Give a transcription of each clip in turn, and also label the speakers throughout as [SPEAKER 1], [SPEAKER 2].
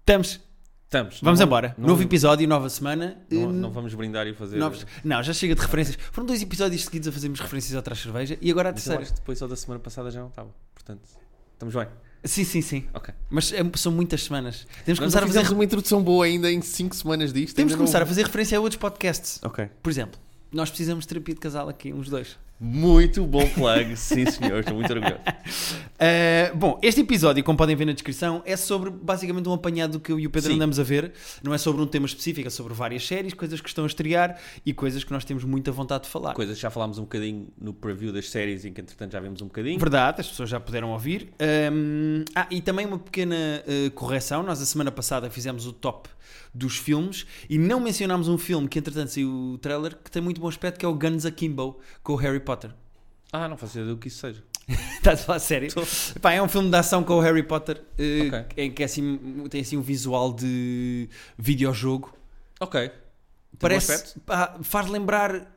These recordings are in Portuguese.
[SPEAKER 1] Estamos.
[SPEAKER 2] Estamos.
[SPEAKER 1] Vamos
[SPEAKER 2] Não-
[SPEAKER 1] embora.
[SPEAKER 2] não-
[SPEAKER 1] Novo episódio, nova semana.
[SPEAKER 2] Não,
[SPEAKER 1] Eh,
[SPEAKER 2] não vamos brindar e fazer.
[SPEAKER 1] novos- Não, já chega de referências. Foram dois episódios seguidos a fazermos referências a outra cerveja e agora a
[SPEAKER 2] Mas eu
[SPEAKER 1] terceira.
[SPEAKER 2] acho que depois só da semana passada já não estava. Portanto, estamos bem.
[SPEAKER 1] Sim, sim, sim.
[SPEAKER 2] Ok.
[SPEAKER 1] Mas é- são muitas semanas. Temos que
[SPEAKER 2] Nós
[SPEAKER 1] começar a
[SPEAKER 2] não
[SPEAKER 1] fazer.
[SPEAKER 3] Fizemos uma introdução boa ainda em 5 semanas disto.
[SPEAKER 1] Temos que
[SPEAKER 3] ainda não-
[SPEAKER 1] começar a fazer referência a outros podcasts.
[SPEAKER 2] Ok.
[SPEAKER 1] Por exemplo, nós precisamos de terapia de casal aqui, uns dois.
[SPEAKER 2] Muito bom plug, sim senhor, estou muito orgulhoso.
[SPEAKER 1] Uh, bom, este episódio, como podem ver na descrição, é sobre basicamente um apanhado do que eu e o Pedro
[SPEAKER 2] Sim.
[SPEAKER 1] andamos a ver. Não é sobre um tema específico, é sobre várias séries, coisas que estão a estrear e coisas que nós temos muita vontade de falar.
[SPEAKER 2] Coisas que já falámos um bocadinho no preview das séries, em que entretanto já vimos um bocadinho.
[SPEAKER 1] Verdade, as pessoas já puderam ouvir. Um, ah, e também uma pequena uh, correção. Nós, a semana passada, fizemos o top dos filmes e não mencionámos um filme que, entretanto, saiu o trailer que tem muito bom aspecto, que é o Guns Akimbo com o Harry Potter.
[SPEAKER 2] Ah, não faço ideia do que isso seja.
[SPEAKER 1] Estás a falar sério? Pá, é um filme de ação com o Harry Potter eh,
[SPEAKER 2] Ok.
[SPEAKER 1] em que é assim, tem assim um visual de videojogo.
[SPEAKER 2] Ok. Tem bom
[SPEAKER 1] Parece,
[SPEAKER 2] aspecto?
[SPEAKER 1] pá, faz lembrar.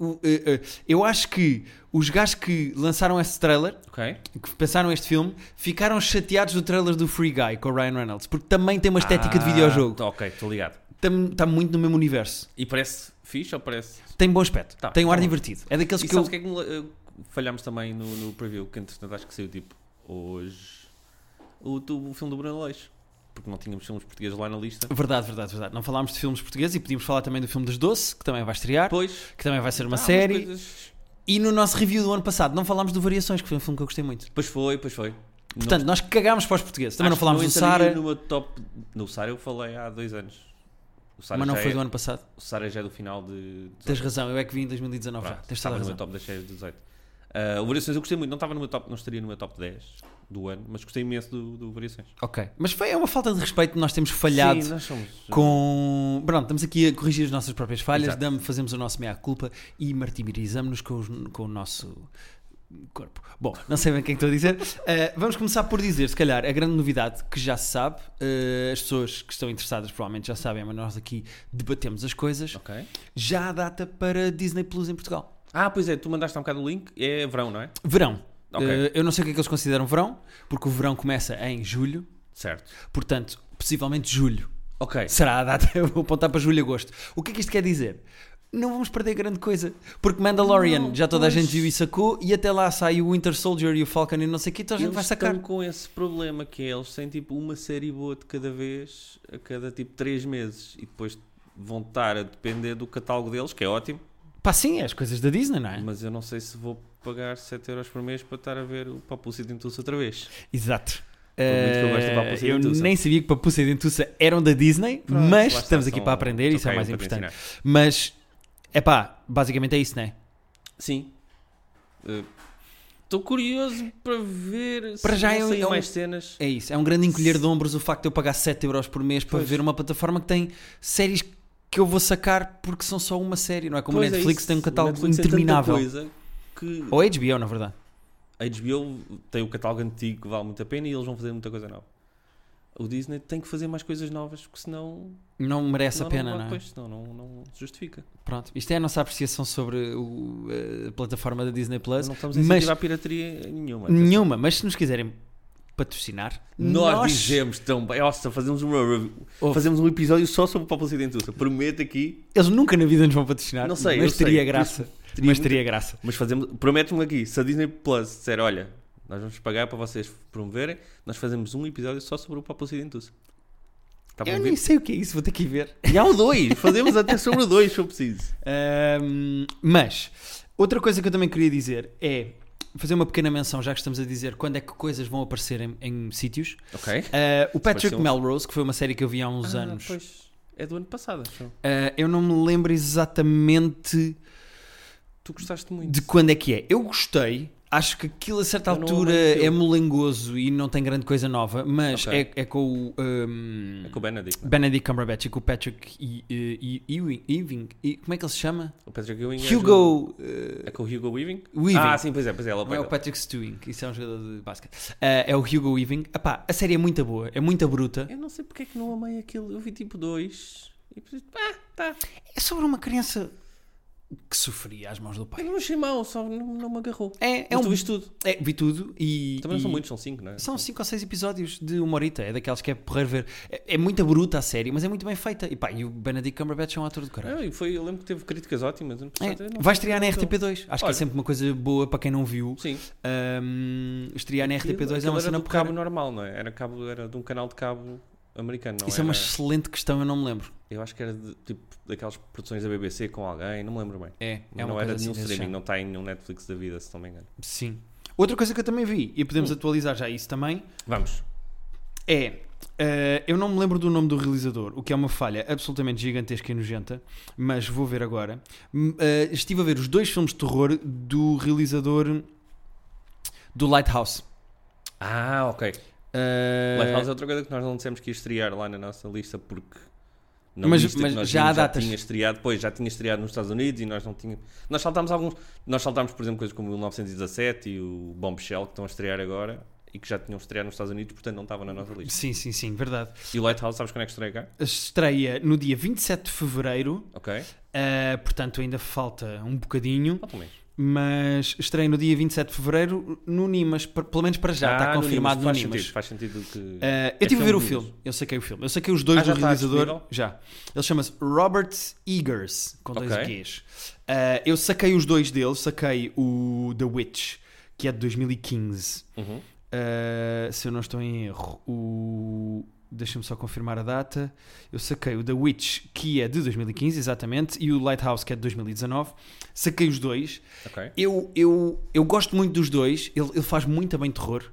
[SPEAKER 1] o- eh, eh, eu acho que os gajos que lançaram esse trailer,
[SPEAKER 2] Ok.
[SPEAKER 1] que pensaram este filme, ficaram chateados do trailer do Free Guy com o Ryan Reynolds, porque também tem uma estética de
[SPEAKER 2] Ah,
[SPEAKER 1] videojogo.
[SPEAKER 2] tá, ok, estou ligado.
[SPEAKER 1] Está muito no mesmo universo.
[SPEAKER 2] E parece fixe ou parece.
[SPEAKER 1] Tem bom aspecto,
[SPEAKER 2] Tá,
[SPEAKER 1] tem um
[SPEAKER 2] tá
[SPEAKER 1] ar
[SPEAKER 2] bom.
[SPEAKER 1] divertido. É daqueles
[SPEAKER 2] E
[SPEAKER 1] que eu.
[SPEAKER 2] sabes o que é que me la- eh, falhámos também no, no preview, que entretanto acho que saiu tipo hoje. O, do- o filme do Bruno Leix. Porque não tínhamos filmes portugueses lá na lista.
[SPEAKER 1] Verdade, verdade, verdade. Não falámos de filmes portugueses e podíamos falar também do filme dos Doce, que também vai estrear,
[SPEAKER 2] Depois.
[SPEAKER 1] que também vai ser uma
[SPEAKER 2] Ah, umas
[SPEAKER 1] série.
[SPEAKER 2] coisas-
[SPEAKER 1] E no nosso review do ano passado não falámos do Variações, que foi um filme que eu gostei muito.
[SPEAKER 2] Pois foi, pois foi.
[SPEAKER 1] Portanto, nós cagámos para os portugueses. Também não
[SPEAKER 2] Acho que
[SPEAKER 1] falámos do
[SPEAKER 2] entraria
[SPEAKER 1] Sara,
[SPEAKER 2] No meu top. No Sara eu falei há dois anos. O Sara
[SPEAKER 1] mas não
[SPEAKER 2] já
[SPEAKER 1] foi
[SPEAKER 2] é,
[SPEAKER 1] do ano passado.
[SPEAKER 2] O Sara já é do final de.
[SPEAKER 1] Tens razão, eu é que vi em 2019 já. Tens
[SPEAKER 2] Pronto,
[SPEAKER 1] toda
[SPEAKER 2] estava
[SPEAKER 1] a
[SPEAKER 2] no
[SPEAKER 1] razão.
[SPEAKER 2] meu top das séries de 18. Ah, o Variações eu gostei muito, não estava no meu top, não estaria no meu top 10 do ano, mas gostei imenso do, do Variações.
[SPEAKER 1] Ok. Mas foi é uma falta de respeito, nós temos falhado
[SPEAKER 2] Sim, nós somos.
[SPEAKER 1] com. Pronto, estamos aqui a corrigir as nossas próprias falhas,
[SPEAKER 2] Exato.
[SPEAKER 1] damos- fazemos o nosso meia-culpa e martirizamos-nos com, os- com o nosso corpo. Bom, não sei bem o que é que estou a dizer. Uh, vamos começar por dizer, se calhar, a grande novidade que já se sabe, uh, as pessoas que estão interessadas provavelmente já sabem, mas nós aqui debatemos as coisas.
[SPEAKER 2] Ok.
[SPEAKER 1] Já há data para Disney Plus em Portugal.
[SPEAKER 2] Ah, pois é, tu mandaste há um bocado o link, é verão, não é?
[SPEAKER 1] Verão.
[SPEAKER 2] Ok.
[SPEAKER 1] Uh, eu não sei o que é que eles consideram verão, porque o verão começa em julho,
[SPEAKER 2] Certo.
[SPEAKER 1] portanto, possivelmente julho.
[SPEAKER 2] Ok.
[SPEAKER 1] Será a data? Eu vou apontar para julho e agosto. O que é que isto quer dizer? Não vamos perder grande coisa. Porque Mandalorian
[SPEAKER 2] Não,
[SPEAKER 1] já toda a
[SPEAKER 2] pois.
[SPEAKER 1] gente viu e sacou, e até lá sai o Winter Soldier e o Falcon e não sei o que, então a gente
[SPEAKER 2] eles
[SPEAKER 1] vai sacar.
[SPEAKER 2] estão com esse problema que é, eles têm tipo uma série boa de cada vez, a cada tipo 3 meses, e depois vão estar a depender do catálogo deles, que é ótimo,
[SPEAKER 1] Pá, sim, é as coisas da Disney, não é?
[SPEAKER 2] mas eu não sei se vou pagar 7 euros por mês para estar a ver o Papucito em Tussa outra vez.
[SPEAKER 1] Exato.
[SPEAKER 2] muito que eu gosto de
[SPEAKER 1] Eh,
[SPEAKER 2] Papuça e
[SPEAKER 1] eu
[SPEAKER 2] Dentuça.
[SPEAKER 1] nem sabia que Papuça e Dentuça eram da Disney,
[SPEAKER 2] Pronto, lá
[SPEAKER 1] mas
[SPEAKER 2] está, então, um
[SPEAKER 1] estamos aqui
[SPEAKER 2] são-
[SPEAKER 1] para aprender, isso é
[SPEAKER 2] ok,
[SPEAKER 1] mais
[SPEAKER 2] para te
[SPEAKER 1] importante.
[SPEAKER 2] ensinar.
[SPEAKER 1] Mas, é pá, basicamente é isso, não é?
[SPEAKER 2] Sim. Estou curioso é? para ver
[SPEAKER 1] Para
[SPEAKER 2] se
[SPEAKER 1] já
[SPEAKER 2] vão
[SPEAKER 1] é um-
[SPEAKER 2] sair
[SPEAKER 1] é um-
[SPEAKER 2] mais cenas.
[SPEAKER 1] É isso, é um grande encolher de ombros o facto de eu pagar 7 euros por mês para
[SPEAKER 2] Pois.
[SPEAKER 1] ver uma plataforma que tem séries que eu vou sacar porque são só uma série, não é? Como o
[SPEAKER 2] Pois é
[SPEAKER 1] Netflix
[SPEAKER 2] isso,
[SPEAKER 1] tem um catálogo
[SPEAKER 2] Netflix tem tanta
[SPEAKER 1] interminável.
[SPEAKER 2] coisa que
[SPEAKER 1] Ou HBO, na verdade.
[SPEAKER 2] a HBO tem o catálogo antigo que vale muito a pena e eles vão fazer muita coisa nova. O Disney tem que fazer mais coisas novas, porque senão.
[SPEAKER 1] Não merece
[SPEAKER 2] senão
[SPEAKER 1] a pena,
[SPEAKER 2] não,
[SPEAKER 1] não,
[SPEAKER 2] vale,
[SPEAKER 1] é?
[SPEAKER 2] Pois, senão não, não se justifica.
[SPEAKER 1] Pronto, isto é a nossa apreciação sobre o, eh, a plataforma da Disney Plus.
[SPEAKER 2] não estamos a
[SPEAKER 1] mas
[SPEAKER 2] incentivar a pirataria nenhuma.
[SPEAKER 1] nenhuma, mas se nos quiserem patrocinar,
[SPEAKER 2] Nós, dizemos tão bem, nossa, fazemos, uma review-
[SPEAKER 1] Oh.
[SPEAKER 2] fazemos um episódio só sobre o Papo Ocidentuça. Prometo aqui,
[SPEAKER 1] Eles nunca na vida nos vão patrocinar.
[SPEAKER 2] Não sei,
[SPEAKER 1] mas
[SPEAKER 2] eu sei,
[SPEAKER 1] teria
[SPEAKER 2] por
[SPEAKER 1] graça.
[SPEAKER 2] teria
[SPEAKER 1] mas
[SPEAKER 2] muita-
[SPEAKER 1] teria graça.
[SPEAKER 2] mas fazemos, prometo-me aqui, se a Disney Plus disser, olha, nós vamos pagar para vocês promoverem, nós fazemos um episódio só sobre o Papo Ocidentuça. Está Tá bom
[SPEAKER 1] Eu nem
[SPEAKER 2] ouvir?
[SPEAKER 1] sei o que é isso, vou ter que ir ver.
[SPEAKER 2] E há o dois, fazemos até sobre o dois se eu preciso.
[SPEAKER 1] Ahm, mas, outra coisa que eu também queria dizer é fazer uma pequena menção, já que estamos a dizer quando é que coisas vão aparecer em, em sítios.
[SPEAKER 2] Ok.
[SPEAKER 1] Ah, o Patrick
[SPEAKER 2] pareceu um-
[SPEAKER 1] Melrose, que foi uma série que eu vi há uns anos,
[SPEAKER 2] Ah, Pois, é do ano passado, acho.
[SPEAKER 1] ah, eu não me lembro exatamente
[SPEAKER 2] Tu gostaste muito.
[SPEAKER 1] de quando é que é. Eu gostei. Acho que aquilo a certa
[SPEAKER 2] Eu não
[SPEAKER 1] altura
[SPEAKER 2] lembro
[SPEAKER 1] é
[SPEAKER 2] dele.
[SPEAKER 1] molengoso e não tem grande coisa nova, mas
[SPEAKER 2] Ok.
[SPEAKER 1] é, é com o ahm,
[SPEAKER 2] É com o Benedict. não é?
[SPEAKER 1] Benedict Cumberbatch e com o Patrick e, e, e- Ewing, Ewing, e- como é que ele se chama?
[SPEAKER 2] O Patrick Ewing. é do-
[SPEAKER 1] Hugo ah,
[SPEAKER 2] É com o Hugo Weaving?
[SPEAKER 1] Weaving.
[SPEAKER 2] Ah, sim, pois é, pois é. Ela
[SPEAKER 1] Não é o
[SPEAKER 2] vai-
[SPEAKER 1] Patrick Stewing, isso é um jogador de basquete. Ah, é o Hugo Weaving. Epá, a série é muito boa, é muito bruta.
[SPEAKER 2] Eu não sei porque é que não amei aquilo. Eu vi tipo dois. E depois, ah, tá.
[SPEAKER 1] É sobre uma criança que sofria às mãos do
[SPEAKER 2] Eu
[SPEAKER 1] pai.
[SPEAKER 2] não achei mal, só não, não me agarrou.
[SPEAKER 1] É, é
[SPEAKER 2] Mas tu
[SPEAKER 1] um.
[SPEAKER 2] viste tudo.
[SPEAKER 1] É, vi tudo e.
[SPEAKER 2] Também não são
[SPEAKER 1] e-
[SPEAKER 2] muitos, são cinco, não é?
[SPEAKER 1] São 5 ou 6 episódios de uma horita. É daquelas que é porrer ver. É, é muito bruta a série, mas é muito bem feita. E pá, e o Benedict Cumberbatch é um ator do caralho.
[SPEAKER 2] Ah, e foi, eu lembro que teve críticas ótimas. eu não
[SPEAKER 1] É,
[SPEAKER 2] precisava- não-
[SPEAKER 1] vai estrear na RTP2. Acho que é
[SPEAKER 2] Olha.
[SPEAKER 1] sempre uma coisa boa para quem não viu.
[SPEAKER 2] Sim.
[SPEAKER 1] Ahm, estrear na RTP2 é
[SPEAKER 2] Aquilo
[SPEAKER 1] uma
[SPEAKER 2] era
[SPEAKER 1] cena
[SPEAKER 2] do cabo
[SPEAKER 1] porrada.
[SPEAKER 2] normal, não é? Era, cabo, era de um canal de cabo americano, não
[SPEAKER 1] Isso é uma
[SPEAKER 2] era-
[SPEAKER 1] excelente questão, eu não me lembro.
[SPEAKER 2] Eu acho que era de, tipo daquelas produções da BBC com alguém, não me lembro bem.
[SPEAKER 1] É, é
[SPEAKER 2] Mas
[SPEAKER 1] uma
[SPEAKER 2] não
[SPEAKER 1] coisa
[SPEAKER 2] era de
[SPEAKER 1] assim
[SPEAKER 2] nenhum
[SPEAKER 1] desse
[SPEAKER 2] streaming,
[SPEAKER 1] género.
[SPEAKER 2] não está em nenhum Netflix da vida, se não me engano.
[SPEAKER 1] Sim. Outra coisa que eu também vi, e
[SPEAKER 2] Hum.
[SPEAKER 1] podemos atualizar já isso também,
[SPEAKER 2] Vamos.
[SPEAKER 1] é. eh, eu não me lembro do nome do realizador, o que é uma falha absolutamente gigantesca e nojenta, mas vou ver agora. Hum, eh, estive a ver os dois filmes de terror do realizador do Lighthouse.
[SPEAKER 2] Ah, ok.
[SPEAKER 1] Eh,
[SPEAKER 2] Lighthouse é outra coisa que nós não dissemos que ia estrear lá na nossa lista porque. Na
[SPEAKER 1] Mas-
[SPEAKER 2] lista que
[SPEAKER 1] mas
[SPEAKER 2] nós
[SPEAKER 1] já há
[SPEAKER 2] vimos,
[SPEAKER 1] datas.
[SPEAKER 2] tinha estreado, pois, já tinha estreado nos Estados Unidos e nós não tínhamos. Nós saltámos alguns. Nós saltámos, por exemplo, coisas como o 1917 e o Bombshell que estão a estrear agora e que já tinham estreado nos Estados Unidos, portanto não estava na nossa lista.
[SPEAKER 1] Sim, sim, sim, verdade.
[SPEAKER 2] E o Lighthouse, sabes quando é que estreia cá?
[SPEAKER 1] Estreia no dia 27 de fevereiro,
[SPEAKER 2] Ok.
[SPEAKER 1] eh, portanto ainda falta um bocadinho,
[SPEAKER 2] Falta um mês.
[SPEAKER 1] mas estreia no dia 27 de fevereiro no Nimas, per- pelo menos para já,
[SPEAKER 2] Ah,
[SPEAKER 1] está
[SPEAKER 2] no
[SPEAKER 1] confirmado
[SPEAKER 2] Nimas,
[SPEAKER 1] no
[SPEAKER 2] faz
[SPEAKER 1] Nimas.
[SPEAKER 2] Sentido, faz sentido que.
[SPEAKER 1] Uh,
[SPEAKER 2] É
[SPEAKER 1] eu tive a ver o
[SPEAKER 2] filme
[SPEAKER 1] filme, eu saquei o filme, eu saquei os dois
[SPEAKER 2] Ah, já
[SPEAKER 1] do
[SPEAKER 2] está
[SPEAKER 1] realizador.
[SPEAKER 2] disponível?
[SPEAKER 1] Já. Ele chama-se Robert Eagers, com dois
[SPEAKER 2] Ok.
[SPEAKER 1] Gs. Uh, eu saquei os dois deles, saquei o The Witch, que é de 2015.
[SPEAKER 2] Uhum.
[SPEAKER 1] Uh, se eu não estou em erro, o. Deixa-me só confirmar a data. Eu saquei o The Witch, que é de 2015, exatamente, e o Lighthouse, que é de 2019. Saquei os dois.
[SPEAKER 2] Ok.
[SPEAKER 1] Eu, eu, eu gosto muito dos dois. Ele, ele faz muito bem terror.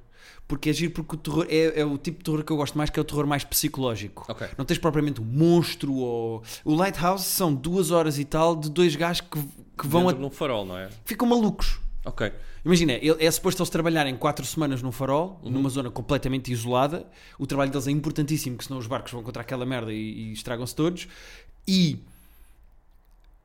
[SPEAKER 1] Porque é giro, porque o terror é, é o tipo de terror que eu gosto mais, que é o terror mais psicológico.
[SPEAKER 2] Ok.
[SPEAKER 1] Não tens propriamente um monstro ou. O Lighthouse são duas horas e tal de dois gajos que, que vão.
[SPEAKER 2] Dentro
[SPEAKER 1] A...
[SPEAKER 2] num farol, não é?
[SPEAKER 1] ficam malucos.
[SPEAKER 2] Ok.
[SPEAKER 1] Imagina, ele- é suposto eles trabalharem quatro semanas num farol,
[SPEAKER 2] Uhum.
[SPEAKER 1] numa zona completamente isolada. O trabalho deles é importantíssimo, que senão os barcos vão contra aquela merda e, e estragam-se todos. E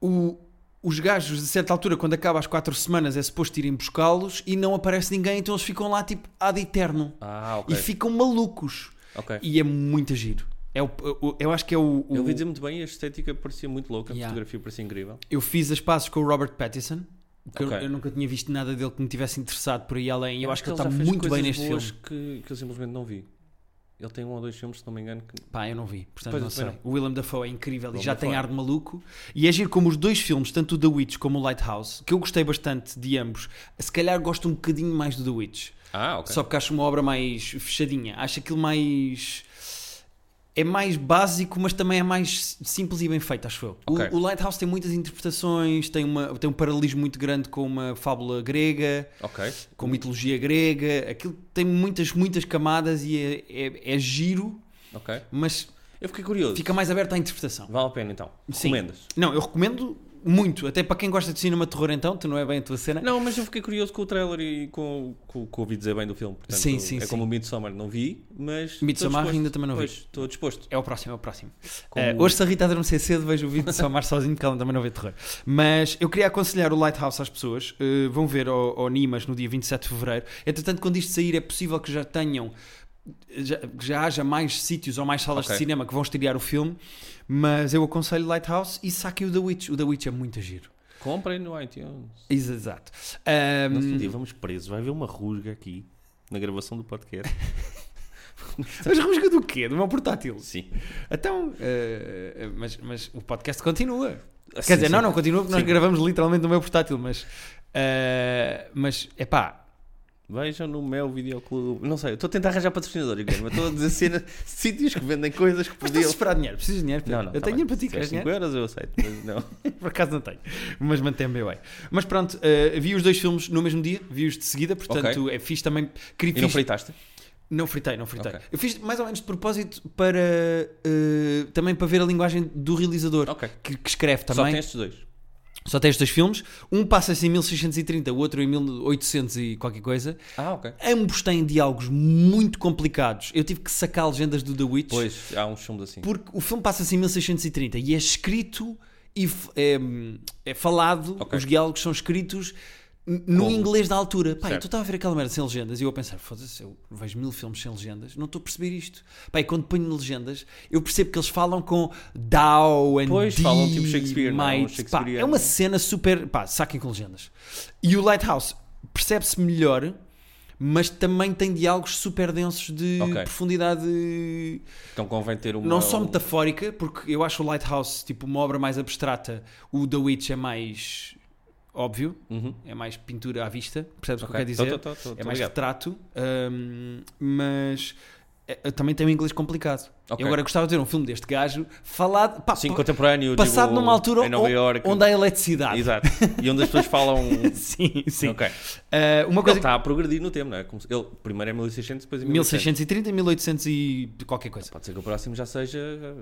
[SPEAKER 1] o- os gajos, de certa altura, quando acaba as quatro semanas, é suposto irem buscá-los e não aparece ninguém, então eles ficam lá tipo ad eterno.
[SPEAKER 2] Ah, ok.
[SPEAKER 1] E ficam malucos.
[SPEAKER 2] Ok.
[SPEAKER 1] E é muito giro. É o- o- eu acho que é o. o-
[SPEAKER 2] Eu ouvi dizer muito bem e a estética parecia muito louca, a
[SPEAKER 1] Yeah.
[SPEAKER 2] fotografia parecia incrível.
[SPEAKER 1] eu fiz as pazes com o Robert Pattinson. que eu-
[SPEAKER 2] Ok.
[SPEAKER 1] eu, nunca tinha visto nada dele que me tivesse interessado por aí além. E eu acho que ele está
[SPEAKER 2] já fez
[SPEAKER 1] muito bem
[SPEAKER 2] coisas
[SPEAKER 1] neste
[SPEAKER 2] boas
[SPEAKER 1] filme.
[SPEAKER 2] Que, que eu simplesmente não vi. Ele tem um ou dois filmes, se não me engano. Que...
[SPEAKER 1] Pá, eu não vi, portanto
[SPEAKER 2] Pois,
[SPEAKER 1] não
[SPEAKER 2] eu
[SPEAKER 1] sei.
[SPEAKER 2] também
[SPEAKER 1] O Willem Dafoe é incrível e
[SPEAKER 2] Willem
[SPEAKER 1] já tem
[SPEAKER 2] Dafoe.
[SPEAKER 1] ar de maluco. E é giro como os dois filmes, tanto o The Witch como o Lighthouse, que eu gostei bastante de ambos, se calhar gosto um bocadinho mais do The Witch.
[SPEAKER 2] Ah, ok.
[SPEAKER 1] Só porque acho uma obra mais fechadinha. Acho aquilo mais. É mais básico, mas também é mais simples e bem feito, acho eu. O-
[SPEAKER 2] Ok.
[SPEAKER 1] O, Lighthouse tem muitas interpretações, tem, uma, tem um paralelismo muito grande com uma fábula grega,
[SPEAKER 2] Ok.
[SPEAKER 1] com mitologia grega. Aquilo tem muitas, muitas camadas e é- é- é giro,
[SPEAKER 2] Ok.
[SPEAKER 1] mas
[SPEAKER 2] Eu fiquei curioso.
[SPEAKER 1] Fica mais aberto à interpretação.
[SPEAKER 2] Vale a pena então.
[SPEAKER 1] Sim.
[SPEAKER 2] Recomendas?
[SPEAKER 1] Não, eu recomendo muito, até para quem gosta de cinema de terror, então, tu não é bem a tua cena.
[SPEAKER 2] Não, mas eu fiquei curioso com o trailer e com com- com o que ouvi dizer bem do filme. Portanto,
[SPEAKER 1] Sim, sim,
[SPEAKER 2] é
[SPEAKER 1] sim.
[SPEAKER 2] como o Midsommar, não vi, mas.
[SPEAKER 1] Midsommar
[SPEAKER 2] estou disposto.
[SPEAKER 1] ainda também não vi.
[SPEAKER 2] Pois, estou disposto.
[SPEAKER 1] É o próximo, é o próximo.
[SPEAKER 2] Como-
[SPEAKER 1] Eh, hoje, se a Rita adormecer cedo, vejo o vídeo de Somar sozinho, que ela também não vê terror. Mas eu queria aconselhar o Lighthouse às pessoas. eh, vão ver ao, ao Nimas no dia 27 de fevereiro. Entretanto, quando isto sair, é possível que já tenham. Já, que já haja mais sítios ou mais salas
[SPEAKER 2] Ok.
[SPEAKER 1] de cinema que vão estrear o filme. Mas eu aconselho Lighthouse e saquem o The Witch. O The Witch é muito giro.
[SPEAKER 2] Comprem no iTunes.
[SPEAKER 1] Ex- Exato. Ahm,
[SPEAKER 2] Nossa, um dia vamos presos. Vai haver uma rusga aqui na gravação do podcast.
[SPEAKER 1] mas rusga do quê? Do meu portátil?
[SPEAKER 2] sim.
[SPEAKER 1] Então, eh, mas, mas o podcast continua.
[SPEAKER 2] Sim,
[SPEAKER 1] Quer dizer,
[SPEAKER 2] sim.
[SPEAKER 1] não, não continua, porque nós
[SPEAKER 2] Sim.
[SPEAKER 1] gravamos literalmente no meu portátil, mas. eh, mas, é pá.
[SPEAKER 2] Vejam no meu videoclube. Não sei, eu estou a tentar arranjar patrocinador, Guilherme. Eu Estou a dizer cenas, sítios que vendem coisas que
[SPEAKER 1] Mas estás a
[SPEAKER 2] podiam.
[SPEAKER 1] esperar dinheiro? Precisas de dinheiro? Pedro?
[SPEAKER 2] Não, não.
[SPEAKER 1] eu
[SPEAKER 2] tá
[SPEAKER 1] tenho
[SPEAKER 2] bem.
[SPEAKER 1] dinheiro para ti,
[SPEAKER 2] Se tiveres
[SPEAKER 1] queres
[SPEAKER 2] cinco
[SPEAKER 1] dinheiro?
[SPEAKER 2] euros, eu aceito. Mas não.
[SPEAKER 1] Por acaso não tenho, mas mantém bem bem. Mas pronto, eh, vi os dois filmes no mesmo dia, vi-os de seguida, portanto é fixe também. Queria,
[SPEAKER 2] E não
[SPEAKER 1] fiz-
[SPEAKER 2] fritaste?
[SPEAKER 1] Não fritei, não fritei.
[SPEAKER 2] Ok.
[SPEAKER 1] Eu fiz mais ou menos de propósito para. eh, também para ver a linguagem do realizador.
[SPEAKER 2] Ok.
[SPEAKER 1] Que, que escreve
[SPEAKER 2] Só
[SPEAKER 1] também.
[SPEAKER 2] tem estes dois.
[SPEAKER 1] Só tem estes filmes. Um passa-se em 1630, o outro em 1800 e qualquer coisa.
[SPEAKER 2] Ah, ok.
[SPEAKER 1] Ambos têm diálogos muito complicados. Eu tive que sacar legendas do The Witch.
[SPEAKER 2] Pois, há uns filmes assim.
[SPEAKER 1] Porque o filme passa-se em 1630 e é escrito e f- é, é falado.
[SPEAKER 2] Ok.
[SPEAKER 1] Os diálogos são escritos N- No
[SPEAKER 2] Como?
[SPEAKER 1] inglês da altura, pá,
[SPEAKER 2] Certo.
[SPEAKER 1] tu estava a ver aquela merda sem legendas e eu a pensar, foda-se, eu vejo mil filmes sem legendas, não estou a perceber isto. Pá, e quando ponho legendas, eu percebo que eles falam com Dow and
[SPEAKER 2] Pois,
[SPEAKER 1] D,
[SPEAKER 2] falam tipo Shakespeare, não é? Um
[SPEAKER 1] might. Pá, é
[SPEAKER 2] shakespeariano.
[SPEAKER 1] uma cena super. Pá, saquem com legendas. E o Lighthouse percebe-se melhor, mas também tem diálogos super densos de
[SPEAKER 2] Ok.
[SPEAKER 1] profundidade
[SPEAKER 2] Então convém ter uma.
[SPEAKER 1] não só
[SPEAKER 2] um-
[SPEAKER 1] metafórica, porque eu acho o Lighthouse tipo uma obra mais abstrata, o The Witch é mais óbvio,
[SPEAKER 2] Uhum.
[SPEAKER 1] é mais pintura à vista, percebes o que eu
[SPEAKER 2] Ok,
[SPEAKER 1] quero dizer?
[SPEAKER 2] tô- tô- tô- tô-
[SPEAKER 1] é
[SPEAKER 2] tô
[SPEAKER 1] mais
[SPEAKER 2] ligado.
[SPEAKER 1] retrato, hum, mas é- eu também tem um inglês complicado.
[SPEAKER 2] Ok.
[SPEAKER 1] Eu agora gostava de ver um filme deste gajo falado, pá,
[SPEAKER 2] Sim,
[SPEAKER 1] pa-
[SPEAKER 2] contemporâneo.
[SPEAKER 1] passado
[SPEAKER 2] digo,
[SPEAKER 1] numa altura
[SPEAKER 2] Em Nova
[SPEAKER 1] o-
[SPEAKER 2] Iorque.
[SPEAKER 1] onde há eletricidade.
[SPEAKER 2] Exato. E onde as pessoas falam.
[SPEAKER 1] sim, sim.
[SPEAKER 2] Ok.
[SPEAKER 1] Ah, uma
[SPEAKER 2] Ele tá
[SPEAKER 1] coisa que-
[SPEAKER 2] está a progredir no tempo, não é? Como se- Ele, primeiro é 1600, depois é 1600.
[SPEAKER 1] 1630, 1800 e qualquer coisa.
[SPEAKER 2] Pode ser que o próximo já seja eh,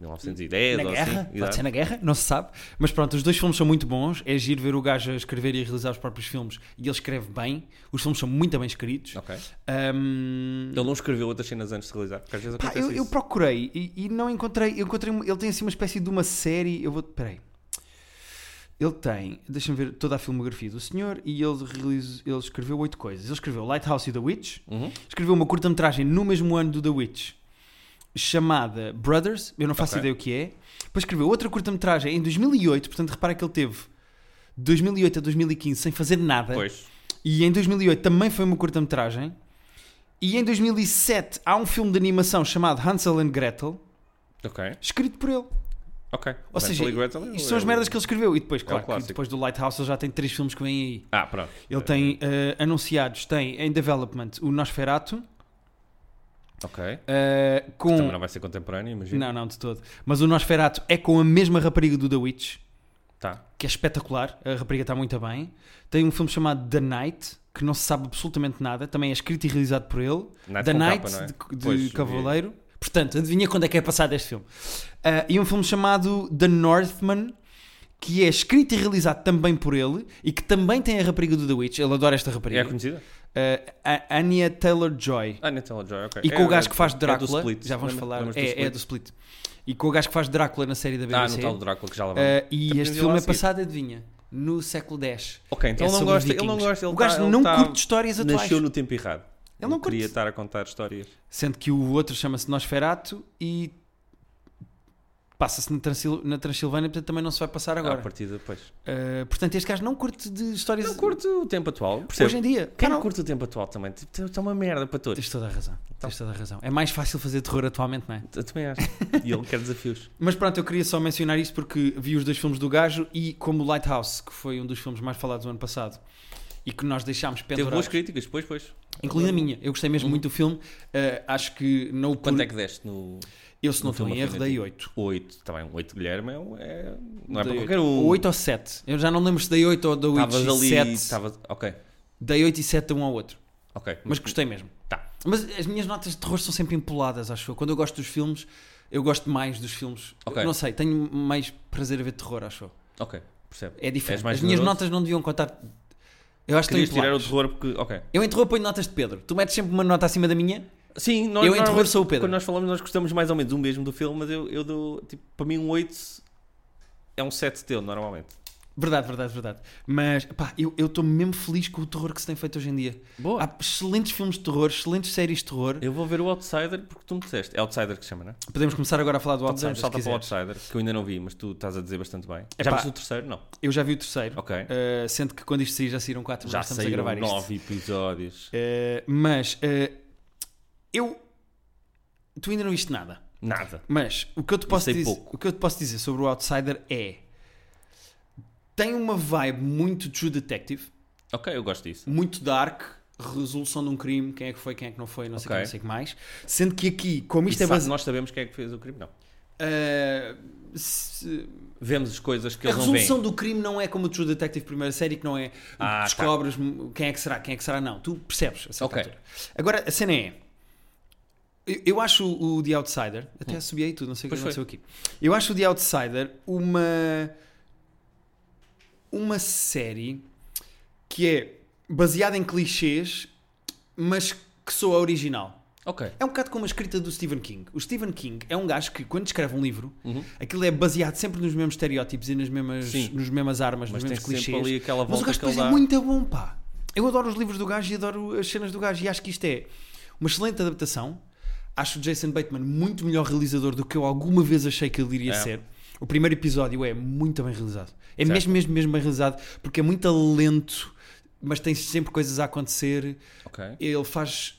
[SPEAKER 2] 1910
[SPEAKER 1] na
[SPEAKER 2] ou
[SPEAKER 1] guerra,
[SPEAKER 2] assim.
[SPEAKER 1] pode
[SPEAKER 2] Exato.
[SPEAKER 1] ser na guerra, não se sabe. Mas pronto, os dois filmes são muito bons. É giro ver o gajo a escrever e a realizar os próprios filmes. E ele escreve bem. Os filmes são muito bem escritos.
[SPEAKER 2] Ok.
[SPEAKER 1] Ahm,
[SPEAKER 2] Ele não escreveu outras cenas antes de realizar, porque às vezes
[SPEAKER 1] pá,
[SPEAKER 2] acontece
[SPEAKER 1] eu, eu
[SPEAKER 2] isso.
[SPEAKER 1] procurei e, e não encontrei. Eu encontrei. um- Ele tem assim uma espécie de uma série. Eu vou. Peraí. Ele tem, deixa-me ver toda a filmografia do senhor e ele, realiza, ele escreveu oito coisas. Ele escreveu Lighthouse e The Witch,
[SPEAKER 2] Uhum.
[SPEAKER 1] escreveu uma curta-metragem no mesmo ano do The Witch chamada Brothers, eu não faço
[SPEAKER 2] Ok.
[SPEAKER 1] ideia o que é. Depois escreveu outra curta-metragem em 2008, portanto repara que ele teve 2008 a 2015 sem fazer nada.
[SPEAKER 2] Pois.
[SPEAKER 1] E em 2008 também foi uma curta-metragem. E em 2007 há um filme de animação chamado Hansel and Gretel,
[SPEAKER 2] Ok.
[SPEAKER 1] escrito por ele.
[SPEAKER 2] Ok. é
[SPEAKER 1] Ou seja,
[SPEAKER 2] um
[SPEAKER 1] isto são as merdas que ele escreveu. E depois, claro, que
[SPEAKER 2] clássico.
[SPEAKER 1] depois do Lighthouse ele já tem três filmes que vêm aí.
[SPEAKER 2] Ah, pronto.
[SPEAKER 1] Ele tem eh, anunciados, tem em development o Nosferatu,
[SPEAKER 2] Ok.
[SPEAKER 1] eh, com...
[SPEAKER 2] Também não vai ser contemporâneo, imagino.
[SPEAKER 1] Não, não, de todo. Mas o Nosferatu é com a mesma rapariga do The Witch,
[SPEAKER 2] Tá.
[SPEAKER 1] que é espetacular. A rapariga está muito bem. Tem um filme chamado The Night, que não se sabe absolutamente nada. Também é escrito e realizado por ele.
[SPEAKER 2] Night
[SPEAKER 1] The
[SPEAKER 2] com
[SPEAKER 1] Night,
[SPEAKER 2] capa, não é?
[SPEAKER 1] de- de,
[SPEAKER 2] Pois, vi.
[SPEAKER 1] Cavaleiro. Portanto, adivinha quando é que é passado este filme. Ah, e um filme chamado The Northman, que é escrito e realizado também por ele e que também tem a rapariga do The Witch. Ele adora esta
[SPEAKER 2] É a
[SPEAKER 1] rapariga.
[SPEAKER 2] conhecida?
[SPEAKER 1] Ah, a Anya Taylor-Joy.
[SPEAKER 2] Ah, Natal Joy, ok.
[SPEAKER 1] E com
[SPEAKER 2] É,
[SPEAKER 1] o gajo
[SPEAKER 2] é,
[SPEAKER 1] que faz
[SPEAKER 2] é do
[SPEAKER 1] Drácula,
[SPEAKER 2] Split.
[SPEAKER 1] já vamos
[SPEAKER 2] Lembra-
[SPEAKER 1] falar,
[SPEAKER 2] lembras do
[SPEAKER 1] é, é do Split. E com o gajo que faz Drácula na série da
[SPEAKER 2] Ah,
[SPEAKER 1] BBC.
[SPEAKER 2] no tal do Drácula que já lá vai.
[SPEAKER 1] Eh, e
[SPEAKER 2] Podemos
[SPEAKER 1] este filme
[SPEAKER 2] ir Então, lá
[SPEAKER 1] é
[SPEAKER 2] a seguir.
[SPEAKER 1] passado, adivinha, no século X.
[SPEAKER 2] Ok, então
[SPEAKER 1] é
[SPEAKER 2] ele não
[SPEAKER 1] sobre
[SPEAKER 2] gosta, ele não
[SPEAKER 1] vikings.
[SPEAKER 2] gosta. Ele
[SPEAKER 1] o gajo
[SPEAKER 2] tá- ele
[SPEAKER 1] não
[SPEAKER 2] tá-
[SPEAKER 1] curte histórias atuais.
[SPEAKER 2] Nasceu no tempo errado.
[SPEAKER 1] Ele não
[SPEAKER 2] queria
[SPEAKER 1] curte.
[SPEAKER 2] estar a contar histórias.
[SPEAKER 1] Sendo que o outro chama-se Nosferatu e passa-se na, Transil- na Transilvânia, portanto também não se vai passar
[SPEAKER 2] Agora. À
[SPEAKER 1] agora.
[SPEAKER 2] partida, depois.
[SPEAKER 1] Eh, portanto, este gajo não curte de histórias
[SPEAKER 2] Ah, Não curte o tempo atual,
[SPEAKER 1] hoje
[SPEAKER 2] percebo.
[SPEAKER 1] em dia.
[SPEAKER 2] Quem
[SPEAKER 1] Ah,
[SPEAKER 2] não
[SPEAKER 1] não.
[SPEAKER 2] curte Então. o tempo atual também? Tipo, Está uma merda para todos.
[SPEAKER 1] Tens toda a razão. Tens toda a razão. É mais fácil fazer terror atualmente, não é?
[SPEAKER 2] Eu também acho. E ele quer desafios.
[SPEAKER 1] Mas pronto, eu queria só mencionar isto porque vi os dois filmes do gajo e como o Lighthouse, que foi um dos filmes mais falados do ano passado e que nós deixámos
[SPEAKER 2] Teve boas
[SPEAKER 1] pendurados,
[SPEAKER 2] críticas, pois, pois.
[SPEAKER 1] incluindo a minha. Eu gostei mesmo muito do filme. eh, acho que não o
[SPEAKER 2] Quanto
[SPEAKER 1] por-
[SPEAKER 2] é que deste no
[SPEAKER 1] Eu, se não estou
[SPEAKER 2] no
[SPEAKER 1] em
[SPEAKER 2] filme
[SPEAKER 1] erro, dei
[SPEAKER 2] definitivo?
[SPEAKER 1] 8.
[SPEAKER 2] 8? Também, 8 Guilherme é, um- é- não é para
[SPEAKER 1] Dei
[SPEAKER 2] qualquer
[SPEAKER 1] oito.
[SPEAKER 2] um.
[SPEAKER 1] Ou 8 ou 7. Eu já não lembro se dei 8 ou dei 8
[SPEAKER 2] Estavas
[SPEAKER 1] e
[SPEAKER 2] ali,
[SPEAKER 1] 7.
[SPEAKER 2] estavas- Ok,
[SPEAKER 1] Dei 8 e 7 um ao outro.
[SPEAKER 2] ok.
[SPEAKER 1] Mas gostei mesmo.
[SPEAKER 2] Tá.
[SPEAKER 1] Mas as minhas notas de terror são sempre empoladas, acho eu. Quando eu gosto dos filmes, eu gosto mais dos filmes.
[SPEAKER 2] Ok.
[SPEAKER 1] Eu Não sei, tenho mais prazer a ver terror, acho eu.
[SPEAKER 2] Ok, percebo.
[SPEAKER 1] É diferente.
[SPEAKER 2] És mais
[SPEAKER 1] As minhas
[SPEAKER 2] generoso?
[SPEAKER 1] notas não deviam contar. Eu acho que
[SPEAKER 2] Querias
[SPEAKER 1] estão
[SPEAKER 2] tirar o
[SPEAKER 1] empoladas.
[SPEAKER 2] terror porque. Ok.
[SPEAKER 1] Eu em terror ponho notas de Pedro. Tu metes sempre uma nota acima da minha.
[SPEAKER 2] Sim, nós,
[SPEAKER 1] Eu em terror
[SPEAKER 2] normalmente,
[SPEAKER 1] sou o Pedro.
[SPEAKER 2] Quando nós falamos, nós gostamos mais ou menos do mesmo do filme, mas eu, eu dou. Tipo, para mim, um 8 é um 7 teu, normalmente.
[SPEAKER 1] Verdade, verdade, verdade. Mas, pá, eu eu estou mesmo feliz com o terror que se tem feito hoje em dia.
[SPEAKER 2] Boa.
[SPEAKER 1] Há excelentes filmes de terror, excelentes séries de terror.
[SPEAKER 2] Ah, Eu vou ver o Outsider porque tu me disseste. É Outsider que se chama, não é?
[SPEAKER 1] Podemos começar agora a falar do
[SPEAKER 2] Então podemos
[SPEAKER 1] Outsiders, se
[SPEAKER 2] saltar para o
[SPEAKER 1] quiseres.
[SPEAKER 2] Outsider, que eu ainda não vi, mas tu estás a dizer bastante bem.
[SPEAKER 1] Epá.
[SPEAKER 2] Já viste o terceiro? Não.
[SPEAKER 1] Eu já vi o terceiro,
[SPEAKER 2] Ok.
[SPEAKER 1] uh, sendo que quando isto sair já saíram quatro, mas
[SPEAKER 2] Já
[SPEAKER 1] nós estamos a
[SPEAKER 2] saíram
[SPEAKER 1] gravar isto.
[SPEAKER 2] nove episódios.
[SPEAKER 1] Uh, mas, uh, eu... Tu ainda não viste nada.
[SPEAKER 2] Nada.
[SPEAKER 1] Mas, o que, eu te posso
[SPEAKER 2] sei
[SPEAKER 1] dizer,
[SPEAKER 2] pouco.
[SPEAKER 1] o que eu te posso dizer sobre o Outsider é... Tem uma vibe muito True Detective,
[SPEAKER 2] Ok, eu gosto disso.
[SPEAKER 1] muito dark, resolução de um crime, quem é que foi, quem é que não foi, não sei o
[SPEAKER 2] Ok.
[SPEAKER 1] que, não sei o que mais. Sendo que aqui, como isto
[SPEAKER 2] E
[SPEAKER 1] é
[SPEAKER 2] sabe-
[SPEAKER 1] baseado...
[SPEAKER 2] Nós sabemos quem é que fez o crime, não.
[SPEAKER 1] Uh, se-
[SPEAKER 2] Vemos as coisas que
[SPEAKER 1] a
[SPEAKER 2] eles não veem.
[SPEAKER 1] resolução do crime não é como o True Detective primeira série, que não é
[SPEAKER 2] Ah,
[SPEAKER 1] descobres quem é que será, quem é que será, não. Tu percebes a certa
[SPEAKER 2] Ok.
[SPEAKER 1] altura. Agora, a cena é. Eu, eu acho o o The Outsider, até subi aí tudo, não sei o que
[SPEAKER 2] Hum. Pois foi.
[SPEAKER 1] aconteceu aqui. Eu acho o The Outsider uma. uma série que é baseada em clichês, mas que soa original.
[SPEAKER 2] Ok.
[SPEAKER 1] É um bocado como a escrita do Stephen King. O Stephen King é um gajo que, quando escreve um livro, aquilo é baseado sempre nos mesmos estereótipos e nas mesmas,
[SPEAKER 2] Uhum. Sim.
[SPEAKER 1] nos mesmas armas, nos
[SPEAKER 2] Mas tem
[SPEAKER 1] mesmos
[SPEAKER 2] sempre
[SPEAKER 1] clichês.
[SPEAKER 2] ali aquela
[SPEAKER 1] Mas o
[SPEAKER 2] volta
[SPEAKER 1] gajo
[SPEAKER 2] que ele
[SPEAKER 1] depois é
[SPEAKER 2] dá.
[SPEAKER 1] muito bom, pá. Eu adoro os livros do gajo e adoro as cenas do gajo e acho que isto é uma excelente adaptação. Acho o Jason Bateman muito melhor realizador do que eu alguma vez achei que ele iria
[SPEAKER 2] É.
[SPEAKER 1] ser. O primeiro episódio é muito bem realizado. É
[SPEAKER 2] Certo.
[SPEAKER 1] mesmo, mesmo, mesmo bem realizado porque é muito lento, mas tem sempre coisas a acontecer
[SPEAKER 2] Ok.
[SPEAKER 1] ele faz.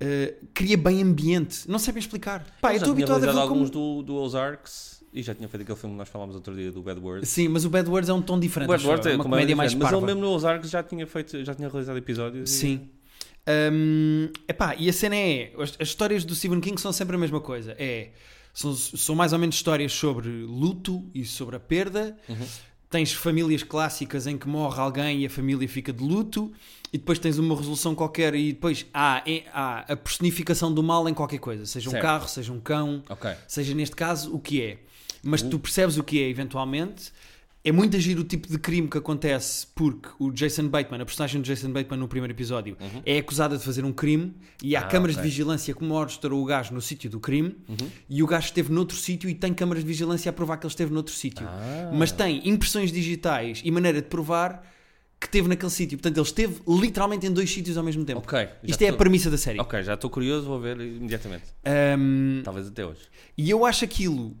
[SPEAKER 1] uh, cria bem ambiente. Não sabem explicar. Pá, eu
[SPEAKER 2] já
[SPEAKER 1] estou
[SPEAKER 2] tinha
[SPEAKER 1] habituado a
[SPEAKER 2] realizado
[SPEAKER 1] ver como.
[SPEAKER 2] alguns do, do Ozarks e já tinha feito aquele filme que nós falámos outro dia do Bad Words.
[SPEAKER 1] Sim, mas o Bad Words é um tom diferente.
[SPEAKER 2] Bad
[SPEAKER 1] acho
[SPEAKER 2] Words
[SPEAKER 1] eu. é uma comédia mais
[SPEAKER 2] diferente,
[SPEAKER 1] parva.
[SPEAKER 2] Mas ele mesmo no Ozarks já tinha feito, já tinha realizado episódios. e-
[SPEAKER 1] Sim. Hum, epá, e a cena é. As, as histórias do Stephen King são sempre a mesma coisa. É. São, são mais ou menos histórias sobre luto e sobre a perda.
[SPEAKER 2] Uhum.
[SPEAKER 1] Tens famílias clássicas em que morre alguém e a família fica de luto, e depois tens uma resolução qualquer, e depois há, é- há a personificação do mal em qualquer coisa, seja um
[SPEAKER 2] Certo.
[SPEAKER 1] carro, seja um cão,
[SPEAKER 2] Ok.
[SPEAKER 1] seja neste caso o que é. Mas tu percebes o que é eventualmente. É muito agir o tipo de crime que acontece porque o Jason Bateman, a personagem do Jason Bateman no primeiro episódio, é acusada de fazer um crime e há
[SPEAKER 2] Uhum. Ah,
[SPEAKER 1] câmaras
[SPEAKER 2] ok. Uhum.
[SPEAKER 1] de vigilância que mostram o gajo no sítio do crime e o gajo esteve noutro sítio e tem câmaras de vigilância a provar que ele esteve noutro sítio.
[SPEAKER 2] Ah.
[SPEAKER 1] Mas tem impressões digitais e maneira de provar que esteve naquele sítio. Portanto, ele esteve literalmente em dois sítios ao mesmo tempo.
[SPEAKER 2] Ok, já
[SPEAKER 1] Isto é a
[SPEAKER 2] tô-
[SPEAKER 1] premissa da série.
[SPEAKER 2] Ok, já estou curioso, vou ver imediatamente.
[SPEAKER 1] Ahm,
[SPEAKER 2] Talvez até hoje.
[SPEAKER 1] E eu acho aquilo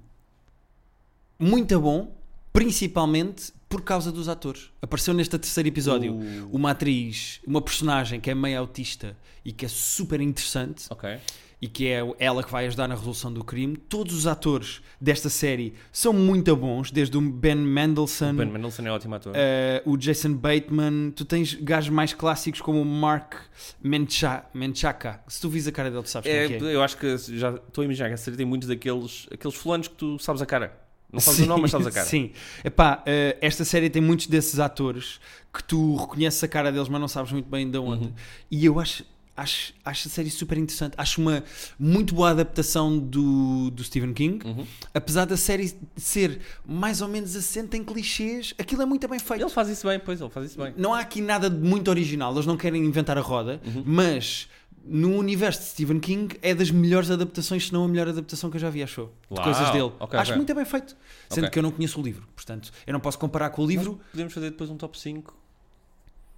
[SPEAKER 1] muito bom, principalmente por causa dos atores. Apareceu neste terceiro episódio
[SPEAKER 2] Uh.
[SPEAKER 1] uma atriz, uma personagem que é meio autista e que é super interessante
[SPEAKER 2] Ok.
[SPEAKER 1] e que é ela que vai ajudar na resolução do crime. Todos os atores desta série são muito bons, desde o Ben Mendelsohn,
[SPEAKER 2] Ben Mendelsohn é ótimo ator.
[SPEAKER 1] eh, o Jason Bateman, tu tens gajos mais clássicos como o Mark Mencha, Menchaca. Se tu vis a cara dele, tu sabes
[SPEAKER 2] É,
[SPEAKER 1] quem é. que é.
[SPEAKER 2] Eu acho que já estou a imaginar que a série tem muitos daqueles aqueles fulanos que tu sabes a cara. Não sabes o nome, mas sabes a cara.
[SPEAKER 1] Sim. Epá, eh, esta série tem muitos desses atores que tu reconheces a cara deles, mas não sabes muito bem de onde.
[SPEAKER 2] Uhum.
[SPEAKER 1] E eu acho, acho, acho a série super interessante. Acho uma muito boa adaptação do, do Stephen King.
[SPEAKER 2] Uhum.
[SPEAKER 1] Apesar da série ser mais ou menos assente em clichês, aquilo é muito bem feito.
[SPEAKER 2] Ele faz isso bem, pois, ele faz isso bem.
[SPEAKER 1] Não há aqui nada de muito original. Eles não querem inventar a roda, mas... No universo de Stephen King é das melhores adaptações, se não a melhor adaptação que eu já vi, achou? De
[SPEAKER 2] Uau!
[SPEAKER 1] coisas dele.
[SPEAKER 2] Ok,
[SPEAKER 1] Acho
[SPEAKER 2] ok.
[SPEAKER 1] muito bem feito. Sendo
[SPEAKER 2] Ok.
[SPEAKER 1] que eu não conheço o livro, portanto, eu não posso comparar com o livro.
[SPEAKER 2] Nós podemos fazer depois um top 5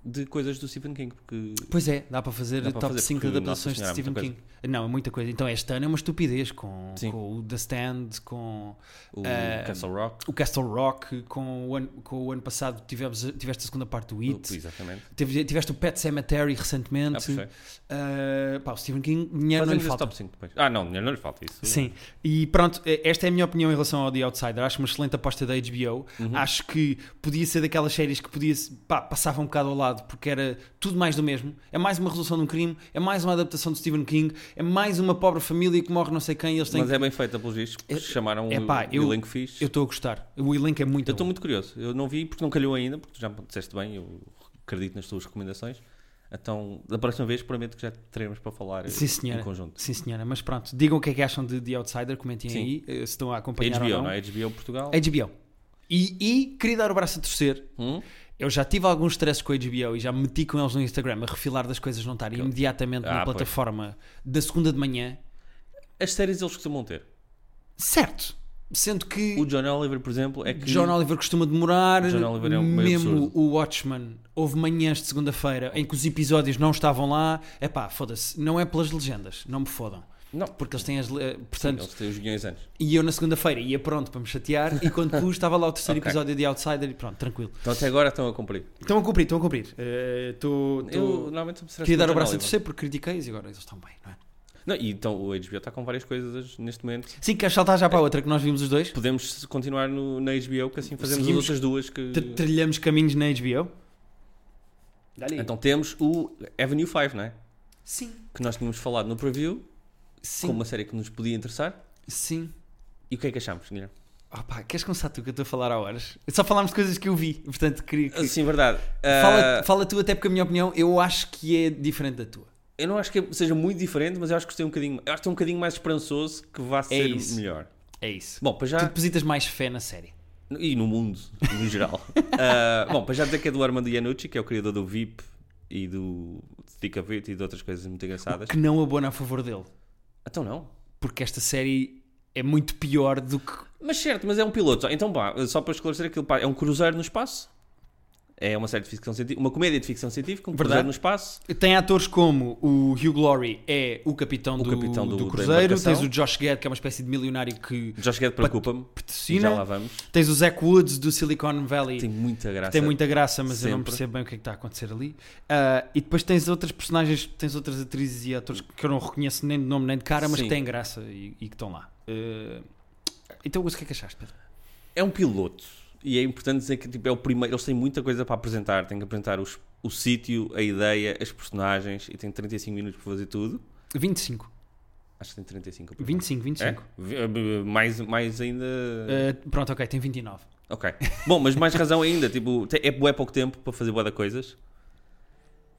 [SPEAKER 2] de coisas do Stephen King, porque
[SPEAKER 1] Pois é, dá para fazer
[SPEAKER 2] Dá para
[SPEAKER 1] top
[SPEAKER 2] fazer,
[SPEAKER 1] 5
[SPEAKER 2] porque,
[SPEAKER 1] adaptações de
[SPEAKER 2] nossa
[SPEAKER 1] Stephen
[SPEAKER 2] senhora, é
[SPEAKER 1] King.
[SPEAKER 2] muita
[SPEAKER 1] Não, é muita coisa. Então, este ano é uma estupidez com,
[SPEAKER 2] Sim.
[SPEAKER 1] com o The Stand, com
[SPEAKER 2] o
[SPEAKER 1] Ah,
[SPEAKER 2] Castle Rock,
[SPEAKER 1] o Castle Rock, com o ano, com o ano passado tivemos, tiveste a segunda parte do
[SPEAKER 2] o-
[SPEAKER 1] It,
[SPEAKER 2] exatamente.
[SPEAKER 1] tive- tiveste o Pet Cemetery recentemente.
[SPEAKER 2] Ah,
[SPEAKER 1] Ah, pá, o Stephen King, dinheiro não lhe
[SPEAKER 2] Fazemos esse
[SPEAKER 1] falta.
[SPEAKER 2] top 5 depois. Ah, não, não lhe falta isso.
[SPEAKER 1] Sim, e pronto, eh, esta é a minha opinião em relação ao The Outsider. Acho uma excelente aposta da HBO.
[SPEAKER 2] Uhum.
[SPEAKER 1] Acho que podia ser daquelas séries que podia se- pá, passava um bocado ao lado porque era tudo mais do mesmo. É mais uma resolução de um crime, é mais uma adaptação de Stephen King, é mais uma pobre família que morre não sei quem e eles têm.
[SPEAKER 2] Mas é bem feita, pelos vistos, porque chamaram
[SPEAKER 1] é pá,
[SPEAKER 2] o,
[SPEAKER 1] eu-
[SPEAKER 2] o elenco fixe.
[SPEAKER 1] Eu estou a gostar. O elenco é muito
[SPEAKER 2] Então, Eu estou
[SPEAKER 1] bom.
[SPEAKER 2] muito curioso. Eu não vi porque não calhou ainda, porque tu já me disseste bem, eu acredito nas tuas recomendações. Então, da próxima vez, prometo que já teremos para falar eh,
[SPEAKER 1] Sim, senhora.
[SPEAKER 2] em conjunto.
[SPEAKER 1] Sim, senhora. Mas pronto, digam o que é que acham de The Outsider, comentem
[SPEAKER 2] Sim.
[SPEAKER 1] aí eh, se estão a acompanhar
[SPEAKER 2] HBO,
[SPEAKER 1] ou
[SPEAKER 2] não.
[SPEAKER 1] não.
[SPEAKER 2] é? HBO Portugal.
[SPEAKER 1] HBO. E, e queria dar o braço a torcer
[SPEAKER 2] Hum?
[SPEAKER 1] Eu já tive alguns stresses com a HBO e já me meti com eles no Instagram a refilar das coisas não estarem imediatamente na
[SPEAKER 2] Ah, pois.
[SPEAKER 1] plataforma da segunda de manhã.
[SPEAKER 2] As séries eles costumam ter.
[SPEAKER 1] Certo. Sendo que
[SPEAKER 2] O John Oliver, por exemplo, é que.
[SPEAKER 1] John Oliver costuma demorar,
[SPEAKER 2] O John Oliver é um meio
[SPEAKER 1] mesmo
[SPEAKER 2] absurdo.
[SPEAKER 1] o Watchmen. Houve manhãs de segunda-feira em que os episódios não estavam lá. É pá, foda-se. Não é pelas legendas, não me fodam.
[SPEAKER 2] Não,
[SPEAKER 1] Porque eles têm as. le- eh, Portanto,
[SPEAKER 2] eles têm os guiões antes.
[SPEAKER 1] e eu na segunda-feira ia pronto para me chatear e quando pus estava lá o terceiro
[SPEAKER 2] Ok.
[SPEAKER 1] episódio de Outsider e pronto, tranquilo.
[SPEAKER 2] Então, até agora estão a cumprir.
[SPEAKER 1] Estão a cumprir, estão a cumprir. Eh, Estou.
[SPEAKER 2] Eu
[SPEAKER 1] estou-
[SPEAKER 2] normalmente me estresso
[SPEAKER 1] Queria
[SPEAKER 2] com
[SPEAKER 1] dar o
[SPEAKER 2] John
[SPEAKER 1] braço a
[SPEAKER 2] Oliver.
[SPEAKER 1] torcer porque critiquei-os e agora eles estão bem, não é?
[SPEAKER 2] Não, e então o HBO está com várias coisas neste momento.
[SPEAKER 1] Sim, queres saltar já para a outra que nós vimos os dois?
[SPEAKER 2] Podemos continuar no, na HBO, que assim fazemos
[SPEAKER 1] Seguimos.
[SPEAKER 2] as outras duas que.
[SPEAKER 1] Tr- Trilhamos caminhos na HBO?
[SPEAKER 2] Então temos o Avenue 5, não é?
[SPEAKER 1] Sim,
[SPEAKER 2] Que nós tínhamos falado no preview,
[SPEAKER 1] sim,
[SPEAKER 2] como uma série que nos podia interessar.
[SPEAKER 1] sim.
[SPEAKER 2] E o que é que achamos, Guilherme?
[SPEAKER 1] Opa, queres começar tu que eu estou a falar há horas? Só falámos de coisas que eu vi, portanto queria que...
[SPEAKER 2] Ah, Sim, verdade.
[SPEAKER 1] Fala,
[SPEAKER 2] Ah,
[SPEAKER 1] fala tu até porque a minha opinião eu acho que é diferente da tua.
[SPEAKER 2] Eu não acho que seja muito diferente, mas eu acho que tem um bocadinho, eu acho que é um bocadinho mais esperançoso que vá ser
[SPEAKER 1] isso.
[SPEAKER 2] melhor.
[SPEAKER 1] É isso.
[SPEAKER 2] Bom, para
[SPEAKER 1] Tu
[SPEAKER 2] já.
[SPEAKER 1] depositas mais fé na série.
[SPEAKER 2] E no mundo, no geral. Ah, bom, para já dizer que é do Armando Iannucci, que é o criador do VIP e do Thick of It e de outras coisas muito engraçadas.
[SPEAKER 1] que não abona a favor dele.
[SPEAKER 2] Então não.
[SPEAKER 1] Porque esta série é muito pior do que.
[SPEAKER 2] Mas certo, mas é um piloto. Então pá, só para esclarecer aquilo, pá, é um cruzeiro no espaço. É uma série de ficção científica, uma comédia de ficção científica, um
[SPEAKER 1] Verdade.
[SPEAKER 2] cruzeiro no espaço.
[SPEAKER 1] Tem atores como o Hugh Glory, é o capitão, do,
[SPEAKER 2] capitão
[SPEAKER 1] do,
[SPEAKER 2] do- da
[SPEAKER 1] Cruzeiro.
[SPEAKER 2] embarcação.
[SPEAKER 1] Tens o Josh Gad, que é uma espécie de milionário que
[SPEAKER 2] Já cheguei de preocupa-me. E já lá
[SPEAKER 1] patrocina.
[SPEAKER 2] vamos.
[SPEAKER 1] Tens o Zach Woods do Silicon Valley.
[SPEAKER 2] Tem muita graça.
[SPEAKER 1] Tem muita graça, mas eu não
[SPEAKER 2] Sempre.
[SPEAKER 1] percebo bem o que é que está a acontecer ali. Ah, e depois tens outras personagens, tens outras atrizes e atores que eu não reconheço nem de nome nem de cara, mas
[SPEAKER 2] Sim.
[SPEAKER 1] que têm graça e, e que estão lá. Ah, então, o que é que achaste, Pedro?
[SPEAKER 2] É um piloto. E é importante dizer que tipo, é o primeiro. Eles têm muita coisa para apresentar. Têm que apresentar os- o sítio, a ideia, as personagens. E tem 35 minutos para fazer tudo.
[SPEAKER 1] 25,
[SPEAKER 2] Acho que tem 35. por
[SPEAKER 1] 25,
[SPEAKER 2] favor.
[SPEAKER 1] 25.
[SPEAKER 2] É? Vi- eh, Mais, mais ainda. É.
[SPEAKER 1] Ah, pronto, ok, tem 29.
[SPEAKER 2] Ok. Bom, mas mais razão ainda. Tipo, te- é, bué pouco tempo para fazer bué de coisas.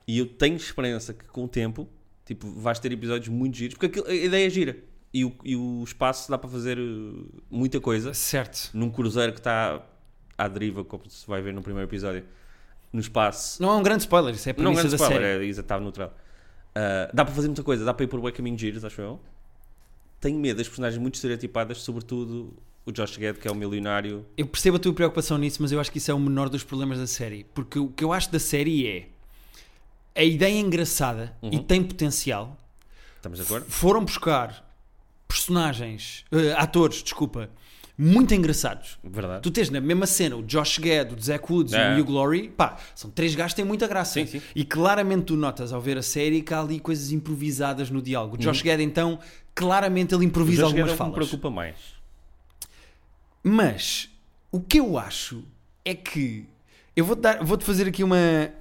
[SPEAKER 2] E eu tenho esperança que com o tempo, tipo, vais ter episódios muito giros. Porque aquilo- a ideia é gira. E o, e o espaço dá para fazer eh, muita coisa.
[SPEAKER 1] Certo.
[SPEAKER 2] num cruzeiro que está à deriva, como se vai ver no primeiro episódio, no espaço.
[SPEAKER 1] Não é um grande spoiler, isso é a
[SPEAKER 2] Não,
[SPEAKER 1] premissa
[SPEAKER 2] é
[SPEAKER 1] da
[SPEAKER 2] spoiler,
[SPEAKER 1] série.
[SPEAKER 2] é, isso estava no trailer. Ah, dá para fazer muita coisa, dá para ir por bem caminho de giros, acho eu. Tenho medo das personagens muito estereotipadas, sobretudo o Josh Gad, que é o milionário.
[SPEAKER 1] Eu percebo a tua preocupação nisso, mas eu acho que isso é o menor dos problemas da série. Porque o que eu acho da série é. A ideia é engraçada
[SPEAKER 2] Uhum.
[SPEAKER 1] e tem potencial,
[SPEAKER 2] Estamos de acordo?
[SPEAKER 1] foram buscar personagens, eh, atores, desculpa, muito engraçados.
[SPEAKER 2] Verdade.
[SPEAKER 1] Tu tens na mesma cena o Josh Gad, o Zack Woods
[SPEAKER 2] É.
[SPEAKER 1] e o Hugh Glory, pá, são três gajos que têm muita graça.
[SPEAKER 2] Sim, sim.
[SPEAKER 1] E claramente tu notas ao ver a série que há ali coisas improvisadas no diálogo. O Josh Gad, então, claramente ele
[SPEAKER 2] Uhum. o
[SPEAKER 1] improvisa
[SPEAKER 2] Josh Gad
[SPEAKER 1] algumas
[SPEAKER 2] é o que me
[SPEAKER 1] falas.
[SPEAKER 2] preocupa mais.
[SPEAKER 1] Mas o que eu acho é que eu vou-te dar, vou-te fazer aqui uma,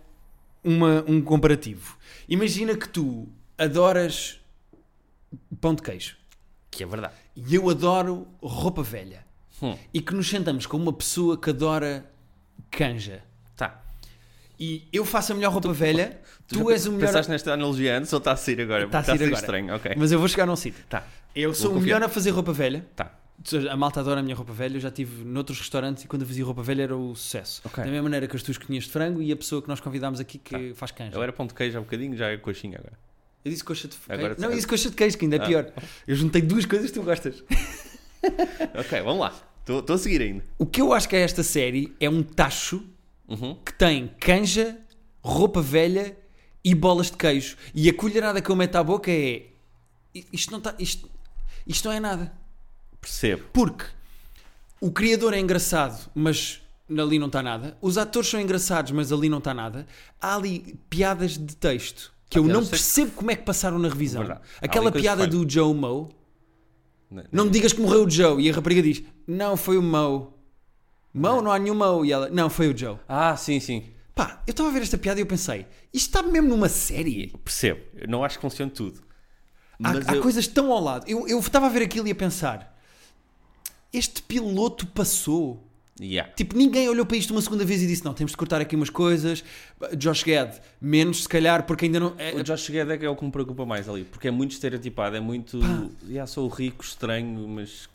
[SPEAKER 1] uma- um comparativo. Imagina que tu adoras pão de queijo
[SPEAKER 2] Que é verdade.
[SPEAKER 1] e eu adoro roupa velha
[SPEAKER 2] Hum.
[SPEAKER 1] e que nos sentamos com uma pessoa que adora canja
[SPEAKER 2] Tá.
[SPEAKER 1] e eu faço a melhor roupa velha, tu,
[SPEAKER 2] já
[SPEAKER 1] és o melhor.
[SPEAKER 2] Pensaste nesta analogia antes ou está a sair agora?
[SPEAKER 1] Está a
[SPEAKER 2] Está a
[SPEAKER 1] sair
[SPEAKER 2] sair
[SPEAKER 1] agora.
[SPEAKER 2] estranho, ok.
[SPEAKER 1] Mas eu vou chegar num sítio.
[SPEAKER 2] Tá,
[SPEAKER 1] Eu sou
[SPEAKER 2] Vou
[SPEAKER 1] o melhor
[SPEAKER 2] confiar.
[SPEAKER 1] a fazer roupa velha.
[SPEAKER 2] tá.
[SPEAKER 1] A malta adora a minha roupa velha. Eu já estive noutros restaurantes e quando eu fazia roupa velha era o sucesso.
[SPEAKER 2] Ok. Tá.
[SPEAKER 1] Da mesma maneira que as tuas cozinhas de frango e a pessoa que nós convidámos aqui que faz canja.
[SPEAKER 2] Eu era pão de queijo há bocadinho, já é coxinha agora.
[SPEAKER 1] Eu disse coxa de queijo.
[SPEAKER 2] Agora-
[SPEAKER 1] Não, eu disse coxa de queijo, que ainda é
[SPEAKER 2] Ah.
[SPEAKER 1] pior. Eu juntei duas coisas que tu gostas.
[SPEAKER 2] ok, vamos lá. Estou estou a seguir ainda.
[SPEAKER 1] O que eu acho que é esta série é um tacho
[SPEAKER 2] Uhum.
[SPEAKER 1] que tem canja, roupa velha e bolas de queijo. E a colherada que eu meto à boca é. "I- Isto não, tá, isto, isto não é nada.
[SPEAKER 2] Percebo.
[SPEAKER 1] Porque o criador é engraçado, mas ali não está nada. Os atores são engraçados, mas ali não está nada. Há ali piadas de texto que eu
[SPEAKER 2] piadas
[SPEAKER 1] não
[SPEAKER 2] de texto.
[SPEAKER 1] percebo como é que passaram na revisão.
[SPEAKER 2] Verdade. Há ali
[SPEAKER 1] Aquela
[SPEAKER 2] coisas que
[SPEAKER 1] piada
[SPEAKER 2] falham. É.
[SPEAKER 1] do Joe Moe.
[SPEAKER 2] Não-
[SPEAKER 1] Não me digas que morreu o Joe. E a rapariga diz: Não, foi o Moe.
[SPEAKER 2] É.
[SPEAKER 1] Moe, não há nenhum Moe. E ela: Não, foi o Joe.
[SPEAKER 2] Ah, sim, sim.
[SPEAKER 1] Pá, eu estava a ver esta piada e eu pensei: Isto está mesmo numa série?
[SPEAKER 2] Percebo. Eu não acho que funcione tudo.
[SPEAKER 1] Há,
[SPEAKER 2] Mas
[SPEAKER 1] há
[SPEAKER 2] eu-
[SPEAKER 1] coisas tão ao lado. Eu eu estava a ver aquilo e a pensar: Este piloto passou.
[SPEAKER 2] Yeah.
[SPEAKER 1] Tipo, ninguém olhou para isto uma segunda vez e disse: não, temos de cortar aqui umas coisas. Josh Gad, menos se calhar, porque ainda não. é-
[SPEAKER 2] O Josh Gad é que é o que me preocupa mais ali, porque é muito estereotipado, é muito. Yeah, sou rico, estranho, mas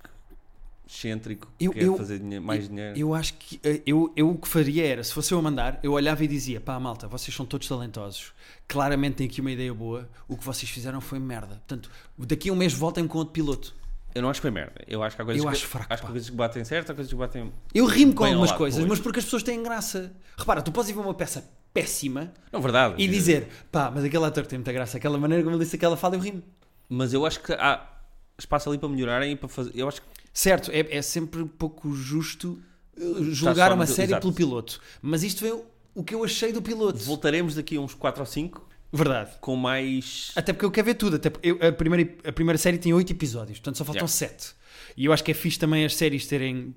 [SPEAKER 2] excêntrico,
[SPEAKER 1] Eu-
[SPEAKER 2] quer
[SPEAKER 1] eu-
[SPEAKER 2] fazer dinhe- mais
[SPEAKER 1] eu-
[SPEAKER 2] dinheiro.
[SPEAKER 1] Eu acho que. eh, Eu, eu o que faria era, se fosse eu a mandar, eu olhava e dizia: pá, malta, vocês são todos talentosos. Claramente têm aqui uma ideia boa. O que vocês fizeram foi merda. Portanto, daqui a um mês voltem com outro piloto.
[SPEAKER 2] Eu não acho que foi merda. Eu acho que há coisas
[SPEAKER 1] Eu
[SPEAKER 2] que,
[SPEAKER 1] acho fraco,
[SPEAKER 2] acho que
[SPEAKER 1] pá.
[SPEAKER 2] há coisas que batem certo, há coisas que batem.
[SPEAKER 1] Eu rimo com
[SPEAKER 2] Bem ao
[SPEAKER 1] algumas
[SPEAKER 2] lado,
[SPEAKER 1] coisas,
[SPEAKER 2] pois.
[SPEAKER 1] mas porque as pessoas têm graça. Repara, tu podes ir ver uma peça péssima
[SPEAKER 2] Não, verdade.
[SPEAKER 1] e dizer: pá, mas aquele ator tem muita graça. Aquela maneira como ele disse aquela fala, eu rimo.
[SPEAKER 2] Mas eu acho que há espaço ali para melhorarem e para fazer. Eu acho que.
[SPEAKER 1] Certo, é, é sempre pouco justo uh,
[SPEAKER 2] Está
[SPEAKER 1] julgar
[SPEAKER 2] só
[SPEAKER 1] uma
[SPEAKER 2] muito-
[SPEAKER 1] série
[SPEAKER 2] exato.
[SPEAKER 1] pelo piloto. Mas isto é o- o que eu achei do piloto.
[SPEAKER 2] Voltaremos daqui a uns 4 ou 5
[SPEAKER 1] Verdade.
[SPEAKER 2] com mais.
[SPEAKER 1] Até porque eu quero ver tudo. Até porque eu- a, primeira, a primeira série tem oito episódios, portanto só faltam
[SPEAKER 2] Yeah.
[SPEAKER 1] sete. E eu acho que é fixe também as séries terem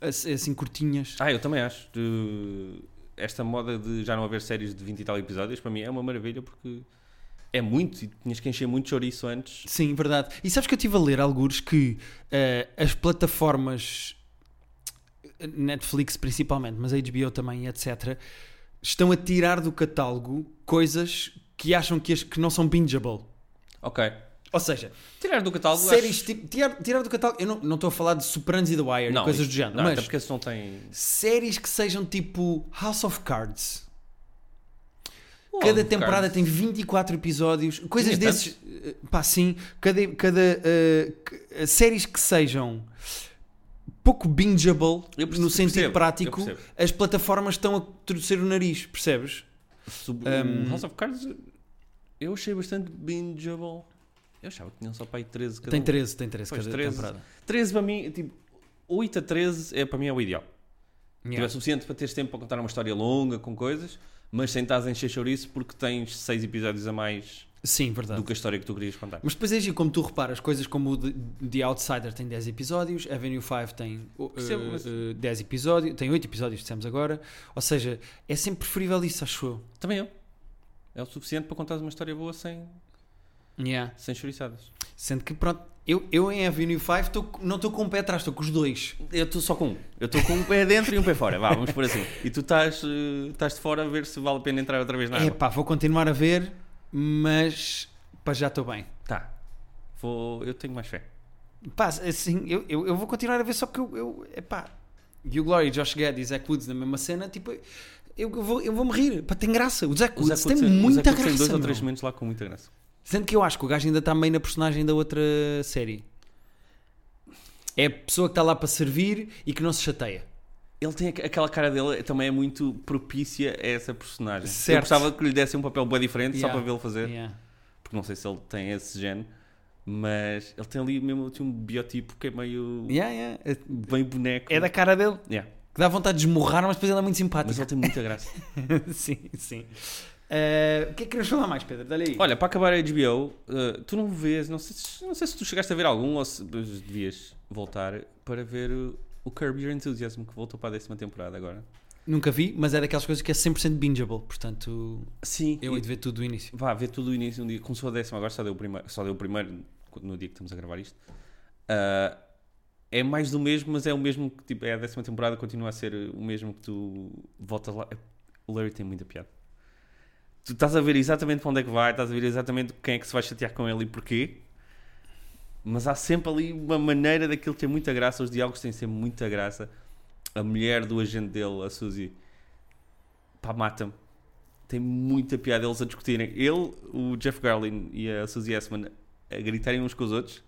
[SPEAKER 1] ass- assim curtinhas.
[SPEAKER 2] Ah, eu também acho. De- Esta moda de já não haver séries de 20 e tal episódios, para mim é uma maravilha porque é muito e tinhas que encher muito chouriço antes.
[SPEAKER 1] Sim, verdade. E sabes que eu estive a ler alguns que eh, as plataformas Netflix principalmente, mas a HBO também, etc., estão a tirar do catálogo coisas que acham que, as- que não são bingeable.
[SPEAKER 2] Ok.
[SPEAKER 1] Ou seja,
[SPEAKER 2] Tirar do catálogo.
[SPEAKER 1] séries tipo. Tirar, tirar do catálogo. Eu não, não estou a falar de Sopranos e The Wire,
[SPEAKER 2] acho...
[SPEAKER 1] e coisas do género,
[SPEAKER 2] Não,
[SPEAKER 1] mas
[SPEAKER 2] até porque se não tem.
[SPEAKER 1] séries que sejam tipo House of Cards. Cada
[SPEAKER 2] Carlos.
[SPEAKER 1] temporada tem 24 episódios, coisas
[SPEAKER 2] Tinha
[SPEAKER 1] desses. eh, Pá, sim. Cada, cada eh, que- eh, séries que sejam pouco bingeable
[SPEAKER 2] Eu perce-
[SPEAKER 1] no sentido
[SPEAKER 2] percebo, eu
[SPEAKER 1] prático,
[SPEAKER 2] percebo.
[SPEAKER 1] as plataformas estão a torcer o nariz, percebes?
[SPEAKER 2] Sub-
[SPEAKER 1] Um,
[SPEAKER 2] House of Cards eu achei bastante bingeable. Eu achava que tinham só para aí 13 cada
[SPEAKER 1] Tem
[SPEAKER 2] um.
[SPEAKER 1] 13, tem 13
[SPEAKER 2] Pois,
[SPEAKER 1] cada
[SPEAKER 2] 13.
[SPEAKER 1] temporada.
[SPEAKER 2] 13 para mim, tipo, 8 a 13 é, para mim é o ideal. Tipo, é
[SPEAKER 1] Yeah.
[SPEAKER 2] suficiente para teres tempo para contar uma história longa com coisas, mas sem estás a encher chouriço porque tens 6 episódios a mais
[SPEAKER 1] Sim, verdade.
[SPEAKER 2] do que a história que tu querias contar.
[SPEAKER 1] Mas depois é giro, como tu reparas, coisas como o The The Outsider tem 10 episódios, Avenue 5 tem uh,
[SPEAKER 2] Percebo, mas-
[SPEAKER 1] uh, 10 episódios, tem 8 episódios, dissemos agora. Ou seja, é sempre preferível isso, acho eu.
[SPEAKER 2] Também eu. É o suficiente para contares uma história boa sem,
[SPEAKER 1] Yeah.
[SPEAKER 2] sem chouriçadas.
[SPEAKER 1] Sendo que, pronto, eu, eu em Avenue 5 tô co- não estou com o pé atrás, estou com os dois.
[SPEAKER 2] Eu estou só com um. Eu estou com um pé dentro e um pé fora. Vá, vamos por assim. E tu estás, eh, estás de fora a ver se vale a pena entrar outra vez na
[SPEAKER 1] É
[SPEAKER 2] água.
[SPEAKER 1] pá, vou continuar a ver, mas pá, já estou bem.
[SPEAKER 2] Tá. Vou, eu tenho mais fé.
[SPEAKER 1] Pá, assim, eu, eu, eu vou continuar a ver, só que eu, eu é epá, Hugh Glory, Josh Gad e Zach Woods na mesma cena, tipo, eu, eu vou, eu vou me rir, pá, tem graça. O Zach
[SPEAKER 2] Os
[SPEAKER 1] Woods tem
[SPEAKER 2] Acudos- os
[SPEAKER 1] muita
[SPEAKER 2] Acudos têm
[SPEAKER 1] graça,
[SPEAKER 2] dois ou
[SPEAKER 1] meu.
[SPEAKER 2] três momentos lá com muita graça.
[SPEAKER 1] Sendo que eu acho que o gajo ainda está meio na personagem da outra série. É a pessoa que está lá para servir e que não se chateia.
[SPEAKER 2] Ele tem aqu- aquela cara dele, também é muito propícia a essa personagem.
[SPEAKER 1] Certo.
[SPEAKER 2] Eu gostava que lhe desse um papel bem diferente
[SPEAKER 1] Yeah.
[SPEAKER 2] só para vê-lo fazer,
[SPEAKER 1] Yeah.
[SPEAKER 2] porque não sei se ele tem esse gene, mas ele tem ali mesmo tipo, um biotipo que é meio
[SPEAKER 1] Yeah, yeah.
[SPEAKER 2] bem boneco.
[SPEAKER 1] É da cara dele
[SPEAKER 2] Yeah.
[SPEAKER 1] que dá vontade de esmurrar, mas depois ele é muito
[SPEAKER 2] Mas
[SPEAKER 1] simpático.
[SPEAKER 2] ele tem muita graça.
[SPEAKER 1] sim, sim. Eh, o que é que queres falar mais, Pedro? Dá-lhe aí.
[SPEAKER 2] Olha, para acabar a HBO, eh, tu não vês, não sei, se, não sei se tu chegaste a ver algum ou se mas devias voltar para ver o, o Curb Your Enthusiasm que voltou para a décima temporada agora.
[SPEAKER 1] Nunca vi, mas é daquelas coisas que é 100% bingeable, portanto
[SPEAKER 2] Sim,
[SPEAKER 1] eu
[SPEAKER 2] e-
[SPEAKER 1] hei de ver tudo do início.
[SPEAKER 2] Vá, ver tudo o início um dia. Começou a décima, agora só deu o primeiro, só deu o primeiro no dia que estamos a gravar isto. Ah, é mais do mesmo, mas é o mesmo que tipo, é a décima temporada, continua a ser o mesmo que tu voltas lá. O Larry tem muita piada. Tu estás a ver exatamente para onde é que vai, estás a ver exatamente quem é que se vai chatear com ele e porquê. Mas há sempre ali uma maneira daquilo ter muita graça, os diálogos têm sempre muita graça. A mulher do agente dele, a Suzy, pá, mata-me tem muita piada eles a discutirem. Ele, o Jeff Garlin e a Suzy Essman a gritarem uns com os outros.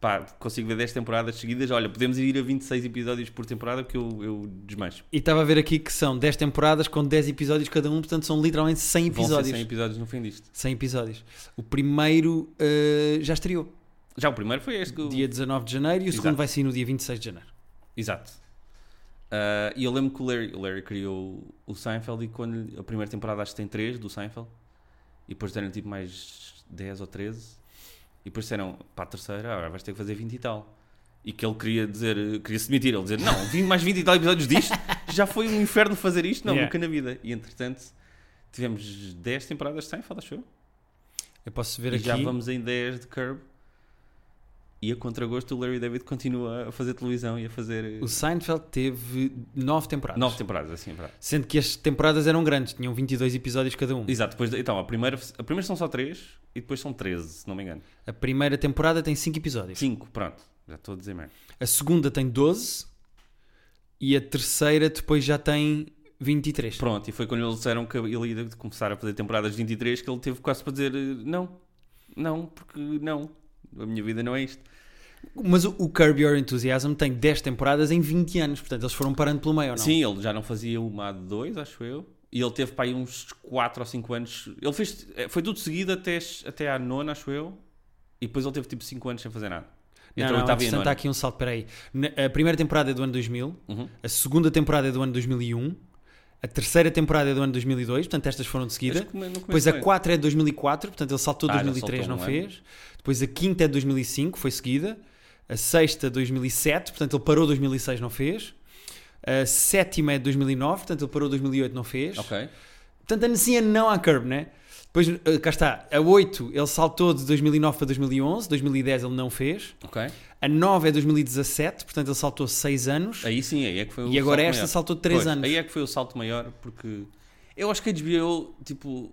[SPEAKER 2] Pá, consigo ver 10 temporadas seguidas. Olha, podemos ir a 26 episódios por temporada porque eu, eu desmancho.
[SPEAKER 1] E estava a ver aqui que são 10 temporadas com 10 episódios cada um, portanto são literalmente 100
[SPEAKER 2] Vão ser
[SPEAKER 1] episódios.
[SPEAKER 2] 100 episódios no fim disto.
[SPEAKER 1] 100 episódios. O primeiro eh, já estreou,
[SPEAKER 2] Já o primeiro foi este que eu...
[SPEAKER 1] dia 19 de janeiro, e o
[SPEAKER 2] Exato.
[SPEAKER 1] segundo vai sair no dia 26 de janeiro.
[SPEAKER 2] Exato. Ah, e eu lembro que o Larry, o Larry criou o Seinfeld e quando a primeira temporada acho que tem 3 do Seinfeld e depois deram tipo mais 10 ou 13 e depois disseram para a terceira, agora vais ter que fazer 20 e tal. E que ele queria dizer, queria se demitir, ele dizer não, 20 mais 20 e tal episódios disto, já foi um inferno fazer isto, não,
[SPEAKER 1] Yeah.
[SPEAKER 2] nunca na vida. E entretanto tivemos 10 temporadas de Seinfeld, acho eu.
[SPEAKER 1] Eu posso ver
[SPEAKER 2] E
[SPEAKER 1] aqui.
[SPEAKER 2] já vamos em 10 de Curb. E a contragosto o Larry David continua a fazer televisão e a fazer
[SPEAKER 1] O Seinfeld teve 9 temporadas.
[SPEAKER 2] 9 temporadas, assim, é verdade.
[SPEAKER 1] Sendo que as temporadas eram grandes, tinham 22 episódios cada um.
[SPEAKER 2] Exato, depois, então, a primeira, a primeira são só 3 e depois são 13, se não me engano.
[SPEAKER 1] A primeira temporada tem 5 episódios.
[SPEAKER 2] 5, pronto, já estou a dizer merda.
[SPEAKER 1] A segunda tem 12 e a terceira depois já tem 23.
[SPEAKER 2] Pronto, e foi quando eles disseram que ele ia começar a fazer temporadas de 23 que ele teve quase para dizer eh, não, não, porque não, a minha vida não é isto.
[SPEAKER 1] Mas o, o Curb Your Enthusiasm tem 10 temporadas em 20 anos, portanto eles foram parando pelo meio, ou não?
[SPEAKER 2] Sim, ele já não fazia uma há 2, acho eu, e ele teve para aí uns 4 ou 5 anos. Ele fez, eh, foi tudo seguido até, até à nona, acho eu, e depois ele teve tipo 5 anos sem fazer nada. Então,
[SPEAKER 1] Não,
[SPEAKER 2] Entre a
[SPEAKER 1] não,
[SPEAKER 2] oitava e a
[SPEAKER 1] entretanto, há
[SPEAKER 2] nona.
[SPEAKER 1] aqui um salto, peraí. Na- A primeira temporada é do ano 2000,
[SPEAKER 2] Uhum.
[SPEAKER 1] a segunda temporada é do ano 2001, a terceira temporada é do ano 2002, portanto estas foram de seguida.
[SPEAKER 2] Acho que no começo
[SPEAKER 1] Depois a
[SPEAKER 2] foi.
[SPEAKER 1] 4 é de 2004, portanto ele saltou
[SPEAKER 2] Ah, já
[SPEAKER 1] 2003, não
[SPEAKER 2] saltou um ano.
[SPEAKER 1] fez. Depois a quinta é de 2005, foi seguida. A sexta 2007, portanto ele parou 2006, não fez. A sétima é de 2009, portanto ele parou 2008, não fez.
[SPEAKER 2] Ok.
[SPEAKER 1] Portanto ano sim, ano não há curb, né? Depois, eh, cá está, a 8 ele saltou de 2009 para 2011, 2010 ele não fez.
[SPEAKER 2] Ok.
[SPEAKER 1] A 9 é 2017, portanto ele saltou 6 anos.
[SPEAKER 2] Aí sim, aí é que foi o
[SPEAKER 1] E agora
[SPEAKER 2] salto
[SPEAKER 1] esta
[SPEAKER 2] maior.
[SPEAKER 1] saltou 3
[SPEAKER 2] Pois,
[SPEAKER 1] anos.
[SPEAKER 2] Aí é que foi o salto maior, porque eu acho que a HBO, tipo,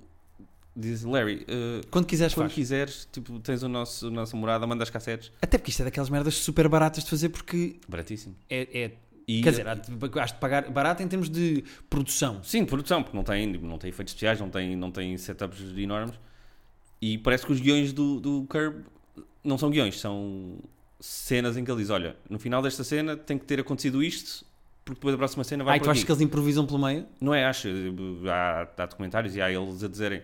[SPEAKER 2] diz Larry, eh,
[SPEAKER 1] Quando quiseres
[SPEAKER 2] quando
[SPEAKER 1] faz.
[SPEAKER 2] quiseres, tipo, tens o nosso, a nossa morada, manda as cassetes.
[SPEAKER 1] Até porque isto é daquelas merdas super baratas de fazer porque
[SPEAKER 2] Baratíssimo.
[SPEAKER 1] é, é
[SPEAKER 2] E-
[SPEAKER 1] Quer dizer, há de- acho de pagar barato em termos de produção.
[SPEAKER 2] Sim, de produção, porque não tem, tipo, não tem efeitos especiais, não tem, não tem setups enormes. E parece que os guiões do, do Curb não são guiões, são cenas em que ele diz: olha, no final desta cena tem que ter acontecido isto, porque depois a próxima cena vai
[SPEAKER 1] Ai,
[SPEAKER 2] por
[SPEAKER 1] tu achas
[SPEAKER 2] aqui.
[SPEAKER 1] que eles improvisam pelo meio?
[SPEAKER 2] Não é, acho. Há, há documentários e há eles a dizerem.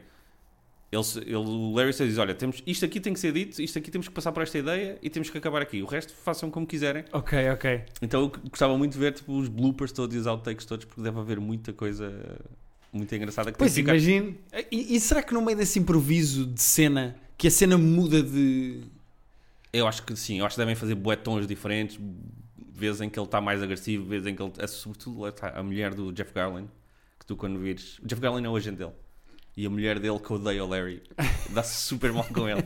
[SPEAKER 2] Eles, ele, o Larry só diz: olha, temos, isto aqui tem que ser dito, isto aqui temos que passar para esta ideia e temos que acabar aqui. O resto façam como quiserem.
[SPEAKER 1] Ok, ok.
[SPEAKER 2] Então eu gostava muito de ver tipo, os bloopers todos e os outtakes todos, porque deve haver muita coisa muito engraçada que
[SPEAKER 1] Pois
[SPEAKER 2] tem que ficar.
[SPEAKER 1] imagino. E, e será que no meio desse improviso de cena, que a cena muda de.
[SPEAKER 2] Eu acho que sim, eu acho que devem fazer bué tons diferentes, vezes em que ele está mais agressivo, vezes em que ele. é, Sobretudo lá está, a mulher do Jeff Garlin, que tu quando vires. O Jeff Garlin é o agente dele. E a mulher dele que odeia o Larry dá-se super mal com ele.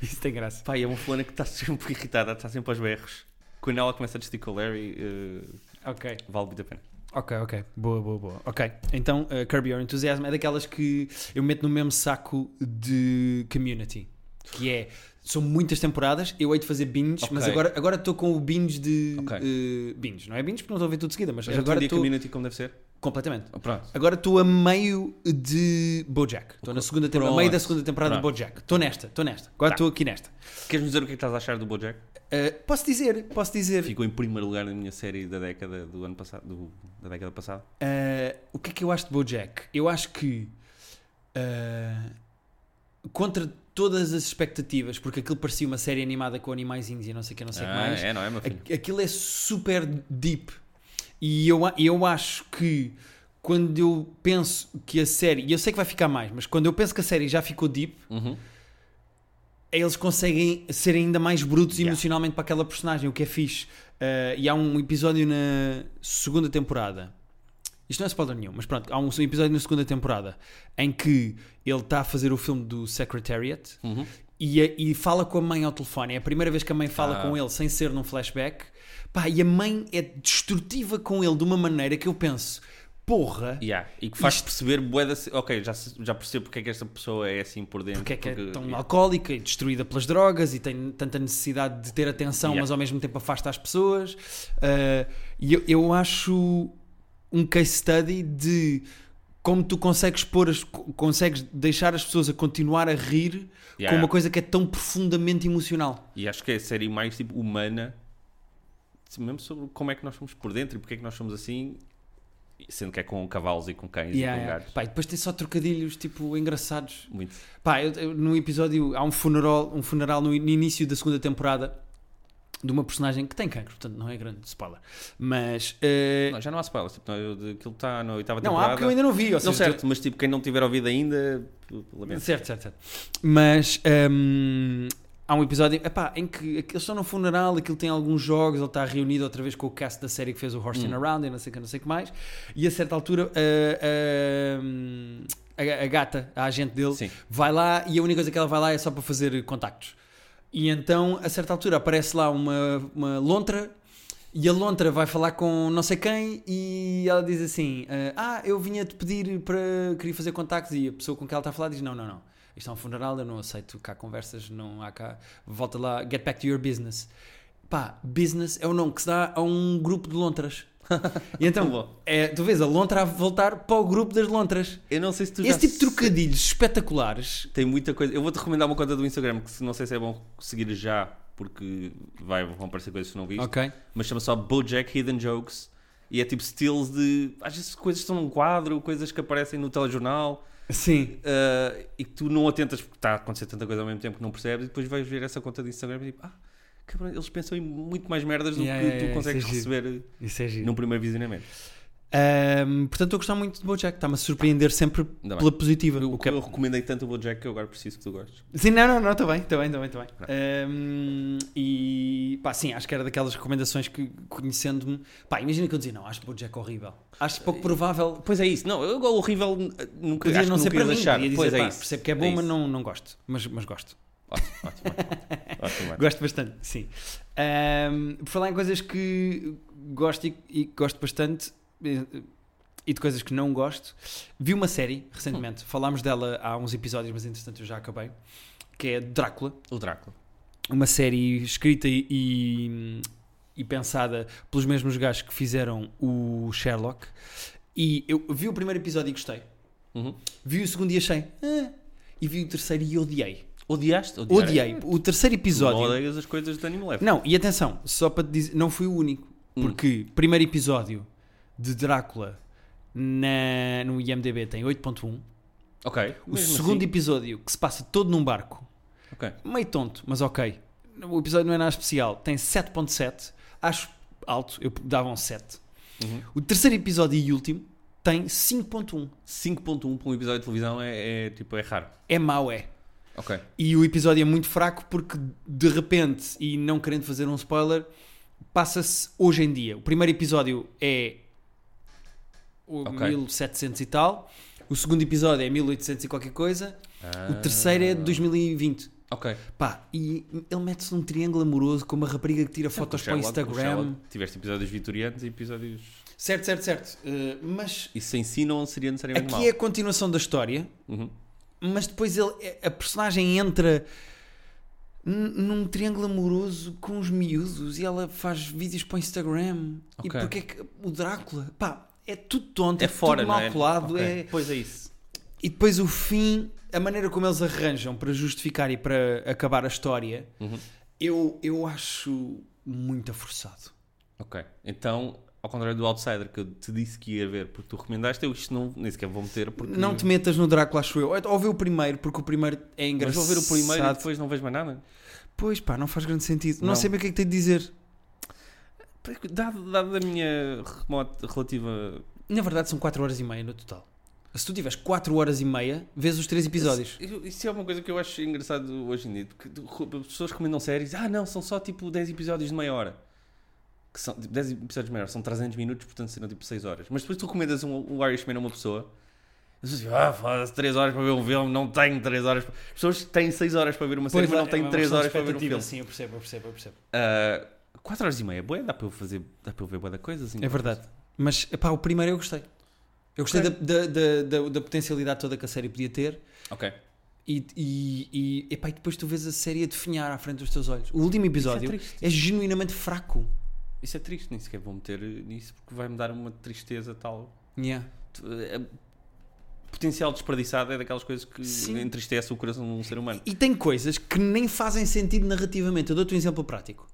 [SPEAKER 1] Isso tem graça.
[SPEAKER 2] Pá, e é uma fulana que está sempre irritada, está sempre aos berros. Quando ela começa a discutir com o Larry, eh,
[SPEAKER 1] Ok.
[SPEAKER 2] vale muito a pena.
[SPEAKER 1] Ok, ok. Boa, boa, boa. Ok. Então, uh, Curb Your Enthusiasm é daquelas que eu meto no mesmo saco de community. Que é. São muitas temporadas, eu hei de fazer binge, mas
[SPEAKER 2] Ok.
[SPEAKER 1] agora agora estou com o binge de.
[SPEAKER 2] Ok.
[SPEAKER 1] eh, binge, não é binge porque não estou a ver tudo de seguida, mas
[SPEAKER 2] Mas já
[SPEAKER 1] agora
[SPEAKER 2] agora
[SPEAKER 1] estou.
[SPEAKER 2] community como deve ser?
[SPEAKER 1] Completamente.
[SPEAKER 2] Ah, Pronto.
[SPEAKER 1] Agora estou a meio de Bojack. Estou na segunda temporada, a meio
[SPEAKER 2] Pronto.
[SPEAKER 1] da segunda temporada
[SPEAKER 2] Pronto.
[SPEAKER 1] de Bojack. Estou nesta, estou nesta. Agora
[SPEAKER 2] Tá.
[SPEAKER 1] estou aqui nesta.
[SPEAKER 2] Queres-me dizer o que é que estás a achar do Bojack?
[SPEAKER 1] Uh, posso dizer, posso dizer.
[SPEAKER 2] Ficou em primeiro lugar na minha série da década do ano passado, do- da década passada.
[SPEAKER 1] Uh, o que é que eu acho de Bojack? Eu acho que uh, contra todas as expectativas, porque aquilo parecia uma série animada com animaizinhos e não sei o que, não sei o que
[SPEAKER 2] Ah,
[SPEAKER 1] mais.
[SPEAKER 2] é, não é, meu filho?
[SPEAKER 1] Aqu- Aquilo é super deep. E eu, a- eu acho que quando eu penso que a série, e eu sei que vai ficar mais, mas quando eu penso que a série já ficou deep, é,
[SPEAKER 2] Uhum.
[SPEAKER 1] eles conseguem ser ainda mais brutos
[SPEAKER 2] Yeah.
[SPEAKER 1] emocionalmente para aquela personagem, o que é fixe. Uh, e há um episódio na segunda temporada. Isto não é spoiler nenhum, mas pronto, há um episódio na segunda temporada em que ele está a fazer o filme do Secretariat
[SPEAKER 2] Uhum.
[SPEAKER 1] e, a- e fala com a mãe ao telefone. É a primeira vez que a mãe fala
[SPEAKER 2] Ah.
[SPEAKER 1] com ele sem ser num flashback. Pá, e a mãe é destrutiva com ele de uma maneira que eu penso, porra,
[SPEAKER 2] Yeah. E que faz perceber bué da... ce- Ok, já, se- já percebo porque é que esta pessoa é assim por dentro.
[SPEAKER 1] porque é que é tão
[SPEAKER 2] yeah.
[SPEAKER 1] alcoólica e destruída pelas drogas e tem tanta necessidade de ter atenção,
[SPEAKER 2] Yeah.
[SPEAKER 1] mas ao mesmo tempo afasta as pessoas. Ah, e eu, eu acho um case study de como tu consegues pôr as, co- consegues deixar as pessoas a continuar a rir
[SPEAKER 2] Yeah.
[SPEAKER 1] com uma coisa que é tão profundamente emocional.
[SPEAKER 2] E acho que é a série mais tipo, humana, mesmo sobre como é que nós somos por dentro e porque é que nós somos assim, sendo que é com cavalos e com cães
[SPEAKER 1] Yeah,
[SPEAKER 2] e é com
[SPEAKER 1] yeah.
[SPEAKER 2] gatos.
[SPEAKER 1] Pá, e depois tem só trocadilhos tipo engraçados.
[SPEAKER 2] Muito.
[SPEAKER 1] Pá, eu, eu- no episódio há um funeral, um funeral no, in- no início da segunda temporada de uma personagem que tem cancro, portanto não é grande spoiler. Mas eh,
[SPEAKER 2] Não, já não há spoilers, tipo, não, eu- aquilo está na oitava
[SPEAKER 1] não,
[SPEAKER 2] temporada.
[SPEAKER 1] há porque eu ainda não vi, ou
[SPEAKER 2] Não,
[SPEAKER 1] seja,
[SPEAKER 2] certo, mas tipo, quem não tiver ouvido ainda, p- lamento.
[SPEAKER 1] Certo, certo, certo. Mas hum, há um episódio epá, em que aquilo- eles estão num funeral, aquilo tem alguns jogos, ele está reunido outra vez com o cast da série que fez o Horse
[SPEAKER 2] Hum.
[SPEAKER 1] in Around e não sei o que, não sei o que mais. E a certa altura a, a, a gata, a agente dele,
[SPEAKER 2] Sim.
[SPEAKER 1] vai lá e a única coisa que ela vai lá é só para fazer contactos. E então, a certa altura, aparece lá uma, uma lontra e a lontra vai falar com não sei quem e ela diz assim: eh, Ah, eu vinha-te pedir para. queria fazer contactos e a pessoa com quem ela está a falar diz: Não, não, não. Isto é um funeral, eu não aceito cá conversas, não há cá. Volta lá, get back to your business. Pá, business é o nome que se dá a um grupo de lontras. E então,
[SPEAKER 2] Boa.
[SPEAKER 1] é, tu vês a lontra a voltar para o grupo das lontras.
[SPEAKER 2] Eu não sei se tu já
[SPEAKER 1] Esse tipo de
[SPEAKER 2] se-
[SPEAKER 1] trocadilhos espetaculares
[SPEAKER 2] Tem muita coisa. Eu vou-te recomendar uma conta do Instagram que se- não sei se é bom seguir já, porque vai, vão aparecer coisas que não viste.
[SPEAKER 1] Ok.
[SPEAKER 2] mas chama só Bojack Hidden Jokes e é tipo estilos de às vezes coisas que estão num quadro, coisas que aparecem no telejornal
[SPEAKER 1] Sim.
[SPEAKER 2] ah, e que tu não atentas porque está a acontecer tanta coisa ao mesmo tempo que não percebes e depois vais ver essa conta de Instagram e tipo, ah, cabrão, eles pensam em muito mais merdas do
[SPEAKER 1] Yeah,
[SPEAKER 2] que
[SPEAKER 1] yeah,
[SPEAKER 2] tu
[SPEAKER 1] yeah,
[SPEAKER 2] consegues
[SPEAKER 1] isso é giro.
[SPEAKER 2] receber eh,
[SPEAKER 1] Isso é giro.
[SPEAKER 2] num primeiro visionamento.
[SPEAKER 1] portanto, estou a gostar muito de Bojack. Está-me a surpreender sempre
[SPEAKER 2] Ainda bem.
[SPEAKER 1] pela positiva. O
[SPEAKER 2] O
[SPEAKER 1] que
[SPEAKER 2] que
[SPEAKER 1] é-
[SPEAKER 2] eu recomendei tanto o Bojack que eu agora preciso que tu gostes.
[SPEAKER 1] Sim, não, não, não, está bem, está bem, está bem, está bem. Ahm, e pá, sim, acho que era daquelas recomendações que, conhecendo-me, pá, imagina que eu dizia, não, acho Bojack horrível. Acho pouco provável.
[SPEAKER 2] Pois é isso, não, eu o horrível ah, nunca
[SPEAKER 1] Podia
[SPEAKER 2] acho
[SPEAKER 1] não
[SPEAKER 2] que
[SPEAKER 1] ser
[SPEAKER 2] nunca ia
[SPEAKER 1] para mim,
[SPEAKER 2] deixar.
[SPEAKER 1] podia dizer,
[SPEAKER 2] pois é
[SPEAKER 1] pá,
[SPEAKER 2] isso.
[SPEAKER 1] percebo que é
[SPEAKER 2] É
[SPEAKER 1] bom, mas
[SPEAKER 2] isso.
[SPEAKER 1] não, não gosto. Mas, mas gosto.
[SPEAKER 2] Ótimo, ótimo, ótimo, ótimo, ótimo.
[SPEAKER 1] Gosto bastante, sim. Ahm, por falar em coisas que gosto e, e que gosto bastante eh, e de coisas que não gosto, vi uma série recentemente, falámos dela há uns episódios, mas entretanto eu já acabei, que é Drácula,
[SPEAKER 2] O Drácula.
[SPEAKER 1] uma série escrita e, e, e pensada pelos mesmos gajos que fizeram o Sherlock. E eu vi o primeiro episódio e gostei.
[SPEAKER 2] Uhum.
[SPEAKER 1] Vi o segundo e achei. "Ah." E vi o terceiro e odiei.
[SPEAKER 2] Odiaste? Odiaste?
[SPEAKER 1] Odiei. O terceiro
[SPEAKER 2] Não
[SPEAKER 1] episódio.
[SPEAKER 2] odeias as coisas de Anime Left.
[SPEAKER 1] Não, e atenção, só para te dizer, não fui o único. Porque primeiro episódio de Drácula na- no IMDB tem 8.1.
[SPEAKER 2] Ok. assim.
[SPEAKER 1] O segundo episódio, que se passa todo num barco,
[SPEAKER 2] Ok.
[SPEAKER 1] meio tonto, mas ok. O episódio não é nada especial, tem 7.7. Acho alto, eu dava um 7.
[SPEAKER 2] Uhum.
[SPEAKER 1] O terceiro episódio e último tem 5.1.
[SPEAKER 2] 5.1 para um episódio de televisão é, é, tipo, é raro.
[SPEAKER 1] É mau, é.
[SPEAKER 2] Ok.
[SPEAKER 1] E o episódio é muito fraco porque, de repente, e não querendo fazer um spoiler, passa-se hoje em dia. O primeiro episódio é o
[SPEAKER 2] Ok.
[SPEAKER 1] 1700 e tal. O segundo episódio é 1800 e qualquer coisa. O terceiro é de 2020.
[SPEAKER 2] Ok.
[SPEAKER 1] Pá, e ele mete-se num triângulo amoroso com uma rapariga que tira fotos para o
[SPEAKER 2] Sherlock-
[SPEAKER 1] Instagram.
[SPEAKER 2] Sherlock, Tiveste episódios vitorianos e episódios.
[SPEAKER 1] Certo, certo, certo. Eh, mas
[SPEAKER 2] Isso em si não seria necessariamente mal.
[SPEAKER 1] aqui é a continuação da história.
[SPEAKER 2] Uhum.
[SPEAKER 1] mas depois ele, eh, a personagem entra n- num triângulo amoroso com os miúdos e ela faz vídeos para o Instagram. E
[SPEAKER 2] Ok.
[SPEAKER 1] porque é que o Drácula, pá, é tudo tonto, é,
[SPEAKER 2] É fora,
[SPEAKER 1] tudo
[SPEAKER 2] não
[SPEAKER 1] mal
[SPEAKER 2] é?
[SPEAKER 1] colado.
[SPEAKER 2] Ok.
[SPEAKER 1] é-
[SPEAKER 2] Pois é isso.
[SPEAKER 1] E depois o fim, a maneira como eles arranjam para justificar e para acabar a história,
[SPEAKER 2] Uhum.
[SPEAKER 1] eu, eu acho muito forçado.
[SPEAKER 2] Ok. Então, ao contrário do Outsider que eu te disse que ia ver porque tu recomendaste, eu isto não, nem sequer vou meter porque.
[SPEAKER 1] Não te metas no Drácula, acho eu. Ou vê o primeiro, porque o primeiro é
[SPEAKER 2] Mas
[SPEAKER 1] engraçado.
[SPEAKER 2] vou ver o primeiro e depois não vejo mais nada.
[SPEAKER 1] Pois pá, não faz grande sentido. Não,
[SPEAKER 2] Não.
[SPEAKER 1] sei bem o que é que tenho de dizer.
[SPEAKER 2] Dado, dado a minha remota, relativa.
[SPEAKER 1] Na verdade, são 4 horas e meia no total. Se tu tiveres 4 horas e meia, vês os 3 episódios.
[SPEAKER 2] Eu- Isso é uma coisa que eu acho engraçado hoje em dia. Porque tu- as pessoas recomendam séries. Ah, não, são só tipo 10 episódios de meia hora. Que são tipo, 10 episódios de meia hora, são 300 minutos, portanto serão tipo 6 horas. Mas depois tu recomendas um, o Irishman a uma pessoa. As pessoas dizem, ah, foda-se, 3 horas para ver um filme, não tenho 3 horas. para-" As pessoas têm 6 horas para ver uma série,
[SPEAKER 1] é,
[SPEAKER 2] mas não têm 3 horas para ver um filme.
[SPEAKER 1] eu percebo, eu percebo, eu percebo.
[SPEAKER 2] 4 horas e meia, boa, dá para eu fazer, dá para eu ver boa da coisa. assim.
[SPEAKER 1] É verdade. Mas, pá, o primeiro eu gostei. Eu gostei
[SPEAKER 2] Ok.
[SPEAKER 1] da, da, da, da, da potencialidade toda que a série podia ter.
[SPEAKER 2] Ok.
[SPEAKER 1] E, e, e, epá, e depois tu vês a série a definhar à frente dos teus olhos. O último episódio
[SPEAKER 2] triste.
[SPEAKER 1] é, genuinamente fraco.
[SPEAKER 2] Isso é triste, nem sequer vou meter nisso porque vai-me dar uma tristeza tal.
[SPEAKER 1] Yeah.
[SPEAKER 2] Tu- é- potencial desperdiçado é daquelas coisas que
[SPEAKER 1] Sim.
[SPEAKER 2] entristece o coração de um ser humano.
[SPEAKER 1] E tem coisas que nem fazem sentido narrativamente. Eu dou-te um exemplo prático.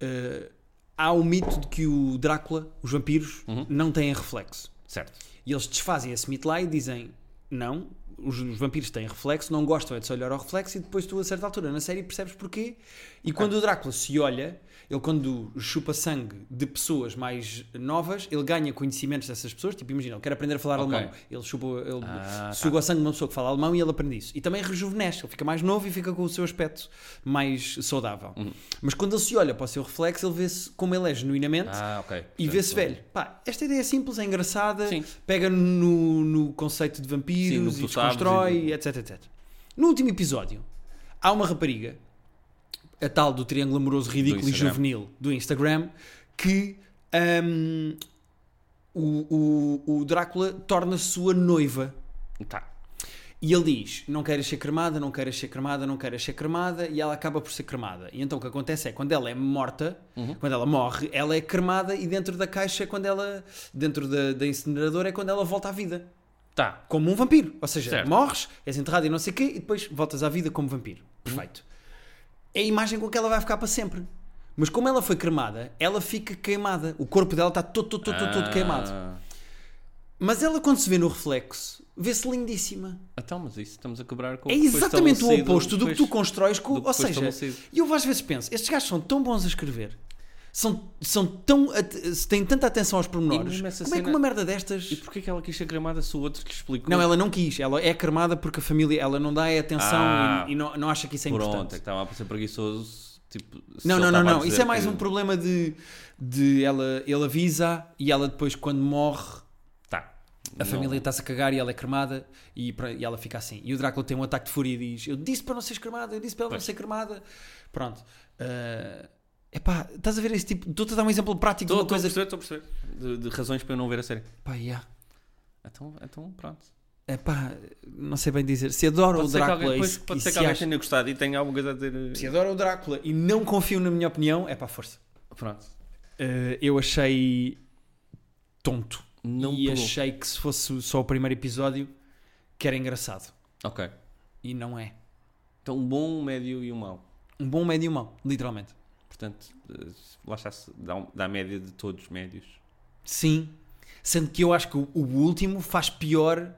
[SPEAKER 1] Eh, há o mito de que o Drácula, os vampiros, não têm reflexo.
[SPEAKER 2] Certo.
[SPEAKER 1] E eles desfazem esse mito lá e dizem: não, os, os vampiros têm reflexo, não gostam é de se olhar ao reflexo, e depois tu, a certa altura na série, percebes porquê. E quando o Drácula se olha, ele quando chupa sangue de pessoas mais novas, ele ganha conhecimentos dessas pessoas. Tipo, imagina, ele quer aprender a falar
[SPEAKER 2] Ok.
[SPEAKER 1] alemão. Ele chupa, ele
[SPEAKER 2] Ah,
[SPEAKER 1] suga o sangue de uma pessoa que fala alemão e ele aprende isso. E também rejuvenesce, ele fica mais novo e fica com o seu aspecto mais saudável.
[SPEAKER 2] Uhum.
[SPEAKER 1] Mas quando ele se olha para o seu reflexo, ele vê-se como ele é genuinamente.
[SPEAKER 2] Ah, ok.
[SPEAKER 1] E
[SPEAKER 2] Portanto,
[SPEAKER 1] vê-se velho. Pá, esta ideia é simples, é engraçada,
[SPEAKER 2] Sim.
[SPEAKER 1] pega no, no conceito de
[SPEAKER 2] Sim, no
[SPEAKER 1] vampiros
[SPEAKER 2] que
[SPEAKER 1] e
[SPEAKER 2] tu sabes
[SPEAKER 1] desconstrói,
[SPEAKER 2] e-
[SPEAKER 1] etc, etc. No último episódio, há uma rapariga, a tal do triângulo amoroso ridículo e
[SPEAKER 2] Instagram.
[SPEAKER 1] juvenil do Instagram, que hum, o, o, o Drácula torna sua noiva.
[SPEAKER 2] Tá.
[SPEAKER 1] E ele diz: Não queres ser cremada, não queres ser cremada, não queres ser cremada, e ela acaba por ser cremada. E então o que acontece é quando ela é morta,
[SPEAKER 2] Uhum.
[SPEAKER 1] quando ela morre, ela é cremada, e dentro da caixa, quando ela, dentro da, da incineradora, é quando ela volta à vida.
[SPEAKER 2] Tá.
[SPEAKER 1] Como um vampiro. Ou seja,
[SPEAKER 2] Certo.
[SPEAKER 1] morres, és enterrado e não sei o quê, e depois voltas à vida como vampiro.
[SPEAKER 2] Uhum.
[SPEAKER 1] Perfeito. É a imagem com que ela vai ficar para sempre. Mas como ela foi cremada, ela fica queimada. O corpo dela está todo, todo, todo, todo, todo queimado.
[SPEAKER 2] Ah.
[SPEAKER 1] Mas ela, quando se vê no reflexo, vê-se lindíssima.
[SPEAKER 2] Então, mas isso estamos a quebrar com
[SPEAKER 1] É
[SPEAKER 2] o que foi
[SPEAKER 1] exatamente o
[SPEAKER 2] estabelecido,
[SPEAKER 1] oposto do que tu
[SPEAKER 2] pois,
[SPEAKER 1] constróis com.
[SPEAKER 2] do que
[SPEAKER 1] Ou
[SPEAKER 2] foi
[SPEAKER 1] seja,
[SPEAKER 2] estabelecido.
[SPEAKER 1] eu às vezes penso, estes gajos são tão bons a escrever, são, são tão. at- têm tanta atenção aos pormenores.
[SPEAKER 2] E
[SPEAKER 1] Como
[SPEAKER 2] mesmo essa
[SPEAKER 1] é que
[SPEAKER 2] cena-
[SPEAKER 1] uma merda destas.
[SPEAKER 2] E porquê que ela quis ser gramada se o outro lhe explicou?
[SPEAKER 1] Não, ela não quis, ela é cremada porque a família ela não dá atenção
[SPEAKER 2] Ah.
[SPEAKER 1] e, e não, não acha que isso é
[SPEAKER 2] Pronto, é que
[SPEAKER 1] importante.
[SPEAKER 2] estava a ser preguiçoso. Tipo, se
[SPEAKER 1] Não, não,
[SPEAKER 2] ele
[SPEAKER 1] não,
[SPEAKER 2] estava a
[SPEAKER 1] não.
[SPEAKER 2] dizer
[SPEAKER 1] Isso é mais
[SPEAKER 2] que-
[SPEAKER 1] um problema de, de ela, ele avisa e ela depois, quando morre,
[SPEAKER 2] Tá.
[SPEAKER 1] A
[SPEAKER 2] Não.
[SPEAKER 1] família está-se a cagar e ela é cremada e, pra- e ela fica assim. E o Drácula tem um ataque de fúria e diz: Eu disse para não seres cremada, eu disse para ela não ser cremada. Pronto. Ah, epá, estás a ver esse tipo. Estou-te a dar um exemplo prático
[SPEAKER 2] Estou
[SPEAKER 1] de
[SPEAKER 2] estou
[SPEAKER 1] uma coisa.
[SPEAKER 2] a perceber, estou a perceber. De, de razões para eu não ver a série.
[SPEAKER 1] Pá, yeah.
[SPEAKER 2] Então, então pronto.
[SPEAKER 1] Epá, não sei bem dizer. Se adoro
[SPEAKER 2] Pode
[SPEAKER 1] o
[SPEAKER 2] ser que
[SPEAKER 1] Drácula
[SPEAKER 2] alguém,
[SPEAKER 1] e,
[SPEAKER 2] pois,
[SPEAKER 1] se-
[SPEAKER 2] pode
[SPEAKER 1] e
[SPEAKER 2] ser que
[SPEAKER 1] se
[SPEAKER 2] alguém
[SPEAKER 1] acha-
[SPEAKER 2] tenha gostado e tenha alguma coisa a dizer. eh,
[SPEAKER 1] se adoro o Drácula e não confio na minha opinião, é pá, força.
[SPEAKER 2] Pronto.
[SPEAKER 1] Eh, eu achei tonto.
[SPEAKER 2] Não
[SPEAKER 1] e
[SPEAKER 2] pegou.
[SPEAKER 1] achei que se fosse só o primeiro episódio, que era engraçado.
[SPEAKER 2] Ok.
[SPEAKER 1] E não é.
[SPEAKER 2] Então, um bom, um médio e um mau.
[SPEAKER 1] Um bom médio e um mau, literalmente.
[SPEAKER 2] Portanto, eh, lá está, se dá, um- dá a média de todos os médios.
[SPEAKER 1] Sim. Sendo que eu acho que o, o último faz pior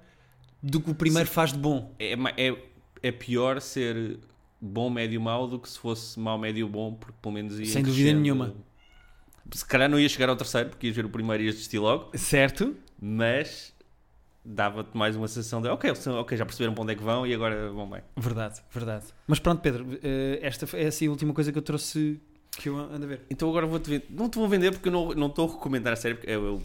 [SPEAKER 1] do que o primeiro faz de bom.
[SPEAKER 2] É, ma- é, é pior ser bom, médio, mau do que se fosse mau, médio, bom, porque pelo menos ia.
[SPEAKER 1] Sem dúvida
[SPEAKER 2] crescendo.
[SPEAKER 1] nenhuma.
[SPEAKER 2] Se calhar não ia chegar ao terceiro, porque ia ver o primeiro e ia desistir logo,
[SPEAKER 1] Certo?
[SPEAKER 2] mas dava-te mais uma sensação de ok, eles são- ok, já perceberam para onde é que vão e agora vão bem.
[SPEAKER 1] Verdade, verdade. Mas pronto, Pedro, eh, esta foi- é assim a última coisa que eu trouxe que eu ando a ver.
[SPEAKER 2] Então agora vou-te vender. Não te vou vender porque eu não, não estou a recomendar a série, porque é, o-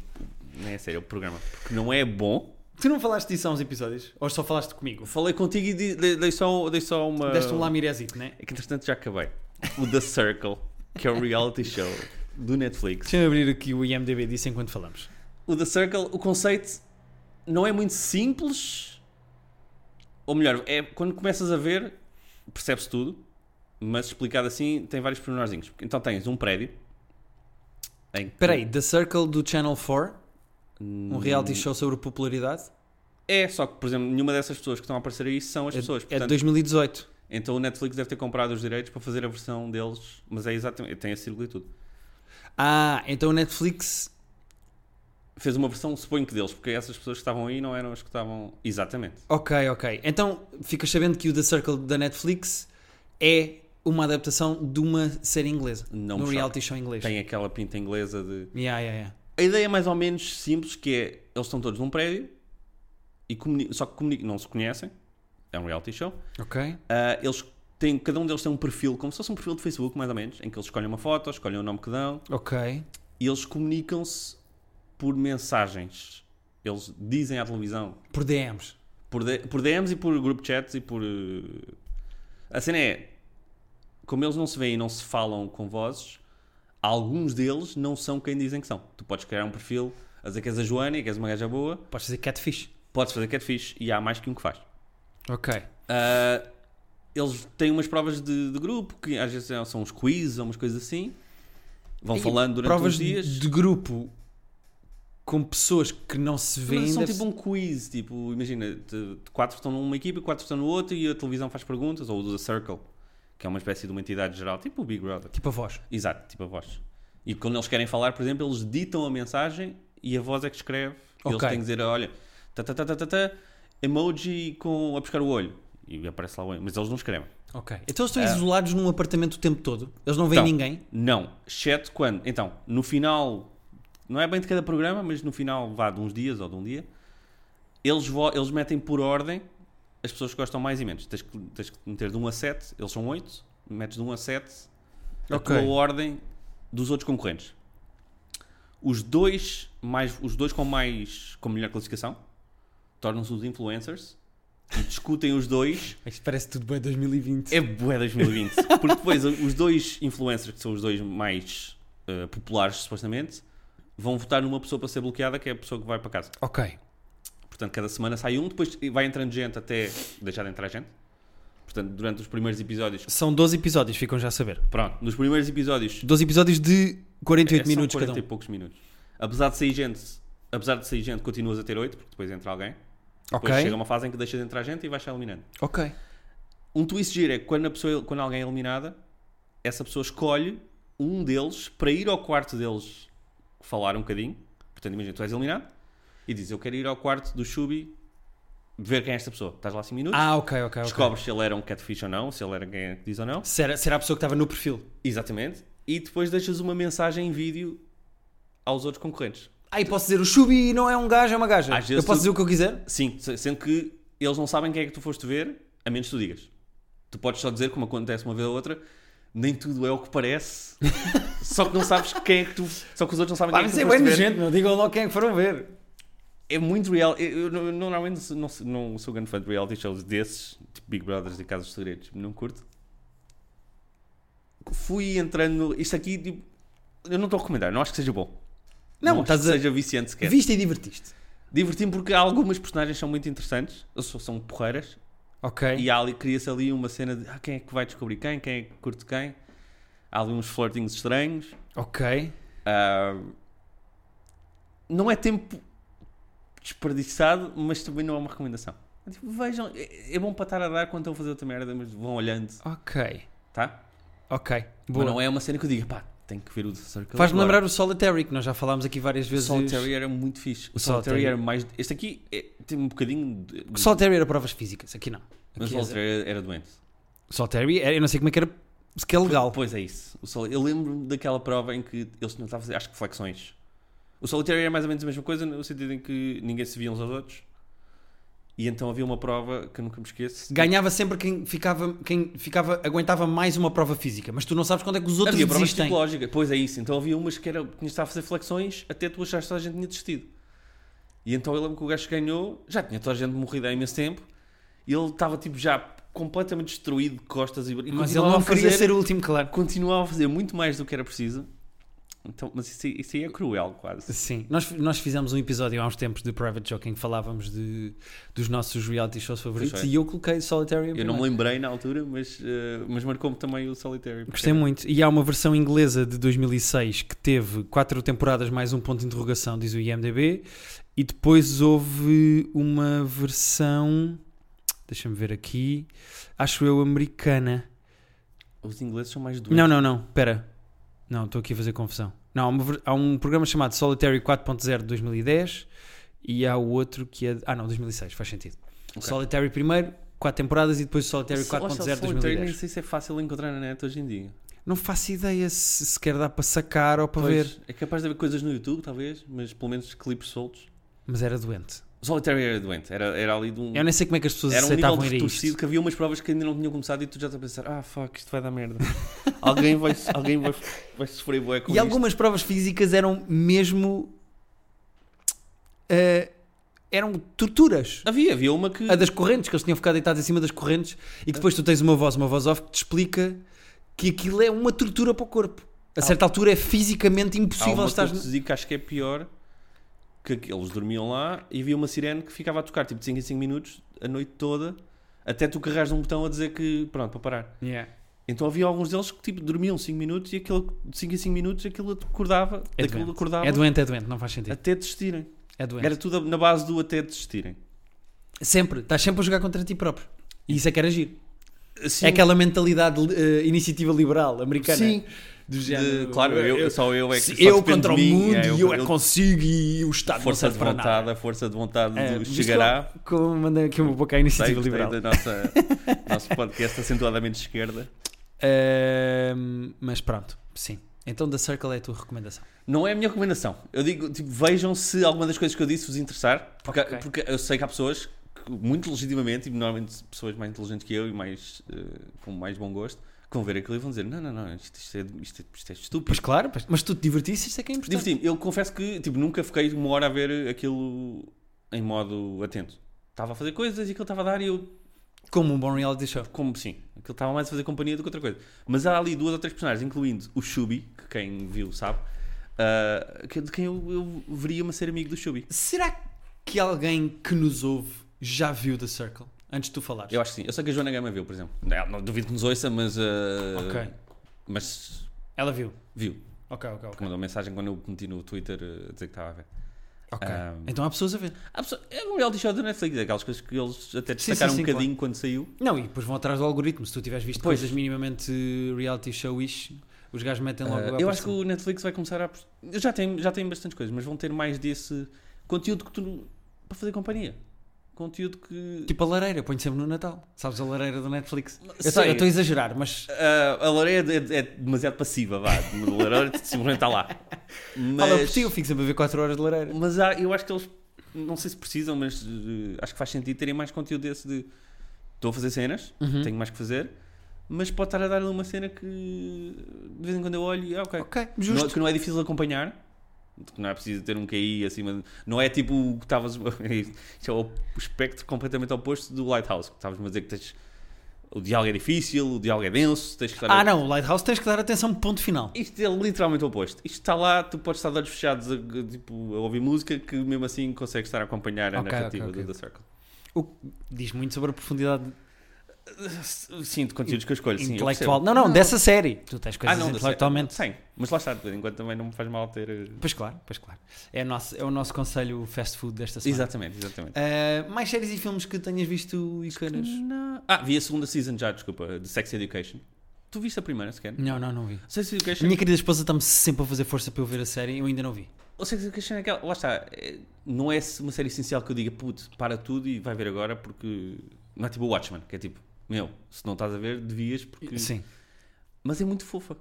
[SPEAKER 2] não é a série, é o programa, porque não é bom.
[SPEAKER 1] Tu não falaste disso há uns episódios? Ou só falaste comigo?
[SPEAKER 2] Falei contigo e di- dei, dei só, dei só uma.
[SPEAKER 1] Deste um lamirezito, não é?
[SPEAKER 2] É que entretanto já acabei. O The Circle, que é o reality show do Netflix.
[SPEAKER 1] Deixa-me abrir aqui o IMDB disso enquanto falamos.
[SPEAKER 2] O The Circle, o conceito não é muito simples. Ou melhor, é quando começas a ver, percebes tudo, mas explicado assim tem vários pormenorzinhos. Então tens um prédio. em que-
[SPEAKER 1] Espera aí, The Circle do Channel 4, um reality show sobre popularidade,
[SPEAKER 2] É, só que, por exemplo, nenhuma dessas pessoas que estão a aparecer aí são as
[SPEAKER 1] é
[SPEAKER 2] pessoas.
[SPEAKER 1] de
[SPEAKER 2] Portanto,
[SPEAKER 1] 2018.
[SPEAKER 2] Então o Netflix deve ter comprado os direitos para fazer a versão deles, mas é exatamente, tem a círculo e tudo.
[SPEAKER 1] Ah, então o Netflix.
[SPEAKER 2] Fez uma versão, suponho que deles, porque essas pessoas que estavam aí não eram as que estavam. Exatamente.
[SPEAKER 1] Ok, ok. Então ficas sabendo que o The Circle da Netflix é uma adaptação de uma série inglesa.
[SPEAKER 2] Não
[SPEAKER 1] de um
[SPEAKER 2] me
[SPEAKER 1] reality show inglês.
[SPEAKER 2] Tem aquela pinta inglesa de.
[SPEAKER 1] Yeah, yeah, yeah.
[SPEAKER 2] A ideia é mais ou menos simples, que é eles estão todos num prédio e comuni- só que comuni- não se conhecem, é um reality show.
[SPEAKER 1] Ok.
[SPEAKER 2] Ah, eles têm, cada um deles tem um perfil, como se fosse um perfil de Facebook, mais ou menos, em que eles escolhem uma foto, escolhem o nome que dão
[SPEAKER 1] Ok.
[SPEAKER 2] e eles comunicam-se por mensagens. Eles dizem à televisão,
[SPEAKER 1] Por DMs.
[SPEAKER 2] por, D- por DMs e por group chats e por. eh, A cena é. Como eles não se veem e não se falam com vozes, alguns deles não são quem dizem que são. Tu podes criar um perfil a dizer que és a Joana e que és uma gaja boa,
[SPEAKER 1] Podes dizer catfish.
[SPEAKER 2] podes fazer catfish e há mais que um que faz.
[SPEAKER 1] Ok.
[SPEAKER 2] Ah, eles têm umas provas de, de grupo, que às vezes são uns quizzes ou umas coisas assim. Vão
[SPEAKER 1] E
[SPEAKER 2] falando durante
[SPEAKER 1] Provas
[SPEAKER 2] uns dias.
[SPEAKER 1] de grupo com pessoas que não se vêem.
[SPEAKER 2] Mas são
[SPEAKER 1] deve-
[SPEAKER 2] tipo um quiz, tipo, imagina, te- te- quatro estão numa equipa e quatro estão no outro e a televisão faz perguntas, ou o The Circle, que é uma espécie de uma entidade geral, tipo o Big Brother.
[SPEAKER 1] tipo a voz.
[SPEAKER 2] Exato, tipo a voz. E quando eles querem falar, por exemplo, eles ditam a mensagem e a voz é que escreve. E Eles
[SPEAKER 1] Ok.
[SPEAKER 2] têm que dizer, olha, tá, tá, tá, tá, tá, tá, emoji com, a buscar o olho. E aparece lá o olho, mas eles não escrevem.
[SPEAKER 1] Ok. Então eles estão isolados num apartamento o tempo todo. Eles não veem
[SPEAKER 2] Ah. Então,
[SPEAKER 1] ninguém.
[SPEAKER 2] Não, exceto quando. Então, no final, não é bem de cada programa, mas no final, vá de uns dias ou de um dia, eles, vo- eles metem por ordem as pessoas que gostam mais e menos. Tens que, tens que meter de 1 a 7, eles são 8, metes de 1 a 7 a
[SPEAKER 1] Ok.
[SPEAKER 2] tua ordem dos outros concorrentes. Os dois, mais, os dois com mais com melhor classificação tornam-se os influencers e discutem os dois
[SPEAKER 1] Isto parece tudo bem 2020.
[SPEAKER 2] é bué 2020. Porque depois os dois influencers, que são os dois mais eh, populares, supostamente, vão votar numa pessoa para ser bloqueada, que é a pessoa que vai para casa.
[SPEAKER 1] Ok.
[SPEAKER 2] Portanto, cada semana sai um, depois vai entrando gente até deixar de entrar gente. Portanto, durante os primeiros episódios.
[SPEAKER 1] São 12 episódios, ficam já a saber.
[SPEAKER 2] Pronto, nos primeiros episódios.
[SPEAKER 1] 12 episódios de 48
[SPEAKER 2] É, são
[SPEAKER 1] minutos
[SPEAKER 2] 40
[SPEAKER 1] cada um.
[SPEAKER 2] e poucos minutos. Apesar de sair gente, apesar de sair gente, continuas a ter 8, porque depois entra alguém.
[SPEAKER 1] um.
[SPEAKER 2] Depois chega
[SPEAKER 1] Ok.
[SPEAKER 2] uma fase em que deixa de entrar gente e vais eliminando.
[SPEAKER 1] Ok.
[SPEAKER 2] Um twist giro é que quando, a pessoa, quando alguém é eliminada, essa pessoa escolhe um deles para ir ao quarto deles falar um bocadinho. Portanto, imagina, tu és eliminado e diz: Eu quero ir ao quarto do Shubi ver quem é esta pessoa. Estás lá 5 minutos,
[SPEAKER 1] Ah, ok, ok. ok.
[SPEAKER 2] descobres se ele era um catfish ou não, se ele era quem é que diz ou não.
[SPEAKER 1] Será, será a pessoa que estava no perfil?
[SPEAKER 2] Exatamente. E depois deixas uma mensagem em vídeo aos outros concorrentes.
[SPEAKER 1] Ah, e posso dizer o Shubi não é um gajo, é uma gaja.
[SPEAKER 2] Às
[SPEAKER 1] Eu
[SPEAKER 2] vezes
[SPEAKER 1] posso
[SPEAKER 2] tu-
[SPEAKER 1] dizer o que eu quiser?
[SPEAKER 2] Sim, se- sendo que eles não sabem quem é que tu foste ver, a menos que tu digas. Tu podes só dizer, como acontece uma vez ou outra, nem tudo é o que parece, só que não sabes quem é que tu. Só que os outros não sabem
[SPEAKER 1] Pá,
[SPEAKER 2] quem é
[SPEAKER 1] mas
[SPEAKER 2] que
[SPEAKER 1] é
[SPEAKER 2] tu
[SPEAKER 1] bem
[SPEAKER 2] foste ver.
[SPEAKER 1] nojento, não digam logo quem é que foram ver.
[SPEAKER 2] É muito real. Eu, eu não- eu normalmente sou- não, sou- não sou grande fã de reality shows desses, tipo Big Brothers e Casos de Segredos, não curto. Fui entrando. Isto aqui, tipo, eu não estou a recomendar, não acho que seja bom.
[SPEAKER 1] Não,
[SPEAKER 2] não acho
[SPEAKER 1] estás
[SPEAKER 2] que
[SPEAKER 1] a-
[SPEAKER 2] seja viciante sequer.
[SPEAKER 1] Viste e divertiste.
[SPEAKER 2] Diverti-me porque algumas personagens são muito interessantes, ou são- são porreiras,
[SPEAKER 1] Ok.
[SPEAKER 2] E há ali, cria-se ali uma cena de ah, quem é que vai descobrir quem, quem é que curte quem. Há ali uns flirtings estranhos.
[SPEAKER 1] Ok.
[SPEAKER 2] Ah, não é tempo desperdiçado, mas também não é uma recomendação. É tipo, vejam, é, é bom para estar a dar quando estão a fazer outra merda, mas vão olhando,
[SPEAKER 1] Ok.
[SPEAKER 2] tá?
[SPEAKER 1] Ok.
[SPEAKER 2] Mas
[SPEAKER 1] Boa.
[SPEAKER 2] não é uma cena que eu diga, pá, tenho que ver o The Circle.
[SPEAKER 1] Faz-me
[SPEAKER 2] agora.
[SPEAKER 1] lembrar o Solitary, que nós já falámos aqui várias
[SPEAKER 2] O
[SPEAKER 1] vezes.
[SPEAKER 2] Solitary era muito fixe. O Solitary,
[SPEAKER 1] Solitary.
[SPEAKER 2] era mais. Este aqui é- tem um bocadinho. De...
[SPEAKER 1] O Solitary era provas físicas, aqui não.
[SPEAKER 2] Mas
[SPEAKER 1] Aqui
[SPEAKER 2] o
[SPEAKER 1] é zero.
[SPEAKER 2] Solitary era, era doente.
[SPEAKER 1] O Solitary, era- eu não sei como é que era, se que é legal.
[SPEAKER 2] Pois é isso. O Sol... Eu lembro-me daquela prova em que eles não estavam a fazer, acho que flexões. O Solitary era mais ou menos a mesma coisa, no sentido em que ninguém se via uns aos outros. E então havia uma prova que eu nunca me esqueço.
[SPEAKER 1] Ganhava sempre quem ficava, quem ficava, aguentava mais uma prova física, mas tu não sabes quando é que os outros
[SPEAKER 2] havia provas
[SPEAKER 1] desistem.
[SPEAKER 2] psicológicas. Pois é isso. Então havia umas que era, tinhas de estar a fazer flexões até tu achaste que toda a gente tinha desistido. E então eu lembro que o gajo que ganhou, já tinha toda a gente morrido há imenso tempo, e ele estava tipo já completamente destruído de costas e, e
[SPEAKER 1] Mas ele
[SPEAKER 2] continuava
[SPEAKER 1] não
[SPEAKER 2] a
[SPEAKER 1] queria
[SPEAKER 2] fazer-
[SPEAKER 1] ser o último, claro.
[SPEAKER 2] continuava a fazer muito mais do que era preciso. Então, mas isso, aí- isso aí é cruel, quase.
[SPEAKER 1] Sim, nós, nós fizemos um episódio há uns tempos de Private Joking em que falávamos de, dos nossos reality shows favoritos
[SPEAKER 2] Pois é.
[SPEAKER 1] e eu coloquei Solitary. em
[SPEAKER 2] Eu não
[SPEAKER 1] primeiro.
[SPEAKER 2] me lembrei na altura, mas, eh, mas marcou-me também o Solitary. porque
[SPEAKER 1] Gostei muito. E há uma versão inglesa de 2006 que teve quatro temporadas mais um ponto de interrogação, diz o IMDb. E depois houve uma versão, deixa-me ver aqui, acho eu americana.
[SPEAKER 2] Os ingleses são mais doentes.
[SPEAKER 1] Não, não, não, pera. Não, estou aqui a fazer confusão. Não, há, uma ver- há um programa chamado Solitary 4.0 de 2010 e há o outro que é. de- Ah, não, 2006, faz sentido. Solitary primeiro, quatro temporadas e depois Solitary
[SPEAKER 2] O Sol-
[SPEAKER 1] 4.0
[SPEAKER 2] o
[SPEAKER 1] de
[SPEAKER 2] Solitary nem
[SPEAKER 1] 2010.
[SPEAKER 2] sei se é fácil encontrar na net hoje em dia.
[SPEAKER 1] Não faço ideia se, se quer dar para sacar ou para ver.
[SPEAKER 2] Pois, É capaz de haver coisas no YouTube, talvez, mas pelo menos clipes soltos.
[SPEAKER 1] Mas era doente.
[SPEAKER 2] O Solitary era doente, era, era ali de um.
[SPEAKER 1] Eu nem sei como é que as pessoas
[SPEAKER 2] Era um nível
[SPEAKER 1] aceitavam
[SPEAKER 2] de
[SPEAKER 1] ir a isto.
[SPEAKER 2] retorcido que havia umas provas que ainda não tinham começado e tu já estás a pensar: ah, fuck, isto vai dar merda. alguém vai, alguém vai, vai sofrer bué com
[SPEAKER 1] E
[SPEAKER 2] isto.
[SPEAKER 1] algumas provas físicas eram mesmo. eh, eram torturas.
[SPEAKER 2] Havia, havia uma que.
[SPEAKER 1] A das correntes, que eles tinham ficado deitados em cima das correntes, e que depois tu tens uma voz, uma voz off, que te explica que aquilo é uma tortura para o corpo. A certa altura é fisicamente
[SPEAKER 2] Há uma
[SPEAKER 1] impossível estar.
[SPEAKER 2] que eu te digo que acho que é pior que aqu- eles dormiam lá e havia uma sirene que ficava a tocar tipo de 5 em 5 minutos a noite toda até tu carregares num botão a dizer que pronto, para parar. Então havia alguns deles que tipo dormiam 5 minutos e aquele de 5 em 5 minutos aquilo acordava,
[SPEAKER 1] É,
[SPEAKER 2] daquilo
[SPEAKER 1] doente.
[SPEAKER 2] acordava
[SPEAKER 1] é doente, é doente, não faz sentido.
[SPEAKER 2] até desistirem.
[SPEAKER 1] É doente.
[SPEAKER 2] Era tudo na base do até desistirem.
[SPEAKER 1] Sempre, estás sempre a jogar contra ti próprio. E isso é que era giro.
[SPEAKER 2] Assim,
[SPEAKER 1] É aquela mentalidade, eh, iniciativa liberal americana.
[SPEAKER 3] Sim.
[SPEAKER 1] Do
[SPEAKER 2] de-
[SPEAKER 1] género.
[SPEAKER 2] claro, eu, só eu é que
[SPEAKER 1] Se
[SPEAKER 2] só
[SPEAKER 1] eu
[SPEAKER 2] depende
[SPEAKER 1] contra o
[SPEAKER 2] de mim,
[SPEAKER 1] mundo
[SPEAKER 2] é,
[SPEAKER 1] e eu é que
[SPEAKER 2] eu-
[SPEAKER 1] consigo e o Estado
[SPEAKER 2] força
[SPEAKER 1] não serve
[SPEAKER 2] de
[SPEAKER 1] para nada.
[SPEAKER 2] vontade, a força de vontade
[SPEAKER 1] É,
[SPEAKER 2] do
[SPEAKER 1] viste
[SPEAKER 2] chegará.
[SPEAKER 1] lá Como mandei aqui uma boca à
[SPEAKER 2] Gostei,
[SPEAKER 1] iniciativa
[SPEAKER 2] gostei
[SPEAKER 1] liberal.
[SPEAKER 2] da nossa nosso podcast é acentuadamente de esquerda.
[SPEAKER 1] Ahm, mas pronto, sim. Então da Circle é a tua recomendação.
[SPEAKER 2] Não é a minha recomendação. Eu digo, tipo, vejam se alguma das coisas que eu disse vos interessar, porque,
[SPEAKER 1] Ok.
[SPEAKER 2] porque eu sei que há pessoas que, muito legitimamente, e normalmente pessoas mais inteligentes que eu e mais eh, com mais bom gosto, que vão ver aquilo e vão dizer: não, não, não, isto, isto é, isto, é- isto é estúpido.
[SPEAKER 1] Pois claro, pois- mas tu te divertiste, isso é que é importante.
[SPEAKER 2] Diverti-me. Eu confesso que tipo, nunca fiquei uma hora a ver aquilo em modo atento. Estava a fazer coisas e aquilo estava a dar e eu
[SPEAKER 1] Como um bom reality show.
[SPEAKER 2] como sim, aquilo estava mais a fazer companhia do que outra coisa. Mas há ali duas ou três personagens, incluindo o Shubi, que quem viu sabe, ah, que- de quem eu, eu veria-me a ser amigo do Shubi.
[SPEAKER 1] Será que alguém que nos ouve já viu da Circle? Antes de tu falares.
[SPEAKER 2] Eu acho que sim. Eu sei que a Joana Gama viu, por exemplo. É, Não, não duvido que nos ouça, mas. ah,
[SPEAKER 1] Ok.
[SPEAKER 2] Mas
[SPEAKER 1] Ela viu.
[SPEAKER 2] viu.
[SPEAKER 1] Ok, ok,
[SPEAKER 2] Porque
[SPEAKER 1] ok.
[SPEAKER 2] mandou mensagem quando eu meti no Twitter ah, a dizer que estava a ver.
[SPEAKER 1] Ok.
[SPEAKER 2] Ahm.
[SPEAKER 1] Então há pessoas a ver.
[SPEAKER 2] Há pessoa- é um reality show da Netflix, é aquelas coisas que eles até
[SPEAKER 1] sim,
[SPEAKER 2] destacaram
[SPEAKER 1] sim,
[SPEAKER 2] um bocadinho quando saiu.
[SPEAKER 1] Não, e depois vão atrás do algoritmo. Se tu tiveres visto
[SPEAKER 2] Pois.
[SPEAKER 1] coisas minimamente reality show-ish, os gajos metem logo.
[SPEAKER 2] Ah,
[SPEAKER 1] a
[SPEAKER 2] eu acho
[SPEAKER 1] aparecer.
[SPEAKER 2] que o Netflix vai começar a. apost- Já tem, já tem bastantes coisas, mas vão ter mais desse conteúdo que tu. não- para fazer companhia. Conteúdo que.
[SPEAKER 1] Tipo a lareira, ponho sempre no Natal. Sabes a lareira do Netflix? Eu
[SPEAKER 2] Sei.
[SPEAKER 1] sei, eu estou a exagerar, mas.
[SPEAKER 2] Ah, a lareira é, é demasiado passiva, vá. A lareira simplesmente está lá. Mas,
[SPEAKER 1] Fala por ti, eu é fico sempre a ver 4 horas de lareira.
[SPEAKER 2] mas há- eu acho que eles, não sei se precisam, mas eh, acho que faz sentido terem mais conteúdo desse de estou a fazer cenas,
[SPEAKER 1] Uhum.
[SPEAKER 2] tenho mais que fazer, mas pode estar a dar ali uma cena que de vez em quando eu olho e ah, ok.
[SPEAKER 1] Ok,
[SPEAKER 2] Não-
[SPEAKER 1] justo.
[SPEAKER 2] que não é difícil de acompanhar. que Não é preciso ter um QI acima. de- Não é tipo o que estavas. Isto é o espectro completamente oposto do Lighthouse. Que estavas a dizer que tens. O diálogo é difícil, o diálogo é denso, tens que estar a-
[SPEAKER 1] Ah, não, o Lighthouse tens que dar atenção, ponto final.
[SPEAKER 2] Isto é literalmente o oposto. Isto está lá, tu podes estar de olhos fechados a, tipo, a ouvir música que mesmo assim consegues estar a acompanhar a
[SPEAKER 1] Ok,
[SPEAKER 2] narrativa
[SPEAKER 1] ok, ok.
[SPEAKER 2] do The Circle.
[SPEAKER 1] O que diz muito sobre a profundidade
[SPEAKER 2] Sim, de conteúdos que eu escolho. Sim, eu
[SPEAKER 1] intelectual.
[SPEAKER 2] percebo.
[SPEAKER 1] Não, não, dessa série. Tu tens
[SPEAKER 2] Ah,
[SPEAKER 1] coisas
[SPEAKER 2] não,
[SPEAKER 1] intelectualmente.
[SPEAKER 2] Sim, mas lá está, de vez em quando também não me faz mal ter. eh,
[SPEAKER 1] Pois claro, pois claro. É, o nosso, é o nosso conselho fast food desta semana.
[SPEAKER 2] Exatamente, exatamente.
[SPEAKER 1] Ah, mais séries e filmes que tenhas visto e queiras?
[SPEAKER 2] Ah, vi a segunda season já, desculpa, de Sex Education. Tu viste a primeira sequer?
[SPEAKER 1] Não, não, não vi.
[SPEAKER 2] Sex
[SPEAKER 1] A
[SPEAKER 2] Education.
[SPEAKER 1] minha querida esposa está-me sempre a fazer força para eu ver a série eu ainda não vi.
[SPEAKER 2] O Sex Education é aquela. Lá está. é- Não é uma série essencial que eu diga, puto, para tudo e vai ver agora porque. Não é tipo o Watchmen, que é tipo, meu, se não estás a ver, devias porque.
[SPEAKER 1] Sim.
[SPEAKER 2] Mas é muito fofa.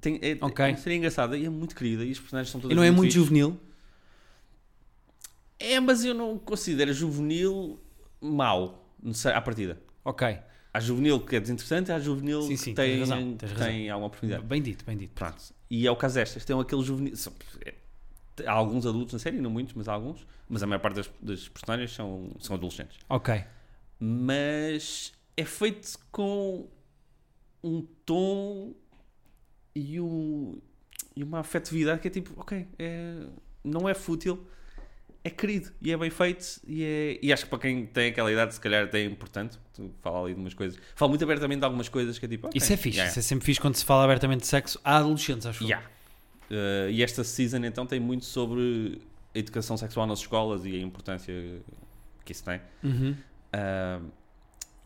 [SPEAKER 2] Tem, é,
[SPEAKER 1] Ok.
[SPEAKER 2] é uma série engraçada e é muito querida e os personagens são
[SPEAKER 1] E
[SPEAKER 2] todos.
[SPEAKER 1] não é muito
[SPEAKER 2] juvenil.
[SPEAKER 1] juvenil?
[SPEAKER 2] É, mas eu não considero juvenil mau, não sei, à partida.
[SPEAKER 1] Ok.
[SPEAKER 2] Há juvenil que é desinteressante, há juvenil
[SPEAKER 1] Sim, sim,
[SPEAKER 2] que tem,
[SPEAKER 1] tens razão, tens
[SPEAKER 2] que
[SPEAKER 1] razão.
[SPEAKER 2] tem alguma oportunidade.
[SPEAKER 1] Bem dito, bem dito.
[SPEAKER 2] Pronto. E é o caso destas. Tem aquele juvenil. são- é, há alguns adultos na série, não muitos, mas há alguns. Mas a maior parte das, das personagens são, são adolescentes.
[SPEAKER 1] Ok.
[SPEAKER 2] Mas é feito com um tom e, um, e uma afetividade que é tipo, ok, é- não é fútil, é querido e é bem feito. E, é- e acho que para quem tem aquela idade, se calhar até é importante. Tu fala ali de umas coisas, fala muito abertamente de algumas coisas que é tipo, ok,
[SPEAKER 1] Isso é fixe.
[SPEAKER 2] yeah.
[SPEAKER 1] Isso é sempre fixe quando se fala abertamente de sexo a adolescentes, acho eu.
[SPEAKER 2] Yeah. Uh, e esta season então tem muito sobre a educação sexual nas escolas e a importância que isso tem.
[SPEAKER 1] Uhum.
[SPEAKER 2] Uh,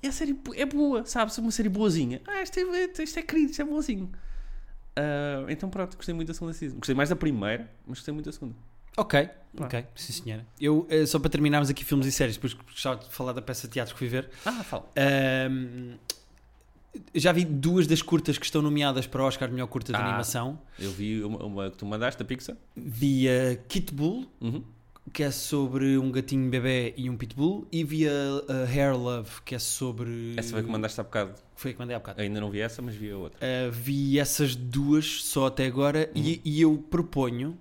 [SPEAKER 2] e a série bo- é boa, sabes? Uma série boazinha. Ah, isto é, isto é querido, isto é boazinho. Uh, então pronto, gostei muito da segunda season. Gostei mais da primeira, mas gostei muito da segunda.
[SPEAKER 1] Ok,
[SPEAKER 2] Pronto.
[SPEAKER 1] ok, sim senhora. Eu, eh, só para terminarmos aqui filmes e séries, depois gostava de falar da peça de teatro que fui ver.
[SPEAKER 2] Ah, fala.
[SPEAKER 1] Ahm, já vi duas das curtas que estão nomeadas para o Oscar de melhor curta de
[SPEAKER 2] Ah.
[SPEAKER 1] animação.
[SPEAKER 2] Eu vi uma, uma que tu mandaste da Pixar.
[SPEAKER 1] Vi a Kitbull,
[SPEAKER 2] Uhum.
[SPEAKER 1] que é sobre um gatinho bebê e um pitbull, e vi a, a Hair Love, que é sobre.
[SPEAKER 2] Essa foi a que mandaste há bocado.
[SPEAKER 1] Foi a que mandei há bocado.
[SPEAKER 2] Ainda não vi essa, mas vi a outra.
[SPEAKER 1] Uh, vi essas duas só até agora
[SPEAKER 2] Hum.
[SPEAKER 1] e, e eu proponho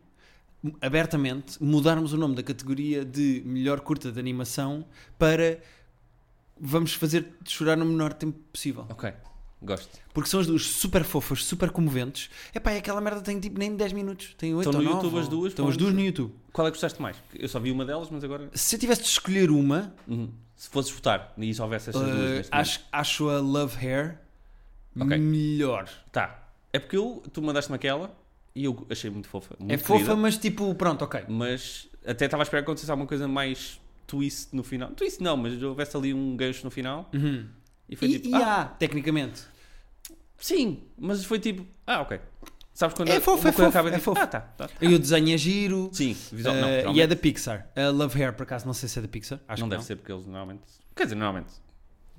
[SPEAKER 1] m- abertamente mudarmos o nome da categoria de melhor curta de animação para vamos fazer chorar no menor tempo possível.
[SPEAKER 2] Ok, gosto.
[SPEAKER 1] Porque são as duas super fofas, super comoventes. Epá, e aquela merda tem tipo nem 10 minutos. Tem 8
[SPEAKER 2] Estão
[SPEAKER 1] ou
[SPEAKER 2] no
[SPEAKER 1] 9,
[SPEAKER 2] YouTube as
[SPEAKER 1] ou-
[SPEAKER 2] duas,
[SPEAKER 1] Estão as
[SPEAKER 2] pronto.
[SPEAKER 1] duas no YouTube.
[SPEAKER 2] Qual é que gostaste mais? Eu só vi uma delas, mas agora.
[SPEAKER 1] Se eu tivesse de escolher uma,
[SPEAKER 2] Uhum. Se fosses votar e só houvesse estas
[SPEAKER 1] uh,
[SPEAKER 2] duas. neste momento.
[SPEAKER 1] acho, acho a Love Hair
[SPEAKER 2] Ok.
[SPEAKER 1] melhor.
[SPEAKER 2] Tá. É porque eu, tu mandaste-me aquela e eu achei muito fofa. Muito
[SPEAKER 1] é fofa,
[SPEAKER 2] querida,
[SPEAKER 1] mas tipo, pronto, ok.
[SPEAKER 2] mas... até estava a esperar que acontecesse alguma coisa mais twist no final. Twist não, mas houvesse ali um gancho no final
[SPEAKER 1] Uhum.
[SPEAKER 2] e foi
[SPEAKER 1] E,
[SPEAKER 2] tipo.
[SPEAKER 1] e
[SPEAKER 2] ah,
[SPEAKER 1] há, tecnicamente.
[SPEAKER 2] Sim, mas foi tipo. Ah, ok. Sabes quando
[SPEAKER 1] É
[SPEAKER 2] uma
[SPEAKER 1] fofo, é
[SPEAKER 2] coisa
[SPEAKER 1] fofo,
[SPEAKER 2] acaba e
[SPEAKER 1] é
[SPEAKER 2] tipo,
[SPEAKER 1] fofo.
[SPEAKER 2] Ah, tá, tá.
[SPEAKER 1] E o desenho é giro.
[SPEAKER 2] Sim, visual,
[SPEAKER 1] Eh,
[SPEAKER 2] não,
[SPEAKER 1] e
[SPEAKER 2] realmente.
[SPEAKER 1] é da Pixar. A Love Hair, por acaso, não sei se é da Pixar. Acho
[SPEAKER 2] não
[SPEAKER 1] que
[SPEAKER 2] deve
[SPEAKER 1] não.
[SPEAKER 2] ser porque eles normalmente. Quer dizer, normalmente.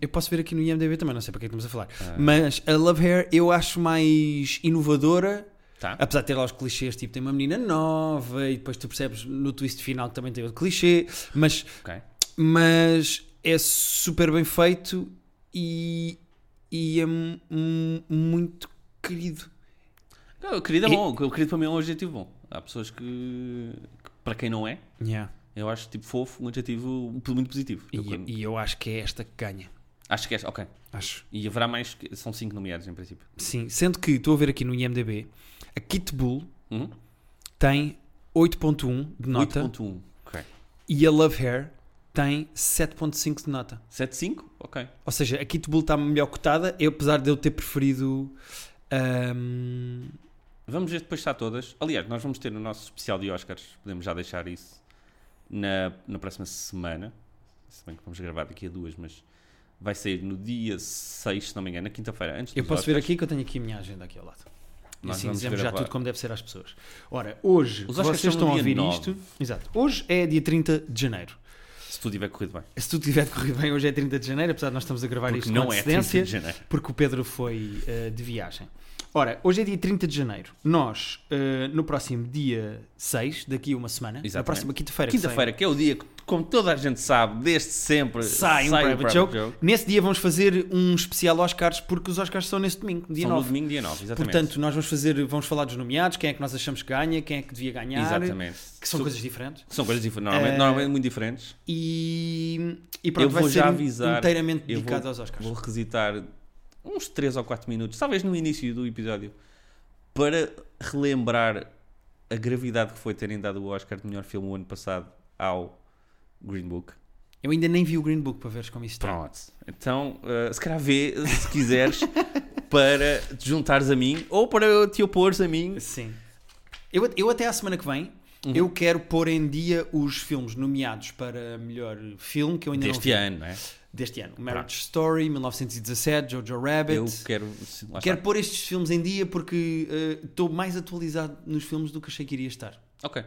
[SPEAKER 1] Eu posso ver aqui no IMDb também, não sei para que é que estamos a falar.
[SPEAKER 2] Ah.
[SPEAKER 1] Mas a Love Hair eu acho mais inovadora.
[SPEAKER 2] Tá.
[SPEAKER 1] Apesar de ter lá os clichês, tipo, tem uma menina nova e depois tu percebes no twist final que também tem outro clichê. Mas,
[SPEAKER 2] Ok.
[SPEAKER 1] mas é super bem feito e, e é mu- mu- muito querido.
[SPEAKER 2] Não, o querido é
[SPEAKER 1] E-
[SPEAKER 2] bom. O querido para mim é um adjetivo bom. Há pessoas que. que para quem não é, eu acho tipo fofo um adjetivo muito positivo.
[SPEAKER 1] E,
[SPEAKER 2] Eu quando-
[SPEAKER 1] e eu acho que é esta que ganha.
[SPEAKER 2] Acho que é. Ok.
[SPEAKER 1] Acho.
[SPEAKER 2] E haverá mais. que- São cinco nomeados em princípio.
[SPEAKER 1] Sim, sendo que estou a ver aqui no IMDB, a Kitbull
[SPEAKER 2] Uhum.
[SPEAKER 1] tem 8.1 de nota
[SPEAKER 2] 8.1. Ok.
[SPEAKER 1] e a Love Hair tem 7.5 de nota.
[SPEAKER 2] 7.5? Ok.
[SPEAKER 1] Ou seja, a Kitbull está melhor cotada, eu, apesar de eu ter preferido. ahm,
[SPEAKER 2] Vamos ver depois se há todas. Aliás, nós vamos ter no nosso especial de Oscars, podemos já deixar isso na, na próxima semana. Se bem que vamos gravar daqui a duas, mas vai sair no dia 6, se não me engano, na quinta-feira, antes
[SPEAKER 1] eu
[SPEAKER 2] dos
[SPEAKER 1] posso ver
[SPEAKER 2] Oscars.
[SPEAKER 1] aqui que eu tenho aqui a minha agenda aqui ao lado. E
[SPEAKER 2] Nós
[SPEAKER 1] assim
[SPEAKER 2] vamos
[SPEAKER 1] dizemos já
[SPEAKER 2] gravar.
[SPEAKER 1] tudo como deve ser às pessoas. Ora, hoje,
[SPEAKER 2] Os Oscars
[SPEAKER 1] vocês
[SPEAKER 2] são
[SPEAKER 1] estão
[SPEAKER 2] no
[SPEAKER 1] a
[SPEAKER 2] dia
[SPEAKER 1] ouvir
[SPEAKER 2] 9.
[SPEAKER 1] isto. Exato. Hoje é dia 30 de janeiro.
[SPEAKER 2] Se tudo tiver corrido bem.
[SPEAKER 1] Se tudo tiver decorrido bem, hoje é 30 de janeiro, apesar de nós estamos a gravar
[SPEAKER 2] Porque
[SPEAKER 1] isto
[SPEAKER 2] não
[SPEAKER 1] com
[SPEAKER 2] é 30
[SPEAKER 1] antecedência.
[SPEAKER 2] de janeiro.
[SPEAKER 1] porque o Pedro foi eh, de viagem. Ora, hoje é dia 30 de janeiro. Nós, eh, no próximo dia 6, daqui a uma semana, na
[SPEAKER 2] Exatamente.
[SPEAKER 1] próxima quinta-feira, que
[SPEAKER 2] Quinta-feira, que é o dia que, como toda a gente sabe, desde sempre
[SPEAKER 1] sai, sai um private, joke. Nesse dia vamos fazer um especial Oscars, porque os Oscars são nesse domingo, dia
[SPEAKER 2] São no
[SPEAKER 1] 9.
[SPEAKER 2] domingo, dia 9, exatamente.
[SPEAKER 1] Portanto, nós vamos fazer, vamos falar dos nomeados, quem é que nós achamos que ganha, quem é que devia ganhar,
[SPEAKER 2] exatamente.
[SPEAKER 1] que são
[SPEAKER 2] Tu-
[SPEAKER 1] coisas diferentes.
[SPEAKER 2] São coisas diferentes, normalmente,
[SPEAKER 1] Eh,
[SPEAKER 2] normalmente muito diferentes.
[SPEAKER 1] E, e pronto,
[SPEAKER 2] eu
[SPEAKER 1] vai
[SPEAKER 2] vou
[SPEAKER 1] ser
[SPEAKER 2] já
[SPEAKER 1] in-
[SPEAKER 2] avisar.
[SPEAKER 1] inteiramente
[SPEAKER 2] eu vou-
[SPEAKER 1] dedicado aos Oscars.
[SPEAKER 2] Vou revisitar uns 3 ou 4 minutos, talvez no início do episódio, para relembrar a gravidade que foi terem dado o Oscar de melhor filme o ano passado ao Green Book.
[SPEAKER 1] Eu ainda nem vi o Green Book para veres como é. isso está.
[SPEAKER 2] Pronto. Então, eh, se calhar vê, se quiseres, para te juntares a mim ou para te opores a mim.
[SPEAKER 1] Sim. Eu, eu até à semana que vem,
[SPEAKER 2] Uhum.
[SPEAKER 1] eu quero pôr em dia os filmes nomeados para melhor filme que eu ainda
[SPEAKER 2] Deste
[SPEAKER 1] não vi.
[SPEAKER 2] ano, não é?
[SPEAKER 1] Deste ano. Marriage Story, 1917, Jojo Rabbit.
[SPEAKER 2] Eu quero. sim, lá
[SPEAKER 1] Quero
[SPEAKER 2] está.
[SPEAKER 1] pôr estes filmes em dia porque eh, estou mais atualizado nos filmes do que achei que iria estar.
[SPEAKER 2] Ok.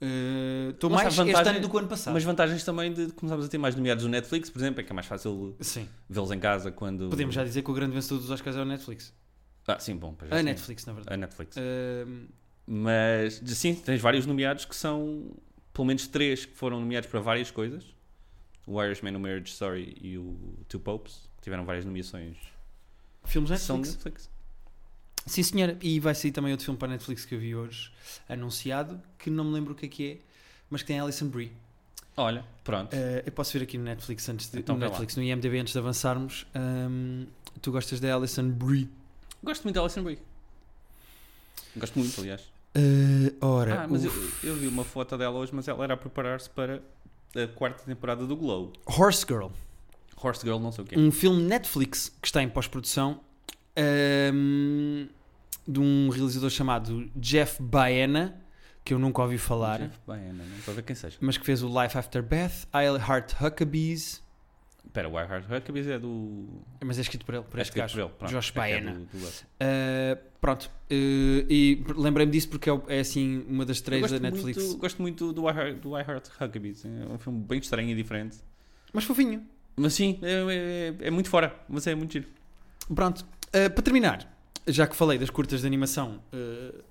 [SPEAKER 1] Eh, Estou
[SPEAKER 2] Lá
[SPEAKER 1] mais
[SPEAKER 2] está,
[SPEAKER 1] este
[SPEAKER 2] vantagem-
[SPEAKER 1] ano do que o ano passado.
[SPEAKER 2] Mas vantagens também de começarmos a ter mais nomeados no Netflix, por exemplo, é que é mais fácil
[SPEAKER 1] Sim.
[SPEAKER 2] vê-los em casa quando.
[SPEAKER 1] Podemos já dizer que o grande vencedor dos Oscars é o Netflix.
[SPEAKER 2] Ah, sim, bom. pois já
[SPEAKER 1] A
[SPEAKER 2] sim.
[SPEAKER 1] Netflix, na verdade.
[SPEAKER 2] A Netflix.
[SPEAKER 1] Eh,
[SPEAKER 2] Mas sim, tens vários nomeados que são pelo menos três que foram nomeados para várias coisas: o Irishman, o Marriage Story e o Two Popes, que tiveram várias nomeações.
[SPEAKER 1] filmes
[SPEAKER 2] São
[SPEAKER 1] Netflix.
[SPEAKER 2] Netflix.
[SPEAKER 1] Sim, senhora. E vai sair também outro filme para a Netflix que eu vi hoje, anunciado, que não me lembro o que é que é, mas que tem a Alison Brie.
[SPEAKER 2] Olha, pronto.
[SPEAKER 1] Eh, eu posso ver aqui no Netflix antes de,
[SPEAKER 2] Então
[SPEAKER 1] no
[SPEAKER 2] vê lá.
[SPEAKER 1] Netflix, no IMDb antes de avançarmos. Ahm, tu gostas da Alison Brie?
[SPEAKER 2] Gosto muito da Alison Brie. Gosto muito, aliás.
[SPEAKER 1] Eh, ora,
[SPEAKER 2] Ah, mas
[SPEAKER 1] o
[SPEAKER 2] eu, eu vi uma foto dela hoje, mas ela era a preparar-se para a quarta temporada do Glow.
[SPEAKER 1] Horse Girl,
[SPEAKER 2] Horse Girl, não sei o quê.
[SPEAKER 1] um filme Netflix que está em pós-produção ahm, de um realizador chamado Jeff Baena, que eu nunca ouvi falar,
[SPEAKER 2] Jeff Baena, não estou a ver quem seja.
[SPEAKER 1] mas que fez o Life After Beth, I Heart Huckabees,
[SPEAKER 2] Espera, o iHeart Huckabees é do.
[SPEAKER 1] mas é escrito por ele, por
[SPEAKER 2] é
[SPEAKER 1] este
[SPEAKER 2] escrito
[SPEAKER 1] gajo.
[SPEAKER 2] por ele, pronto.
[SPEAKER 1] Josh
[SPEAKER 2] É que é
[SPEAKER 1] Baena.
[SPEAKER 2] do- do-
[SPEAKER 1] Uh, pronto, Uh, e lembrei-me disso porque é, o- é, assim uma das
[SPEAKER 2] Eu
[SPEAKER 1] três da
[SPEAKER 2] gosto
[SPEAKER 1] Netflix.
[SPEAKER 2] Muito, gosto muito do iHeart do I Heart Huckabees. É um filme bem estranho e diferente.
[SPEAKER 1] Mas fofinho.
[SPEAKER 2] Mas sim, é, é- é muito fora. Mas é muito giro.
[SPEAKER 1] Pronto, Uh, para terminar, já que falei das curtas de animação uh,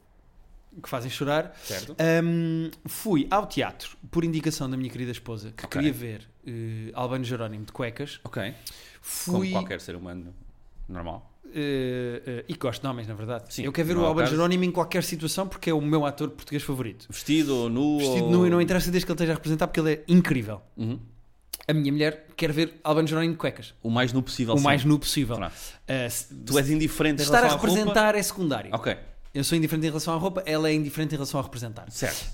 [SPEAKER 1] que fazem chorar,
[SPEAKER 2] Certo?
[SPEAKER 1] um, fui ao teatro por indicação da minha querida esposa que
[SPEAKER 2] Ok.
[SPEAKER 1] queria ver uh, Albano Jerónimo de cuecas.
[SPEAKER 2] Ok.
[SPEAKER 1] Fui.
[SPEAKER 2] Como qualquer ser humano normal.
[SPEAKER 1] uh, uh, e gosto de homens, na verdade.
[SPEAKER 2] Sim,
[SPEAKER 1] Eu quero ver
[SPEAKER 2] não
[SPEAKER 1] o
[SPEAKER 2] é o
[SPEAKER 1] Albano
[SPEAKER 2] caso.
[SPEAKER 1] Jerónimo em qualquer situação porque é o meu ator português favorito.
[SPEAKER 2] Vestido ou nu.
[SPEAKER 1] Vestido
[SPEAKER 2] ou...
[SPEAKER 1] nu e não interessa desde que ele esteja a representar porque ele é incrível.
[SPEAKER 2] Uhum.
[SPEAKER 1] A minha mulher quer ver Albano Jerónimo de cuecas.
[SPEAKER 2] O mais nu possível.
[SPEAKER 1] o
[SPEAKER 2] sim.
[SPEAKER 1] mais nu possível.
[SPEAKER 2] Pronto.
[SPEAKER 1] Uh, se-
[SPEAKER 2] Tu és indiferente em
[SPEAKER 1] estar a
[SPEAKER 2] relação à roupa?
[SPEAKER 1] representar é secundário.
[SPEAKER 2] Ok,
[SPEAKER 1] Eu sou indiferente em relação à roupa, ela é indiferente em relação a representar.
[SPEAKER 2] certo.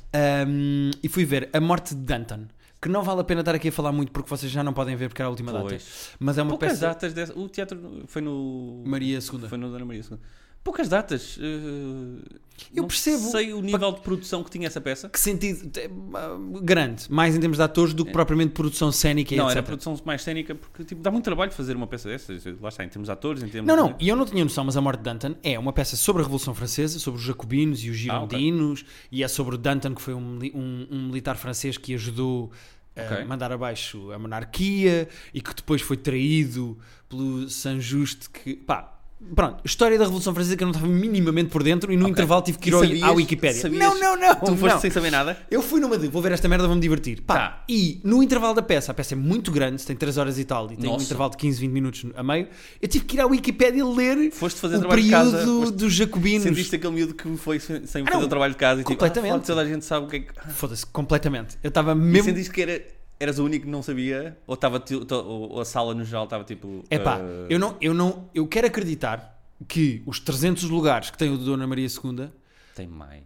[SPEAKER 1] Um, e fui ver A Morte de Danton, que não vale a pena estar aqui a falar muito porque vocês já não podem ver porque era a última data.
[SPEAKER 2] Pois.
[SPEAKER 1] Mas é uma
[SPEAKER 2] Poucas
[SPEAKER 1] peça
[SPEAKER 2] datas dessa. O teatro foi no.
[SPEAKER 1] Maria II.
[SPEAKER 2] Foi no Dona Maria II. Poucas datas. eh,
[SPEAKER 1] Eu
[SPEAKER 2] não
[SPEAKER 1] percebo.
[SPEAKER 2] Sei o nível de produção que tinha essa peça.
[SPEAKER 1] Que sentido? Te- ah, Grande. Mais em termos de atores do que propriamente produção cénica e
[SPEAKER 2] É. não,
[SPEAKER 1] etc.
[SPEAKER 2] era produção mais cénica, porque tipo, dá muito trabalho fazer uma peça dessas. Lá está, em termos de atores, em termos.
[SPEAKER 1] Não,
[SPEAKER 2] de-
[SPEAKER 1] não, e eu não tinha noção, mas A Morte de Danton é uma peça sobre a Revolução Francesa, sobre os jacobinos e os
[SPEAKER 2] Ah, ok.
[SPEAKER 1] girondinos, e é sobre o Danton, que foi um, mili- um- um militar francês que ajudou eh,
[SPEAKER 2] Ok.
[SPEAKER 1] a mandar abaixo a monarquia e que depois foi traído pelo Saint-Just, que... pá, pronto, história da Revolução Francesa que eu não estava minimamente por dentro e no
[SPEAKER 2] Ok.
[SPEAKER 1] intervalo tive que ir
[SPEAKER 2] E
[SPEAKER 1] ao-
[SPEAKER 2] sabias-
[SPEAKER 1] à Wikipédia.
[SPEAKER 2] sabias-
[SPEAKER 1] não, não, não!
[SPEAKER 2] Tu foste
[SPEAKER 1] não.
[SPEAKER 2] sem saber nada.
[SPEAKER 1] Eu fui numa de, vou ver esta merda, vou-me divertir. Pá,
[SPEAKER 2] Tá.
[SPEAKER 1] e no intervalo da peça, a peça é muito grande, tem 3 horas e tal, e tem um
[SPEAKER 2] Nossa.
[SPEAKER 1] intervalo de 15, 20 minutos a meio. Eu tive que ir à Wikipédia ler
[SPEAKER 2] Foste fazer
[SPEAKER 1] o
[SPEAKER 2] trabalho de casa,
[SPEAKER 1] período
[SPEAKER 2] foste-
[SPEAKER 1] dos jacobinos.
[SPEAKER 2] Sentiste aquele miúdo que foi sem sem
[SPEAKER 1] Ah,
[SPEAKER 2] fazer
[SPEAKER 1] não.
[SPEAKER 2] o trabalho de casa e
[SPEAKER 1] Completamente.
[SPEAKER 2] tipo, ah, foda, toda a gente sabe o que é que.
[SPEAKER 1] Foda-se, completamente. Eu estava
[SPEAKER 2] E
[SPEAKER 1] mesmo.
[SPEAKER 2] sentiste que era, eras o único que não sabia? Ou, estava ti- to- ou a sala no geral estava tipo.
[SPEAKER 1] É pá,
[SPEAKER 2] eh,
[SPEAKER 1] eu não, eu não, eu quero acreditar que os 300 lugares que tem o de Dona Maria II,
[SPEAKER 2] Tem mais.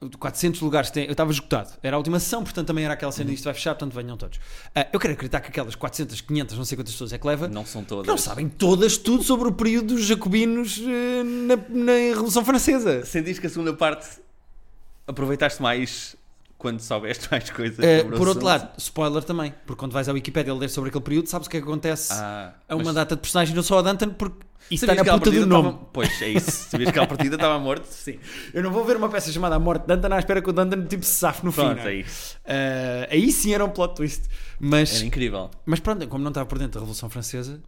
[SPEAKER 1] o de 400 lugares que tem, eu estava esgotado. Era a última sessão, portanto também era aquela cena
[SPEAKER 2] Uhum.
[SPEAKER 1] isto vai fechar, portanto venham todos. Ah, eu quero acreditar que aquelas 400, 500, não sei quantas pessoas é que leva,
[SPEAKER 2] Não são todas.
[SPEAKER 1] Não sabem todas tudo sobre o período dos jacobinos eh, na, na Revolução Francesa.
[SPEAKER 2] Sentiste que a segunda parte aproveitaste mais quando soubeste mais coisas.
[SPEAKER 1] Eh,
[SPEAKER 2] sobre o
[SPEAKER 1] por outro
[SPEAKER 2] assunto?
[SPEAKER 1] lado, spoiler também, porque quando vais à Wikipédia ler sobre aquele período, sabes o que é que acontece
[SPEAKER 2] Ah,
[SPEAKER 1] a uma
[SPEAKER 2] mas
[SPEAKER 1] data de personagem, não só a Danton, porque isso está na
[SPEAKER 2] sabias que à
[SPEAKER 1] puta do
[SPEAKER 2] partida
[SPEAKER 1] nome.
[SPEAKER 2] estava- Pois é isso. Sabias que a partida estava morto?
[SPEAKER 1] Sim. Eu não vou ver uma peça chamada A Morte de Danton à espera que o Danton tipo se safe no
[SPEAKER 2] Pronto,
[SPEAKER 1] fim. não
[SPEAKER 2] é
[SPEAKER 1] é?
[SPEAKER 2] isso.
[SPEAKER 1] Eh, aí sim era um plot twist. Mas,
[SPEAKER 2] Era incrível.
[SPEAKER 1] mas pronto, como não estava por dentro da Revolução Francesa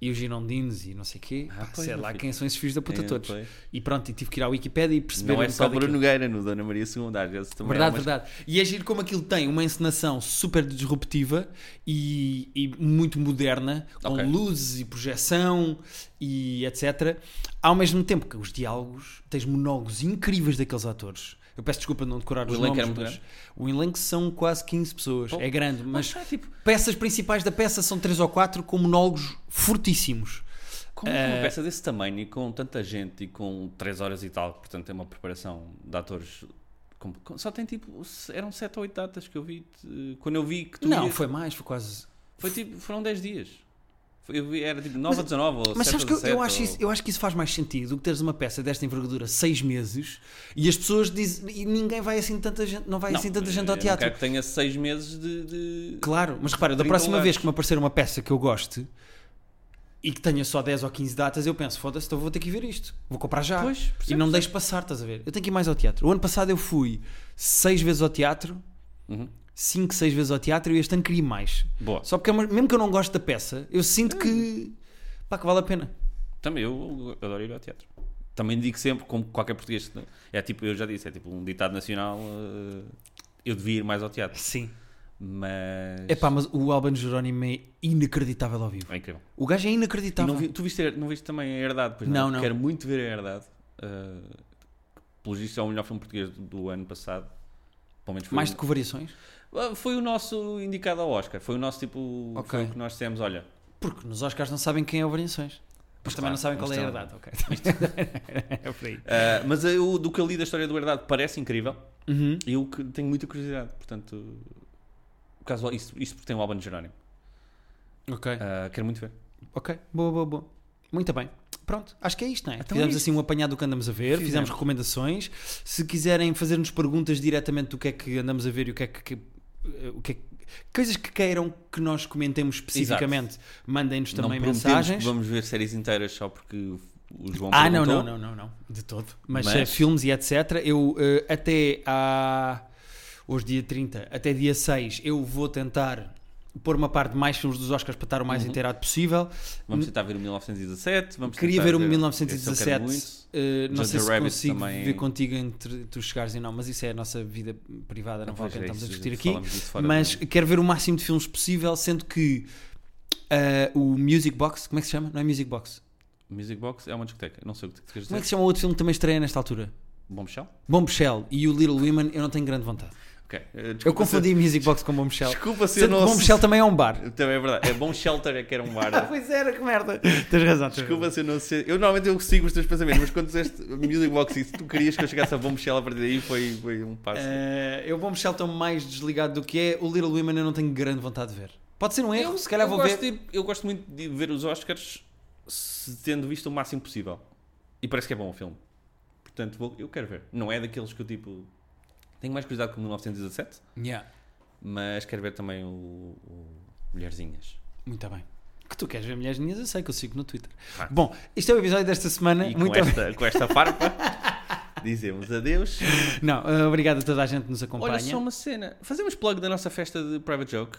[SPEAKER 1] e os girondinos e não sei o quê,
[SPEAKER 2] Ah,
[SPEAKER 1] pá,
[SPEAKER 2] pois,
[SPEAKER 1] sei
[SPEAKER 2] meu
[SPEAKER 1] lá
[SPEAKER 2] filho.
[SPEAKER 1] quem são esses filhos da puta
[SPEAKER 2] É,
[SPEAKER 1] todos.
[SPEAKER 2] pois.
[SPEAKER 1] E pronto, e tive que ir à Wikipédia e perceber
[SPEAKER 2] Não é
[SPEAKER 1] um
[SPEAKER 2] só
[SPEAKER 1] bocado
[SPEAKER 2] Bruno
[SPEAKER 1] aquilo.
[SPEAKER 2] Nogueira no Dona Maria II, às vezes também. há
[SPEAKER 1] Verdade,
[SPEAKER 2] umas-
[SPEAKER 1] verdade. E é giro como aquilo tem uma encenação super disruptiva e, e muito moderna, com
[SPEAKER 2] Ok.
[SPEAKER 1] luzes e projeção e etc. Ao mesmo tempo que os diálogos, tens monólogos incríveis daqueles atores. Eu peço desculpa de não decorar
[SPEAKER 2] O
[SPEAKER 1] os
[SPEAKER 2] elenco
[SPEAKER 1] nomes,
[SPEAKER 2] era muito
[SPEAKER 1] mas o elenco são quase 15 pessoas.
[SPEAKER 2] Oh.
[SPEAKER 1] É grande, mas
[SPEAKER 2] Mas é tipo,
[SPEAKER 1] peças principais da peça são 3 ou 4 com monólogos fortíssimos. Ah,
[SPEAKER 2] como é que
[SPEAKER 1] eh,
[SPEAKER 2] uma peça desse tamanho e com tanta gente e com 3 horas e tal, portanto é uma preparação de atores como- com- só tem tipo. se- Eram 7 ou 8 datas que eu vi. eh, Quando eu vi que tu.
[SPEAKER 1] não,
[SPEAKER 2] ias-
[SPEAKER 1] foi mais, foi quase.
[SPEAKER 2] foi tipo. Foram 10 dias. Foi- eu vi, era tipo 9 a
[SPEAKER 1] Mas-
[SPEAKER 2] 19 ou
[SPEAKER 1] Mas
[SPEAKER 2] 7
[SPEAKER 1] sabes
[SPEAKER 2] a
[SPEAKER 1] que eu, eu
[SPEAKER 2] 17
[SPEAKER 1] acho
[SPEAKER 2] ou-
[SPEAKER 1] isso, eu acho que isso faz mais sentido do que teres uma peça desta envergadura seis meses e as pessoas dizem. E ninguém vai assim tanta gente, não vai
[SPEAKER 2] Não,
[SPEAKER 1] assim tanta gente
[SPEAKER 2] eu
[SPEAKER 1] ao
[SPEAKER 2] não
[SPEAKER 1] teatro.
[SPEAKER 2] quero um que tenha 6 meses de. de-
[SPEAKER 1] Claro, mas repara, da
[SPEAKER 2] 30
[SPEAKER 1] próxima
[SPEAKER 2] lugares.
[SPEAKER 1] vez que me aparecer uma peça que eu goste e que tenha só 10 ou 15 datas, eu penso, foda-se, então vou ter que ver isto. Vou comprar já.
[SPEAKER 2] Pois, percebo,
[SPEAKER 1] e não deixo passar, estás a ver? Eu tenho que ir mais ao teatro. O ano passado eu fui 6 vezes ao teatro,
[SPEAKER 2] Uhum.
[SPEAKER 1] 5, 6 vezes ao teatro e este ano queria ir mais.
[SPEAKER 2] Boa.
[SPEAKER 1] Só porque é uma- mesmo que eu não goste da peça, eu sinto que pá, que vale a pena.
[SPEAKER 2] Também eu adoro ir ao teatro. Também digo sempre, como qualquer português, é tipo, eu já disse, é tipo um ditado nacional. eh, eu devia ir mais ao teatro.
[SPEAKER 1] Sim.
[SPEAKER 2] Mas.
[SPEAKER 1] É pá, mas o Albano Jerónimo é inacreditável ao vivo.
[SPEAKER 2] É incrível.
[SPEAKER 1] O gajo é
[SPEAKER 2] E
[SPEAKER 1] inacreditável.
[SPEAKER 2] não vi- tu viste, a- não viste também a Herdade? Pois
[SPEAKER 1] Não, não.
[SPEAKER 2] Quero muito ver a Herdade. Uh, pelo visto é o melhor filme português do, do ano passado. Pelo menos foi,
[SPEAKER 1] Mais
[SPEAKER 2] o-
[SPEAKER 1] do que variações?
[SPEAKER 2] Ah, foi o nosso indicado ao Oscar. Foi o nosso tipo.
[SPEAKER 1] Ok.
[SPEAKER 2] Foi o que nós dissemos. Olha,
[SPEAKER 1] Porque nos Oscars não sabem quem é o Variações. Mas também
[SPEAKER 2] claro,
[SPEAKER 1] não sabem
[SPEAKER 2] mas
[SPEAKER 1] qual é a
[SPEAKER 2] também-
[SPEAKER 1] verdade, ok. é por aí.
[SPEAKER 2] ah, mas eu, do que eu li da história do Herdade parece incrível.
[SPEAKER 1] Uhum.
[SPEAKER 2] E eu que tenho muita curiosidade. Portanto, por causa, isso, isso porque tem o Albano Jerónimo.
[SPEAKER 1] Ok.
[SPEAKER 2] Ah, quero muito ver.
[SPEAKER 1] Ok. Boa, boa, boa. Muito bem. Pronto, acho que é isto, não é?
[SPEAKER 2] Então
[SPEAKER 1] fizemos
[SPEAKER 2] é isto.
[SPEAKER 1] assim um apanhado do que andamos a ver, fizemos,
[SPEAKER 2] Fizemos.
[SPEAKER 1] recomendações. Se quiserem fazer-nos perguntas diretamente do que é que andamos a ver e o que é que. que- eh, o que é que- coisas que queiram que nós comentemos especificamente, mandem-nos também
[SPEAKER 2] não prometemos
[SPEAKER 1] mensagens.
[SPEAKER 2] que vamos ver séries inteiras só porque o João
[SPEAKER 1] Ah, não, não, não,
[SPEAKER 2] perguntou.
[SPEAKER 1] não, não, de todo. Mas,
[SPEAKER 2] Mas-
[SPEAKER 1] eh, filmes e etc. Eu eh, até a hoje dia 30, até dia 6, eu vou tentar pôr uma parte de mais filmes dos Oscars para estar o mais inteirado possível.
[SPEAKER 2] Uhum. Vamos tentar ver o 1917. Vamos
[SPEAKER 1] Queria
[SPEAKER 2] tentar
[SPEAKER 1] ver o
[SPEAKER 2] Esse é eu quero
[SPEAKER 1] 1917.
[SPEAKER 2] muito.
[SPEAKER 1] eh, não
[SPEAKER 2] Jojo
[SPEAKER 1] sei se
[SPEAKER 2] Rabbit
[SPEAKER 1] consigo
[SPEAKER 2] também.
[SPEAKER 1] ver contigo entre tu chegares e não, mas isso é a nossa vida privada, não vale a
[SPEAKER 2] Pois
[SPEAKER 1] pena
[SPEAKER 2] é,
[SPEAKER 1] estamos a
[SPEAKER 2] isso,
[SPEAKER 1] discutir aqui.
[SPEAKER 2] falamos disso fora
[SPEAKER 1] Mas
[SPEAKER 2] do-
[SPEAKER 1] quero ver o máximo de filmes possível, sendo que eh, o Music Box, como é que se chama? Não é Music Box.
[SPEAKER 2] Music Box é uma discoteca. Não sei o que tu queres
[SPEAKER 1] Como é
[SPEAKER 2] dizer.
[SPEAKER 1] que se chama o outro filme que também estreia nesta altura?
[SPEAKER 2] Bombshell?
[SPEAKER 1] Bombshell e o Little Women eu não tenho grande vontade.
[SPEAKER 2] Ok. eh,
[SPEAKER 1] Eu
[SPEAKER 2] desculpa
[SPEAKER 1] confundi Music Box com
[SPEAKER 2] se-
[SPEAKER 1] Bombshell.
[SPEAKER 2] Desculpa se eu
[SPEAKER 1] Sendo que
[SPEAKER 2] não.
[SPEAKER 1] Bombshell também é um bar.
[SPEAKER 2] Também é verdade. É bom shelter é que era um bar.
[SPEAKER 1] pois era, que merda. Tens razão. tens
[SPEAKER 2] Desculpa se eu não sei. Eu normalmente eu sigo os teus pensamentos, mas quando disseste Music Box e se tu querias que eu chegasse a Bombshell a partir daí foi, foi um passo.
[SPEAKER 1] razão. Eh, eu Bombshell estou mais desligado do que é. O Little Women eu não tenho grande vontade de ver. Pode ser um
[SPEAKER 2] Então,
[SPEAKER 1] erro, se calhar vou ver.
[SPEAKER 2] gosto de- eu gosto muito de ver os Oscars se tendo visto o máximo possível. E parece que é bom o filme. Portanto, vou- eu quero ver. Não é daqueles que eu tipo. Tenho mais curiosidade com o 1917,
[SPEAKER 1] Yeah.
[SPEAKER 2] mas quero ver também o, o Mulherzinhas.
[SPEAKER 1] Muito bem. Que tu queres ver mulheres ninhas, eu sei que eu sigo no Twitter.
[SPEAKER 2] Ah.
[SPEAKER 1] Bom, este é o episódio desta semana.
[SPEAKER 2] E
[SPEAKER 1] Muito
[SPEAKER 2] com,
[SPEAKER 1] bem.
[SPEAKER 2] esta, com esta farpa, dizemos adeus.
[SPEAKER 1] Não, eh, obrigado a toda a gente que nos acompanha.
[SPEAKER 2] Olha só uma cena. Fazemos plug da nossa festa de Private Joke.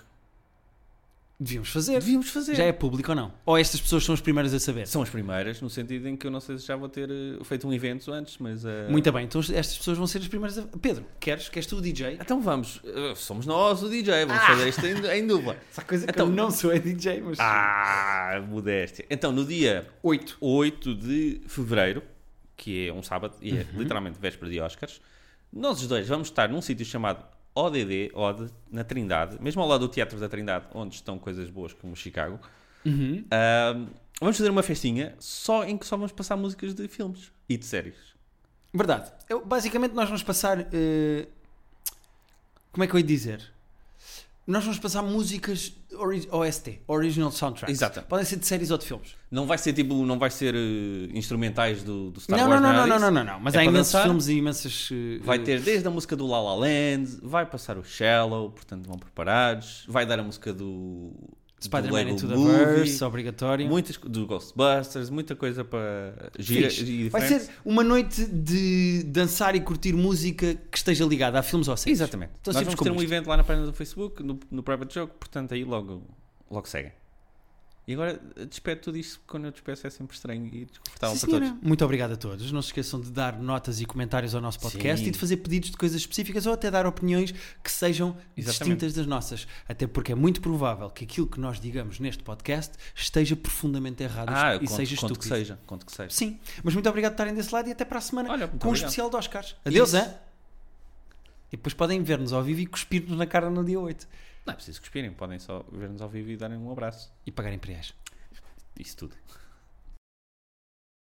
[SPEAKER 1] Devíamos fazer.
[SPEAKER 2] Devíamos fazer.
[SPEAKER 1] Já é público ou não? Ou estas pessoas são as primeiras a saber?
[SPEAKER 2] São as primeiras, no sentido em que eu não sei se já vou ter eh, feito um evento antes, mas. eh,
[SPEAKER 1] Muito bem, então estas pessoas vão ser as primeiras a. Pedro, queres? Queres tu o DJ?
[SPEAKER 2] Então vamos. eh, somos nós o DJ, vamos fazer isto em, em dupla.
[SPEAKER 1] Essa coisa
[SPEAKER 2] Então-
[SPEAKER 1] que eu não sou é DJ, mas.
[SPEAKER 2] Ah, modéstia. Então, no dia
[SPEAKER 1] 8.
[SPEAKER 2] 8 de fevereiro, que é um sábado e é literalmente véspera de Oscars, nós os dois vamos estar num sítio chamado ODD, ODE, na Trindade, mesmo ao lado do Teatro da Trindade, onde estão coisas boas como Chicago. Ahm, vamos fazer uma festinha só em que só vamos passar músicas de filmes e de séries.
[SPEAKER 1] Verdade. Eu- basicamente, nós vamos passar. eh, como é que eu ia dizer? Nós vamos passar músicas ori- OST, Original Soundtracks.
[SPEAKER 2] Exato.
[SPEAKER 1] Podem ser de séries ou de filmes.
[SPEAKER 2] Não vai ser tipo, não vai ser eh, instrumentais do, do Star
[SPEAKER 1] não,
[SPEAKER 2] Wars.
[SPEAKER 1] não, não, não,
[SPEAKER 2] nada
[SPEAKER 1] não,
[SPEAKER 2] disso.
[SPEAKER 1] não, não, não. Mas
[SPEAKER 2] É
[SPEAKER 1] há
[SPEAKER 2] para
[SPEAKER 1] imensos
[SPEAKER 2] dançar.
[SPEAKER 1] filmes e imensas. eh,
[SPEAKER 2] Vai ter desde a música do La La Land, vai passar o Shallow, portanto vão preparados, vai dar a música do do
[SPEAKER 1] Spider-Man
[SPEAKER 2] Lego
[SPEAKER 1] Into the
[SPEAKER 2] Movie,
[SPEAKER 1] Verse, obrigatório.
[SPEAKER 2] muitas co- do Ghostbusters, muita coisa para gira
[SPEAKER 1] Fixe.
[SPEAKER 2] e
[SPEAKER 1] Vai
[SPEAKER 2] diferente.
[SPEAKER 1] ser uma noite de dançar e curtir música que esteja ligada a filmes ou séries.
[SPEAKER 2] Exatamente.
[SPEAKER 1] Então,
[SPEAKER 2] Nós
[SPEAKER 1] simples
[SPEAKER 2] vamos ter
[SPEAKER 1] como
[SPEAKER 2] um
[SPEAKER 1] isto.
[SPEAKER 2] evento lá na página do Facebook, no, no Private Joke, portanto aí logo, logo segue. E agora eh, despeço tudo isto, porque quando eu despeço é sempre estranho e
[SPEAKER 1] Sim,
[SPEAKER 2] desconfortável Então, para todos.
[SPEAKER 1] senhora. Muito obrigado a todos. Não se esqueçam de dar notas e comentários ao nosso podcast
[SPEAKER 2] Sim.
[SPEAKER 1] e de fazer pedidos de coisas específicas ou até dar opiniões que sejam
[SPEAKER 2] Exatamente.
[SPEAKER 1] distintas das nossas. Até porque é muito provável que aquilo que nós digamos neste podcast esteja profundamente errado
[SPEAKER 2] Ah, eu
[SPEAKER 1] e
[SPEAKER 2] conto,
[SPEAKER 1] seja
[SPEAKER 2] conto
[SPEAKER 1] estúpido.
[SPEAKER 2] que seja, conto que seja.
[SPEAKER 1] Sim, mas muito obrigado por estarem desse lado e até para a semana
[SPEAKER 2] Olha, muito
[SPEAKER 1] com o
[SPEAKER 2] obrigado.
[SPEAKER 1] especial de Oscars. Adeus,
[SPEAKER 2] Isso.
[SPEAKER 1] hein? E depois podem ver-nos ao vivo e cuspir-nos na cara no dia 8
[SPEAKER 2] Não é preciso que expirem, podem só ver-nos ao vivo e darem um abraço.
[SPEAKER 1] e pagarem preais.
[SPEAKER 2] Isso tudo.